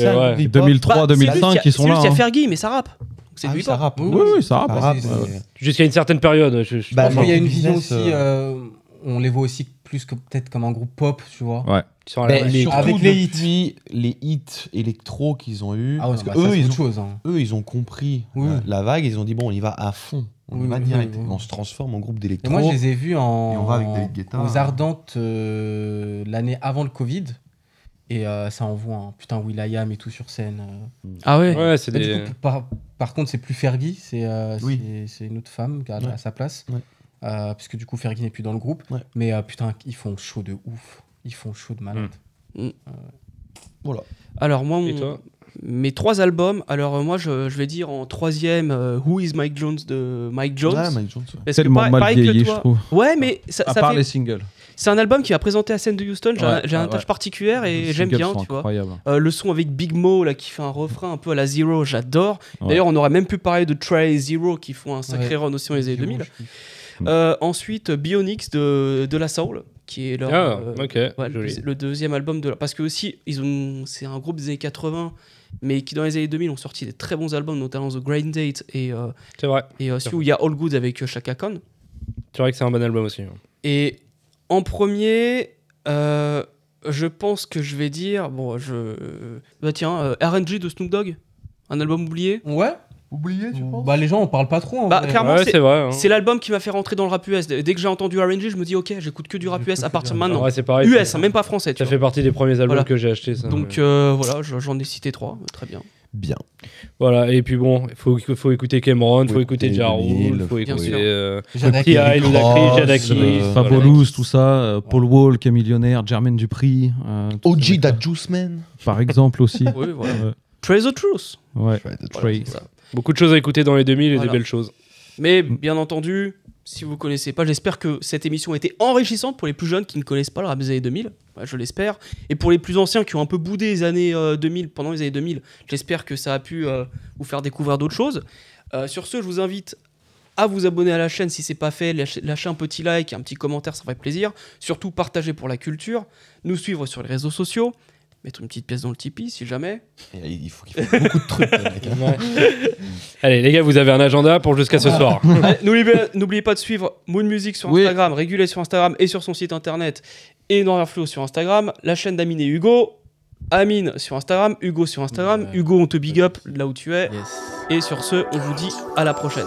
S3: C'est un
S4: euh, ouais.
S3: groupe hip-hop.
S2: 2003,
S1: Bah, c'est
S2: 2005,
S1: juste qu'il y a-
S2: ils sont
S1: C'est
S2: là.
S1: juste qu'il y a
S2: hein.
S1: Fergie, mais ça rappe. Donc C'est
S3: Ah
S1: du
S3: oui, ça
S1: hip-hop.
S3: rappe.
S5: Oui,
S2: Oui, ah, bah, oui, ça
S1: Ah,
S3: Ça
S1: bah,
S2: va.
S3: rappe,
S5: c'est-
S3: ouais,
S5: c'est-
S3: ouais.
S4: Jusqu'à une certaine période. Je, je
S3: Bah,
S5: Je pense qu'il y a une
S3: Business,
S5: vision aussi,
S3: euh,
S5: euh, on les voit aussi plus que peut-être comme un groupe pop, tu vois.
S2: Ouais.
S4: Ils sont à la-
S3: Mais
S5: les-
S3: surtout
S5: avec les hits.
S3: depuis les hits électro qu'ils ont eu,
S5: Ah ouais,
S3: parce que
S5: bah, ça,
S3: eux,
S5: c'est
S3: ils
S5: autre
S3: ont,
S5: chose. hein.
S3: eux, ils ont compris
S5: Oui.
S3: euh, la vague, ils ont dit bon, on y va à fond, on y
S5: Oui,
S3: va
S5: oui,
S3: direct,
S5: oui, oui.
S3: on se transforme en groupe
S5: Et
S3: d'électro.
S5: moi, je les ai vus en,
S3: Et on va avec David Guetta.
S5: aux Ardentes euh, l'année avant le Covid. Et euh, ça envoie un putain Will I Am et tout sur scène. euh.
S1: Ah ouais.
S4: Ouais, c'est
S5: Là, du
S4: des.
S5: coup, par, par contre, c'est plus Fergie, c'est euh,
S3: Oui.
S5: c'est- c'est une autre femme qui a
S3: Ouais.
S5: à sa place.
S3: Ouais.
S5: Euh, parce que du coup, Fergie n'est plus dans le groupe.
S3: Ouais.
S5: Mais euh, putain, ils font chaud de ouf. Ils font chaud de malade.
S1: Hmm.
S3: Voilà.
S1: Alors moi,
S4: Et
S1: mon-
S4: toi
S1: mes trois albums. Alors euh, moi, je, je vais dire en troisième euh, Who Is Mike Jones de Mike Jones.
S3: Ouais, Mike Jones, ouais.
S1: Parce que
S2: Tellement
S1: pareil-
S2: mal
S1: pareil que
S2: vieilli,
S1: toi-
S2: je trouve.
S1: Ouais, mais ça,
S2: À
S1: ça
S2: part
S1: fait-
S2: les singles.
S1: c'est un album qui va présenter la scène de Houston. J'ai un,
S2: Ouais,
S1: j'ai un
S2: ouais,
S1: attache
S2: ouais.
S1: particulière
S2: Les
S1: et j'aime
S2: singles
S1: bien,
S2: sont
S1: tu vois.
S2: incroyables.
S1: Euh, le son avec Big Mo là qui fait un refrain un peu à la Zero, j'adore.
S2: Ouais.
S1: D'ailleurs, on aurait même pu parler de Trey et Zero qui font un sacré run aussi dans les années 2000. Euh, ensuite, Bionix de, de La Soul qui est leur,
S4: Ah,
S1: euh,
S4: ok.
S1: ouais, le,
S4: joli.
S1: deuxi- le deuxième album de leur... parce que aussi ils ont c'est un groupe des années 80 mais qui dans les années 2000 ont sorti des très bons albums notamment The Grind Date et euh,
S4: C'est vrai.
S1: et euh, celui où il y a All Good avec euh, Chaka Khan
S4: C'est vrai que c'est un bon album aussi.
S1: et en premier, euh, je pense que je vais dire. Bon, je. Bah tiens, euh, RNG de Snoop Dogg, un album oublié.
S5: Ouais,
S3: Oublié, tu penses
S5: bah les gens, on parle pas trop. en
S1: Bah,
S5: vrai.
S1: clairement,
S4: ouais,
S1: c'est-
S4: c'est vrai. hein.
S1: C'est l'album qui m'a fait rentrer dans le rap US. Dès dès que j'ai entendu RNG, je me dis, ok, j'écoute que du rap
S5: J'écoute
S1: US à
S5: que
S1: partir de
S5: du rap.
S1: maintenant.
S4: Ouais, c'est pareil.
S1: US,
S4: ça-
S1: hein, même pas français. tu
S4: Ça
S1: vois.
S4: fait partie des premiers albums
S1: Voilà.
S4: que j'ai acheté. Ça,
S1: Donc euh, voilà, je- j'en ai cité trois, euh, très bien.
S3: Bien.
S1: euh,
S4: Voilà, et puis bon, il faut, faut écouter Cameron, faut,
S3: Faut
S4: écouter
S3: écouter
S4: Ja
S3: Lil,
S4: Rule, faut
S1: Bien
S4: écouter
S1: sûr.
S4: euh,
S5: Jada
S4: T.I.,
S5: Kiss.
S4: Ludacris,
S3: Cross,
S4: Jada Kiss,
S3: euh,
S4: voilà.
S2: Fabulous, tout ça, euh, Paul Wall, qui est millionnaire, Jermaine Dupri, euh, tout ça,
S3: OG Da Juice Man.
S2: par exemple aussi.
S1: Oui, voilà.
S2: Euh,
S1: Trace the Truth.
S2: ouais.
S1: Voilà,
S2: Trey.
S1: c'est ça.
S4: Beaucoup de choses à écouter dans les 2000 et
S1: Voilà.
S4: des belles choses.
S1: Mais bien entendu, si vous connaissez pas, j'espère que cette émission a été enrichissante pour les plus jeunes qui ne connaissent pas le rap des années 2000. Bah, Je l'espère. Et pour les plus anciens qui ont un peu boudé les années euh, 2000, pendant les années 2000, j'espère que ça a pu euh, vous faire découvrir d'autres choses. Euh, sur ce, je vous invite à vous abonner à la chaîne si c'est pas fait, lâchez, lâchez un petit like, un petit commentaire, ça ferait plaisir. Surtout partagez pour la culture, nous suivre sur les réseaux sociaux, mettre une petite pièce dans le Tipeee si jamais.
S3: Et Il faut qu'il fasse beaucoup de trucs. le mec, hein.
S4: Allez, les gars, vous avez un agenda pour jusqu'à ce soir.
S1: Allez, Ah, N'oubliez n'oubliez pas de suivre Moon Music sur
S2: Oui.
S1: Instagram, Régulé sur Instagram et sur son site internet et Noir Flow sur Instagram, la chaîne d'Amine et Hugo, Amine sur Instagram, Hugo sur Instagram,
S5: Ouais.
S1: Hugo on te big up là où tu es
S5: Yes.
S1: et sur ce on vous dit à la prochaine.